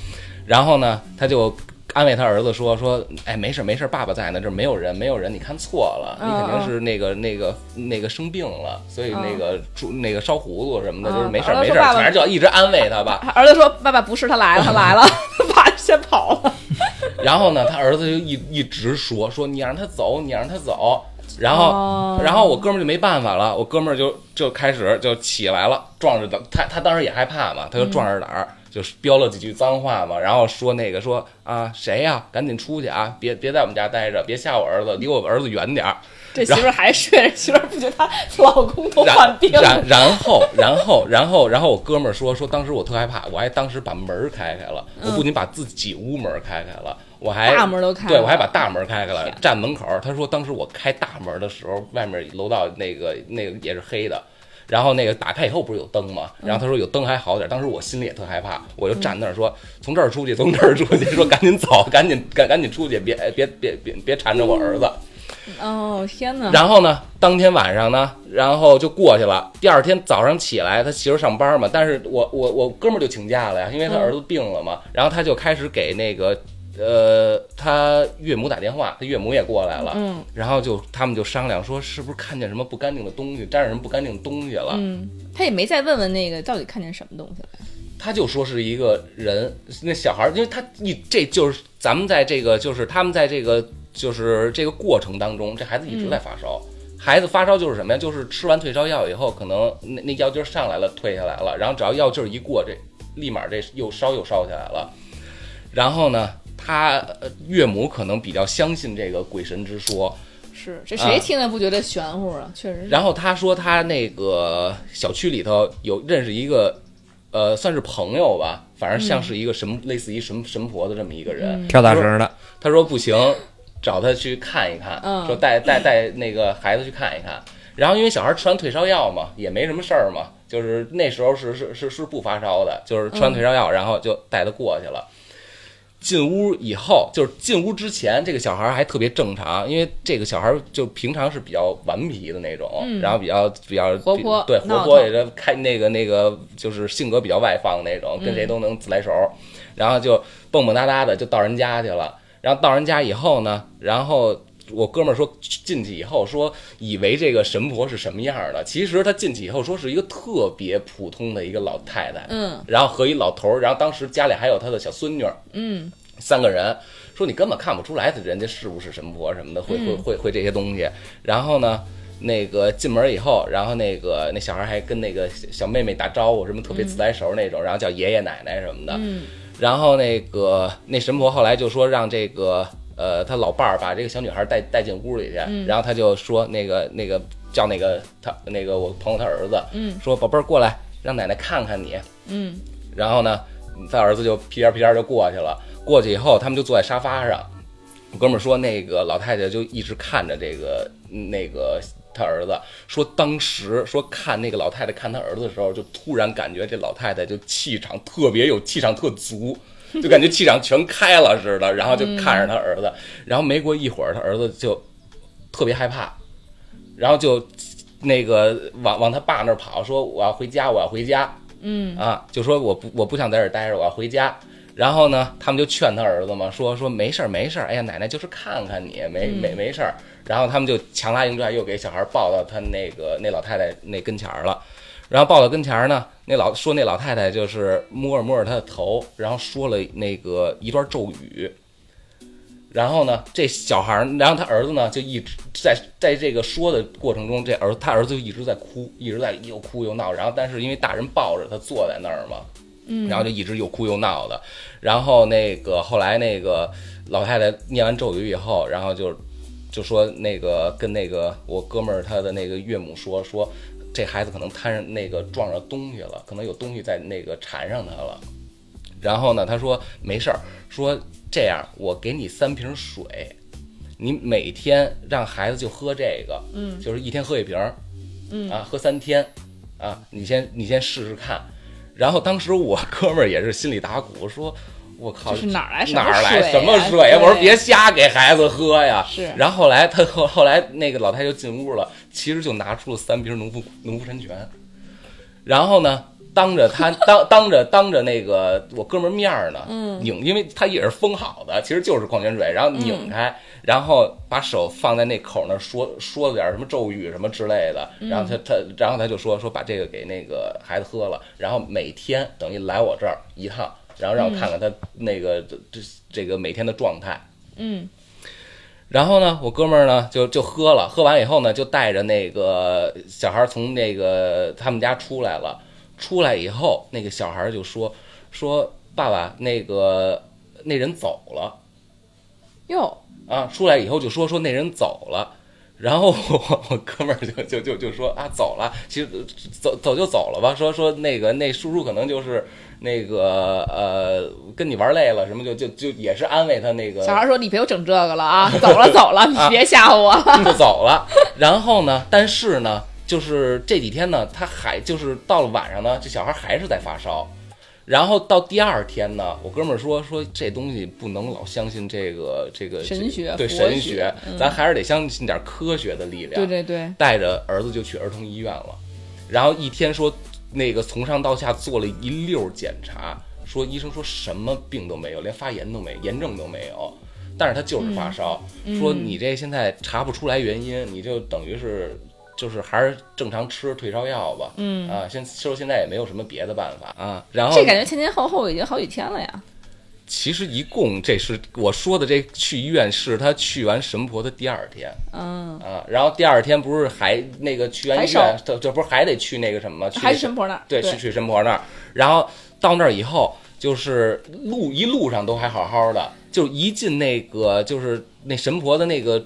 E: 然后呢，他就安慰他儿子说说，哎，没事没事，爸爸在呢，这没有人，没有人，你看错了，
A: 嗯
E: 你肯定是那个那个那个生病了，所以那个住那个烧糊涂什么
A: 嗯
E: 的，就是没事
A: 儿子
E: 没
A: 说
E: 事，
A: 爸爸
E: 反正就要一直安慰他吧。
A: 他儿子说：“爸爸不是，他 来了，他来了。” 爸先跑了。
E: 然后呢，他儿子就一一直说说你让他走，你让他走。然后，
A: 哦
E: 然后我哥们儿就没办法了，我哥们儿就就开始就起来了，壮着胆，他他当时也害怕嘛，他就壮着胆儿、就是飙了几句脏话嘛，然后说那个说啊谁呀、赶紧出去啊，别别在我们家待着，别吓我儿子，离我儿子远点儿。
A: 这媳妇儿还睡着，媳妇儿不觉得她老公 都
E: 然
A: 患病
E: 然
A: 了？
E: 然后然后然后然后我哥们儿说说当时我特害怕，我还当时把门儿开开了，我不仅把自己屋门儿开开了，我还
A: 嗯大门都开了
E: 对我还把大门开开了，站门口儿。他说当时我开大门的时候，外面楼道那个那个也是黑的。然后那个打开以后不是有灯吗？
A: 嗯
E: 然后他说有灯还好点儿，当时我心里也特害怕，我就站那儿说从这儿出去，从这儿出去，说赶紧走，赶紧赶赶紧出去，别别别别别缠着我儿子。
A: 哦天 哪！
E: 然后呢，当天晚上呢，然后就过去了。第二天早上起来，他媳妇儿上班嘛，但是我我我哥们儿就请假了呀，因为他儿子病了嘛。然后他就开始给那个呃他岳母打电话，他岳母也过来了。
A: 嗯
E: 然后就他们就商量说，是不是看见什么不干净的东西，沾上什么不干净的东西了？
A: 嗯，他也没再问问那个到底看见什么东西了。
E: 他就说是一个人，那小孩儿，因为他一这就是咱们在这个就是他们在这个就是这个过程当中，这孩子一直在发烧。孩子发烧就是什么呀？就是吃完退烧药以后，可能那那药劲儿上来了，退下来了，然后只要药劲儿一过，这立马这又烧又烧起来了。然后呢，他呃岳母可能比较相信这个鬼神之说，
A: 是，这谁
E: 啊
A: 听了不觉得玄乎啊？确实是。
E: 然后他说他那个小区里头有认识一个，呃，算是朋友吧，反正像是一个什么、类似于神神婆的这么一个人。
H: 跳大绳的，
E: 他说不行，找他去看一看，
A: 嗯
E: 说带带带那个孩子去看一看。然后因为小孩吃完退烧药嘛，也没什么事儿嘛，就是那时候是是是是不发烧的，就是吃完退烧药，
A: 嗯
E: 然后就带他过去了。进屋以后，就是进屋之前，这个小孩还特别正常，因为这个小孩就平常是比较顽皮的那种，然后比较比较
A: 嗯活泼
E: 对
A: 闹腾
E: 活泼也是开那个那个就是性格比较外放那种，跟谁都能自来熟，然后就蹦蹦哒哒的就到人家去了。然后到人家以后呢，然后我哥们儿说进去以后说以为这个神婆是什么样儿的，其实他进去以后说是一个特别普通的一个老太太，
A: 嗯
E: 然后和一老头儿，然后当时家里还有他的小孙女，
A: 嗯，
E: 三个人说你根本看不出来的人家是不是神婆什么的，会会会会这些东西。然后呢，那个进门以后，然后那个那小孩还跟那个小小妹妹打招呼，什么特别自来熟那种，然
A: 嗯
E: 后叫爷爷奶奶什么的。然后那个那神婆后来就说让这个呃，他老伴儿把这个小女孩带带进屋里去，然后他就说那个那个叫那个他那个我朋友他儿子，
A: 嗯
E: 说宝贝儿过来，让奶奶看看你。
A: 嗯
E: 然后呢，他儿子就屁颠儿屁颠儿就过去了。过去以后，他们就坐在沙发上。哥们儿说，那个老太太就一直看着这个那个他儿子，说当时说看那个老太太看他儿子的时候，就突然感觉这老太太就气场特别有气场特 足。就感觉气场全开了似的，然后就看着他儿子，然后没过一会儿，他儿子就特别害怕，然后就那个往往他爸那儿跑，说我要回家，我要回家。
A: 嗯
E: 啊，就说我不我不想在这儿待着，我要回家。然后呢，他们就劝他儿子嘛，说说没事儿没事儿，哎呀，奶奶就是看看你，没没没事儿。然后他们就强拉硬拽，又给小孩抱到他那个那老太太那跟前儿了。然后抱到跟前儿呢，那老说那老太太就是摸着摸着他的头，然后说了那个一段咒语。然后呢，这小孩儿，然后他儿子呢，就一直在在这个说的过程中，这儿他儿子就一直在哭，一直在又哭又闹。然后但是因为大人抱着他坐在那儿嘛，嗯，然后就一直又哭又闹的。然后那个后来那个老太太念完咒语以后，然后就就说那个跟那个我哥们儿他的那个岳母说说，这孩子可能摊上那个撞着东西了，可能有东西在那个缠上他了。然后呢，他说没事儿，说这样我给你三瓶水，你每天让孩子就喝这个，嗯，就是一天喝一瓶儿，嗯啊，喝三天，啊，你先你先试试看。然后当时我哥们儿也是心里打鼓，说我靠，
A: 这是哪儿来什么
E: 哪儿来
A: 水啊
E: 什
A: 呀
E: 么水啊呀？我说
A: 对
E: 别瞎给孩子喝呀。
A: 是
E: 然后后来他后后来那个老太太就进屋了，其实就拿出了三瓶农夫农夫山泉，然后呢，当着他当当着当着那个我哥们儿面儿呢，拧，因为他也是封好的，其实就是矿泉水，然后拧开，然后把手放在那口那儿说说了点什么咒语什么之类的，然后他他然后他就说说把这个给那个孩子喝了，然后每天等于来我这儿一趟，然后让我看看他那个这这这个每天的状态，
A: 嗯
E: 然后呢，我哥们儿呢就就喝了，喝完以后呢，就带着那个小孩儿从那个他们家出来了。出来以后，那个小孩儿就说说爸爸，那个那人走了
A: 哟，
E: 啊。出来以后就说说那人走了。然后我我哥们儿就就就就说啊走了，其实走走就走了吧，说说那个那叔叔可能就是那个呃跟你玩累了什么就就就也是安慰他那个
A: 小孩说你别给我整这个了 啊，走了走了，你别吓唬我了。
E: 就走了。然后呢，但是呢，就是这几天呢，他还就是到了晚上呢，这小孩还是在发烧。然后到第二天呢，我哥们儿说说这东西不能老相信这个这个
A: 神学
E: 对
A: 佛
E: 神
A: 学嗯
E: 学，咱还是得相信点科学的力量。
A: 对对对，
E: 带着儿子就去儿童医院了，然后一天说那个从上到下做了一溜儿检查，说医生说什么病都没有，连发炎都没，炎症都没有，但是他就是发烧，说你这现在查不出来原因，你就等于是。就是还是正常吃退烧药吧，嗯啊，现说现在也没有什么别的办法啊。然后
A: 这感觉前前后后已经好几天了呀。
E: 其实一共这是我说的这去医院是他去完神婆的第二天，
A: 嗯，
E: 啊，然后第二天不是还那个去完
A: 还
E: 医
A: 手
E: 院，这这不是还得去那个什么吗？去
A: 还是神婆那儿。
E: 对，去去神婆那儿。然后到那儿以后，就是路一路上都还好好的，就一进那个就是那神婆的那个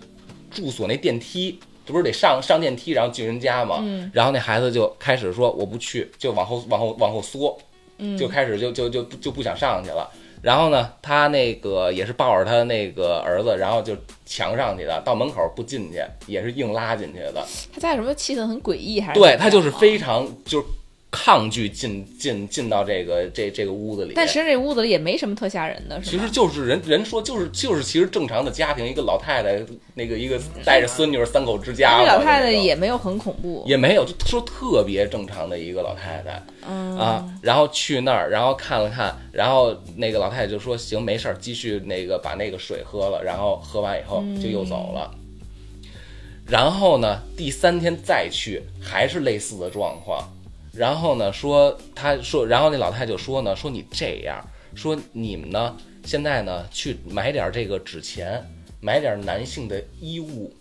E: 住所那电梯，这不是得上上电梯，然后进人家嘛。
A: 嗯
E: 然后那孩子就开始说我不去，就往后往后往后缩，
A: 嗯
E: 就开始就就就就不想上去了。然后呢，他那个也是抱着他那个儿子，然后就强上去的，到门口不进去，也是硬拉进去的。
A: 他家有什么气氛很诡异，还是
E: 对他就是
A: 怎么样啊
E: 非常就是抗拒进进进到这个这这个屋子里。
A: 但实际上这屋子里也没什么特吓人的，是
E: 其
A: 吧
E: 实就是人人说就是就是其实正常的家庭，一个老太太那个一个带着孙女儿三口之家
A: 但嗯
E: 嘛，
A: 是老太太
E: 那种
A: 也没有很恐怖，
E: 也没有，就说特别正常的一个老太太，
A: 嗯
E: 啊，然后去那儿，然后看了看，然后那个老太太就说行，没事儿，继续那个把那个水喝了，然后喝完以后就又走了。然后呢，第三天再去还是类似的状况，然后呢说她说，然后那老太太就说呢，说你这样，说你们呢现在呢去买点儿这个纸钱，买点儿男性的衣物。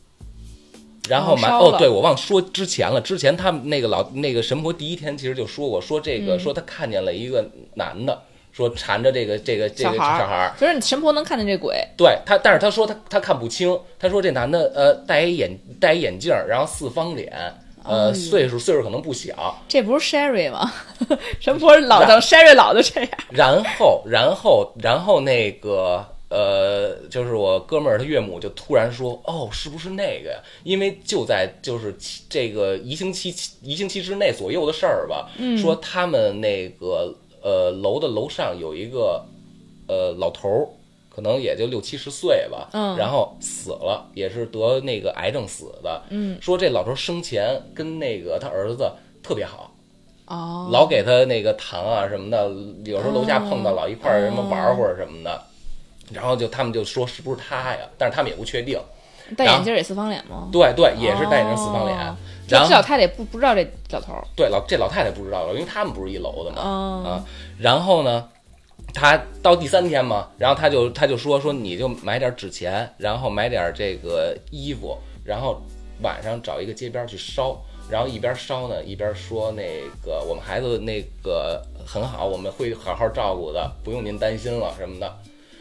E: 然后买
A: 烧
E: 哦
A: 了，
E: 对我忘说之前了。之
A: 嗯
E: 前他们那个老那个神婆第一天其实就说过，说这个、说他看见了一个男的，说缠着这个这个这个
A: 小孩儿
E: 小孩儿，
A: 就是你神婆能看见这鬼，
E: 对他，但是他说他他看不清，他说这男的呃戴一眼戴一眼镜儿，然后四方脸，呃、
A: 哦
E: 岁数岁数可能不小，
A: 这不是 Sherry 吗？ 神婆老等 Sherry 老就这样，
E: 然后然后然后那个呃就是我哥们儿他岳母就突然说哦是不是那个呀？因为就在就是其这个一星期一星期之内左右的事儿吧，
A: 嗯
E: 说他们那个呃楼的楼上有一个呃老头儿，可能也就六七十岁吧，
A: 嗯
E: 然后死了，也是得那个癌症死的，
A: 嗯，
E: 说这老头儿生前跟那个他儿子特别好，
A: 哦，
E: 老给他那个糖啊什么的，有时候楼下碰
A: 哦
E: 到老一块儿什么玩儿会儿什么的，然后就他们就说是不是他呀，但是他们也不确定，
A: 戴眼镜儿也四方脸吗？
E: 对对，也是戴成四方脸，
A: 哦这
E: 然后
A: 老太太也不不知道这老头儿，
E: 对老这老太太不知道了，因为他们不是一楼的嘛，
A: 嗯
E: 啊，然后呢，他到第三天嘛，然后他就他就说说你就买点纸钱，然后买点这个衣服，然后晚上找一个街边儿去烧，然后一边烧呢一边说那个我们孩子那个很好，我们会好好照顾的，不用您担心了什么的。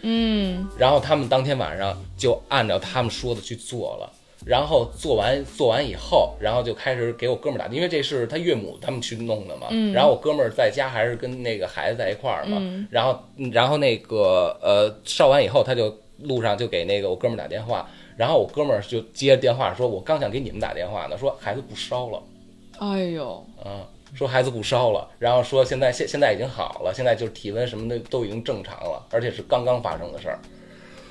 A: 嗯，
E: 然后他们当天晚上就按照他们说的去做了。然后做完做完以后，然后就开始给我哥们儿打，因为这是他岳母他们去弄的嘛。然后我哥们儿在家还是跟那个孩子在一块儿嘛。然后然后那个呃烧完以后，他就路上就给那个我哥们儿打电话，然后我哥们儿就接电话说：“我刚想给你们打电话呢，说孩子不烧了。”
A: 哎呦，
E: 啊，说孩子不烧了，然后说现在现现在已经好了，现在就是体温什么的都已经正常了，而且是刚刚发生的事儿。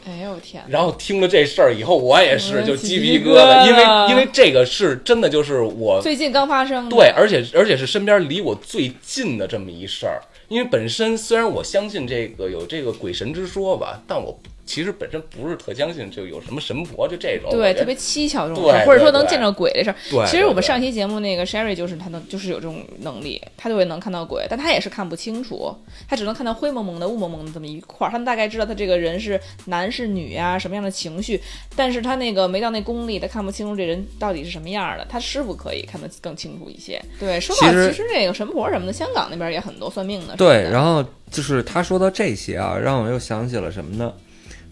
A: 哎呦我天，
E: 然后听了这事儿以后，我也是
A: 嗯
E: 就鸡
A: 鸡
E: 皮
A: 皮
E: 疙
A: 疙
E: 瘩，
A: 瘩
E: 因为因为这个是真的，就是我
A: 最近刚发生的，
E: 对，而且而且是身边离我最近的这么一事儿。因为本身虽然我相信这个有这个鬼神之说吧，但我其实本身不是特相信就有什么神婆就这种，我
A: 对，
E: 觉得
A: 特别蹊跷这种
E: 对
A: 事儿，或者说
E: 对
A: 能
E: 对
A: 见着鬼这事儿。
E: 对
A: 其实我们
E: 对对
A: 上期节目那个 Sherry 就是她能就是有这种能力，她就会能看到鬼，但她也是看不清楚，她只能看到灰蒙蒙的、雾蒙蒙的这么一块儿。他们大概知道他这个人是男是女呀、什么样的情绪，但是他那个没到那功力，他看不清楚这人到底是什么样儿的。他师傅可以看得更清楚一些。对，说到
F: 其实
A: 其实那个神婆什么的，香港那边也很多算命的什么的。
F: 对，然后就是他说到这些啊，让我又想起了什么呢？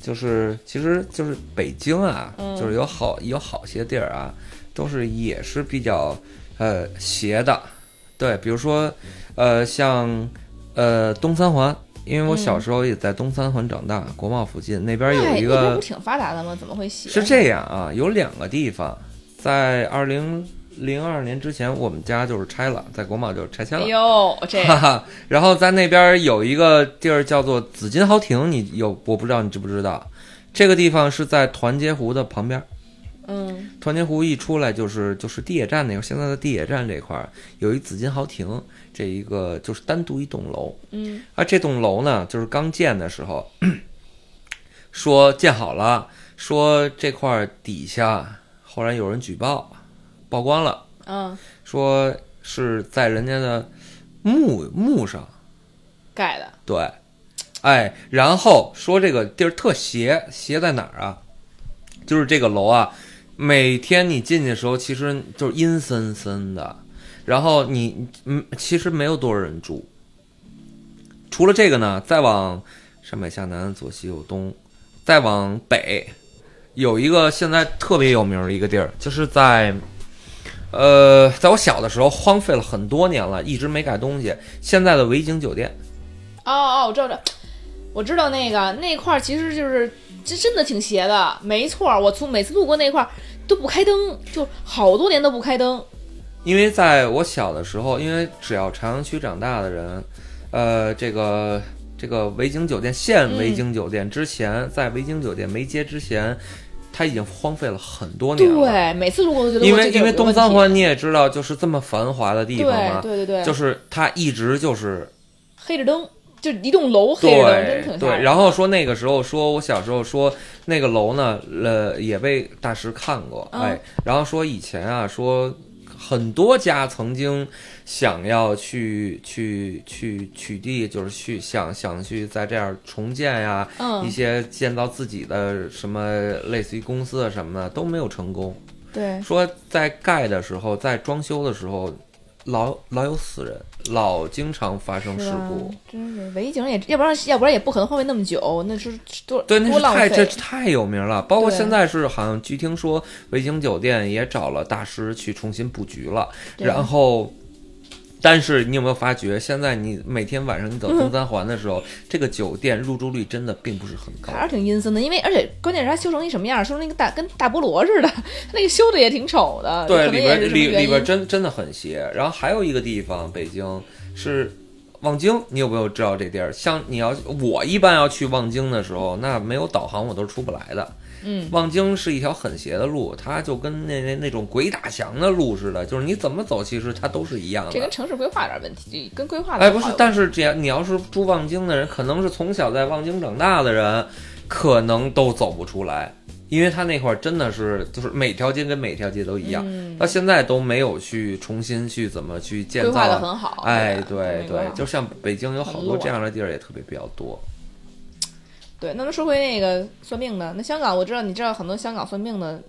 F: 就是其实就是北京啊，
A: 嗯
F: 就是有好有好些地儿啊，都是也是比较呃邪的，对，比如说呃像呃东三环。因为我
A: 嗯
F: 小时候也在东三环长大，国贸附近那边有
A: 哎
F: 一
A: 那边
F: 个
A: 不挺发达的吗？怎么会写？
F: 是这样啊，有两个地方，在二零零二年之前，我们家就是拆了，在国贸就拆迁
A: 哎
F: 了。
A: 呦，这
F: 哈哈，然后在那边有一个地儿叫做紫金豪庭，你有我不知道你知不知道？这个地方是在团结湖的旁边，
A: 嗯
F: 团结湖一出来就是就是地铁站那个，现在的地铁站这块儿有一紫金豪庭，这一个就是单独一栋楼，
A: 嗯
F: 啊，这栋楼呢，就是刚建的时候， 说建好了，说这块儿底下后来有人举报，曝光了，
A: 嗯，
F: 说是在人家的墓墓上，
A: 盖的
F: 对，哎，然后说这个地儿特邪，邪在哪儿啊？就是这个楼啊，每天你进去的时候，其实就是阴森森的，然后你嗯，其实没有多少人住。除了这个呢，再往上北下南左西右东，再往北，有一个现在特别有名儿的一个地儿，就是在，呃，在我小的时候荒废了很多年了，一直没改东西。现在的维京酒店，
A: 哦哦，我知道这，我知道那个那块儿其实就是这真的挺邪的，没错儿，我从每次路过那块儿都不开灯，就好多年都不开灯。
F: 因为在我小的时候，因为只要朝阳区长大的人，呃，这个这个维京酒店现维京酒店之前，在维京酒店没接之前，它已经荒废了很多年了。
A: 对，每次路过都觉得
F: 因
A: 我
F: 为
A: 这
F: 因为
A: 有
F: 东
A: 问
F: 三
A: 题
F: 环你也知道，就是这么繁华的地
A: 对
F: 方嘛，
A: 对对对，
F: 就是它一直就是
A: 黑着灯，就一栋楼黑着灯，真
F: 对
A: 挺吓
F: 对，
A: 人。
F: 然后说那个时候说，我小时候说那个楼呢，呃，也被大师看过，
A: 嗯
F: 哎，然后说以前啊，说很多家曾经想要去去去取缔，就是去想想去在这样重建呀、一
A: 嗯，
F: 些建造自己的什么类似于公司啊什么的都没有成功。
A: 对，
F: 说在盖的时候，在装修的时候，老老有死人，老经常发生
A: 是
F: 事
A: 吧
F: 故。？
A: 真是伪警也，要不然要不然也不可能荒废那么久，那是多
F: 对，那
A: 多
F: 是
A: 浪
F: 太这
A: 费。
F: 太有名了。包括
A: 对
F: 现在是好像据听说，维京酒店也找了大师去重新布局了。
A: 对
F: 然后，但是你有没有发觉，现在你每天晚上你走
A: 嗯
F: 东三环的时候，这个酒店入住率真的并不是很高。
A: 还是挺阴森的，因为而且关键是它修成一什么样儿，修成一个大跟大菠萝似的， 它那个修的也挺丑的，
F: 对，
A: 可能
F: 里
A: 也是
F: 边
A: 什么
F: 里
A: 原
F: 里
A: 因
F: 边真真的很邪。然后还有一个地方，北京是望京，你有没有知道这地儿？像你要我一般要去望京的时候，那没有导航我都是出不来的。
A: 嗯，
F: 望京是一条很邪的路，它就跟那那那种鬼打墙的路似的，就是你怎么走，其实它都是一样的。
A: 这跟城市规划有点问题，跟规划
F: 哎，不是
A: 有，关
F: 但是这样，你要是住望京的人，可能是从小在望京长大的人，可能都走不出来，因为他那块儿真的是就是每条街跟每条街都一样，
A: 嗯
F: 到现在都没有去重新去怎么去建
A: 规
F: 造
A: 划的
F: 啊。
A: 很好，
F: 哎，
A: 吧
F: 对
A: 没规
F: 对
A: 划，
F: 就像北京有好
A: 很
F: 多
A: 乱
F: 这样的地儿也特别比较多。
A: 对，那么说回那个算命的，那香港我知道，你知道很多香港算命的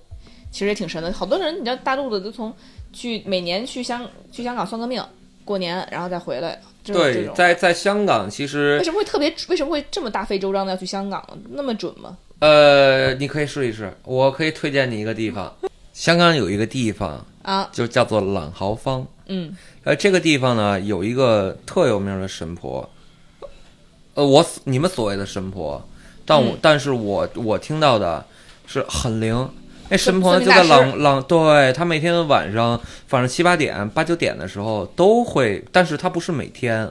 A: 其实也挺神的，好多人你知道大陆的都从去每年去香去香港算个命，过年然后再回来，这种这
F: 对，
A: 种。
F: 在在香港其
A: 为
F: 实
A: 什么会特别？为什么会这么大费周章的要去香港呢？那么准吗？
F: 呃，你可以试一试，我可以推荐你一个地方，香港有一个地方
A: 啊，
F: 就叫做懒豪坊。
A: 嗯，
F: 呃，这个地方呢有一个特有名的神婆，呃，我所你们所谓的神婆，但我、
A: 嗯
F: 但是我我听到的是很灵。那神婆呢
A: 森
F: 就
A: 林
F: 在
A: 大师
F: 朗朗，对她每天晚上，反正七八点、八九点的时候都会，但是她不是每天，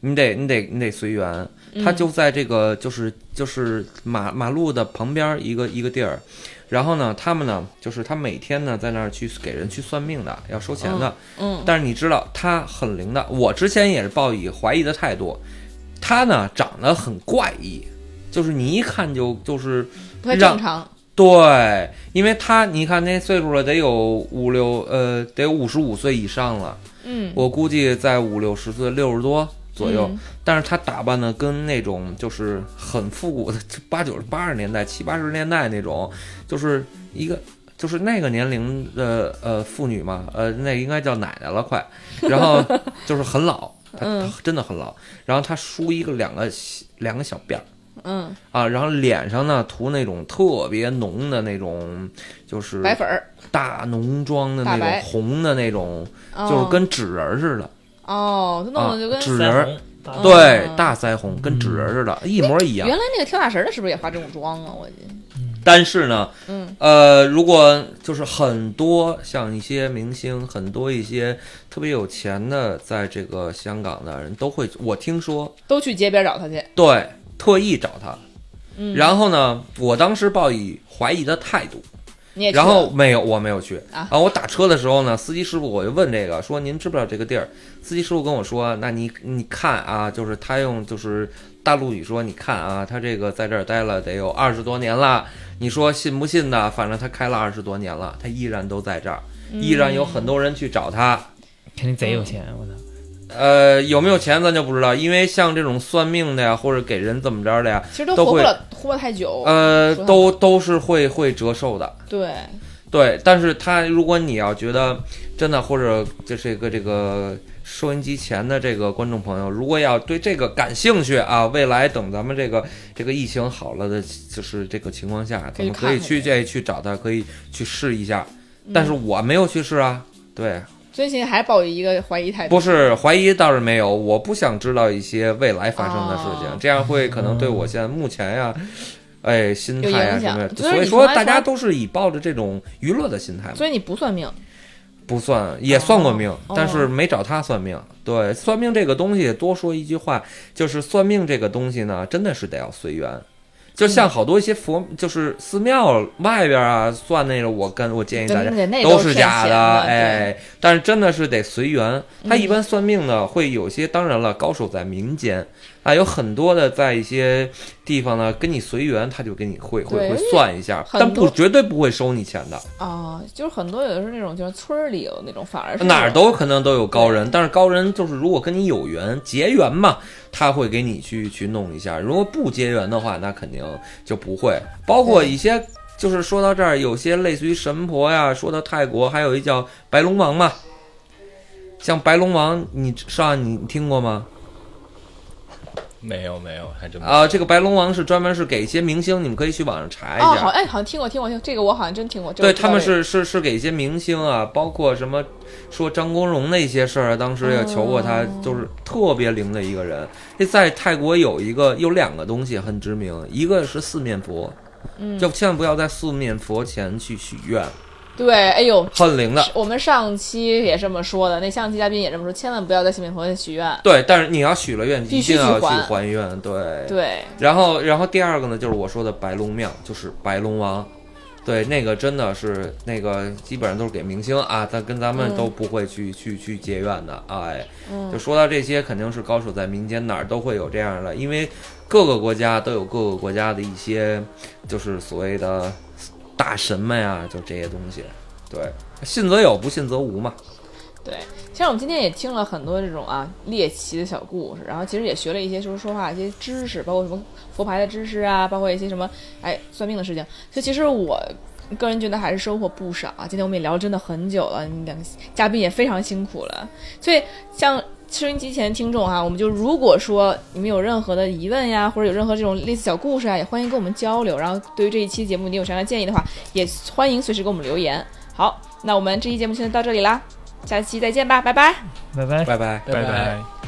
F: 你得你得你得随缘。
A: 嗯
F: 她就在这个就是就是马马路的旁边一个一个地儿，然后呢，他们呢就是他每天呢在那儿去给人去算命的，要收钱的。
A: 嗯，
F: 但是你知道他很灵的，我之前也是抱以怀疑的态度。他呢长得很怪异，就是你一看就就是
A: 不太
F: 让
A: 正常。
F: 对，因为他你看那岁数了，得有五六呃，得有五十五岁以上了，
A: 嗯，
F: 我估计在五六十岁，六十多左右。
A: 嗯
F: 但是他打扮的跟那种就是很复古的 就八九八十年代七八十年代那种，就是一个就是那个年龄的呃妇女嘛，呃那应该叫奶奶 了快，然后就是很老，她她
A: 嗯
F: 真的很老，然后她梳一个两个小两个小辫儿。
A: 嗯，
F: 啊，然后脸上呢涂那种特别浓的那种，就是
A: 白粉儿，
F: 大浓妆的
A: 大
F: 那种
A: 白
F: 红的那种，
A: 哦、
F: 就是跟纸人儿似的。
A: 哦，他弄的就跟、
F: 啊纸人
D: 腮
F: 儿，
D: 红，大
A: 嗯
F: 对，大腮红跟纸人儿似的，一模一样
A: 原。来那个跳大神的是不是也化这种妆啊？我
F: 但是呢，
A: 嗯
F: 呃，如果就是很多像一些明星，很多一些特别有钱的，在这个香港的人都会，我听说
A: 都去街边找他去。
F: 对，特意找他。
A: 嗯，
F: 然后呢，我当时抱以怀疑的态度，
A: 你也去
F: 然后
A: 了
F: 没有，我没有去。
A: 啊
F: 然后我打车的时候呢，司机师傅我就问这个，说您知不知道这个地儿？司机师傅跟我说，那你你看啊，就是他用就是大陆语说，你看啊，他这个在这儿待了得有二十多年了，你说信不信呢？反正他开了二十多年了，他依然都在这儿，依然有
A: 嗯
F: 很多人去找他。
D: 肯定贼有钱，我操！
F: 呃，有没有钱咱就不知道，因为像这种算命的呀，或者给人怎么着的呀，
A: 其实都
F: 都
A: 活不
F: 会
A: 了，活不了太久。
F: 呃，
A: 说他
F: 都都是会会折寿的。
A: 对，
F: 对，但是他如果你要觉得真的，或者这是一个这个收音机前的这个观众朋友，如果要对这个感兴趣啊，未来等咱们这个这个疫情好了的，就是这个情况下，
A: 可
F: 咱
A: 以
F: 们可以
A: 看看
F: 去这去找他，可以去试一下。
A: 嗯
F: 但是我没有去试啊，对，
A: 所以现在还抱有一个怀疑态度。
F: 不是怀疑倒是没有，我不想知道一些未来发生的事情，
A: 哦嗯
F: 这样会可能对我现在目前呀、哎，心态
A: 有
F: 呀
A: 影
F: 什
A: 响
F: 么的，
A: 就是
F: 所以
A: 你
F: 说
A: 从来
F: 大家
A: 从来
F: 都是以抱着这种娱乐的心态嘛。
A: 所以你不算命，
F: 不算，也算过命，
A: 哦
F: 但是没找他算命。对，算命这个东西，多说一句话，就是算命这个东西呢，真的是得要随缘。就像好多一些佛，就是寺庙外边啊算那个，我跟我建议大家
A: 对那
F: 都
A: 都
F: 是
A: 是
F: 假
A: 骗钱的对
F: 哎，但是真的是得随缘。他
A: 嗯
F: 一般算命呢，会有些，当然了，高手在民间啊，有很多的在一些地方呢，跟你随缘，他就给你会会
A: 对
F: 会算一下，
A: 很
F: 但不
A: 多
F: 绝对不会收你钱的。
A: 啊、就是很多有的是那种就是村儿里有那种，反而是
F: 哪儿
A: 那种
F: 都可能都有高人，但是高人就是如果跟你有缘结缘嘛，他会给你去去弄一下；如果不结缘的话，那肯定就不会。包括一些就是说到这儿，有些类似于神婆呀，说到泰国还有一叫白龙王嘛，像白龙王，你上岸你听过吗？
E: 没有没有，还真没有
F: 啊，这个白龙王是专门是给一些明星，你们可以去网上查一
A: 哦，好，
F: 下。
A: 哎，好像听过听过听过，这个我好像真听过。这个
F: 对，
A: 我知道
F: 他们
A: 这个
F: 是是是给一些明星啊，包括什么说张国荣那些事儿啊，当时
A: 嗯
F: 也求过他，就是特别灵的一个人。这在泰国有一个有两个东西很知名，一个是四面佛，
A: 嗯
F: 就千万不要在四面佛前去许愿，
A: 对，哎呦，
F: 很灵的。
A: 是我们上期也这么说的，那上期嘉宾也这么说，千万不要在信面佛前许愿。
F: 对，但是你要许了愿，
A: 必
F: 一
A: 须
F: 定要
A: 去
F: 去
A: 还
F: 还愿。对。
A: 对，
F: 然后，然后第二个呢，就是我说的白龙庙，就是白龙王。对，那个真的是那个，基本上都是给明星啊，咱跟咱们都不会去、去去结怨的，哎，就说到这些，肯定是高手在民间，哪儿都会有这样的，啊哎因为各个国家都有各个国家的一些，就是所谓的大神们呀、就这些东西，对，信则有，不信则无嘛，
A: 其实我们今天也听了很多这种啊猎奇的小故事，然后其实也学了一些就是说话一些知识，包括什么佛牌的知识啊，包括一些什么哎算命的事情。就其实我个人觉得还是收获不少啊。今天我们也聊了真的很久了，你们两个嘉宾也非常辛苦了。所以像收音机前的听众啊，我们就如果说你们有任何的疑问呀，或者有任何这种类似小故事啊，也欢迎跟我们交流。然后对于这一期节目你有什么样的建议的话，也欢迎随时给我们留言。好，那我们这期节目先到这里啦。下期再见吧，拜拜。
D: 拜拜。
F: 拜拜。
E: 拜拜
I: 拜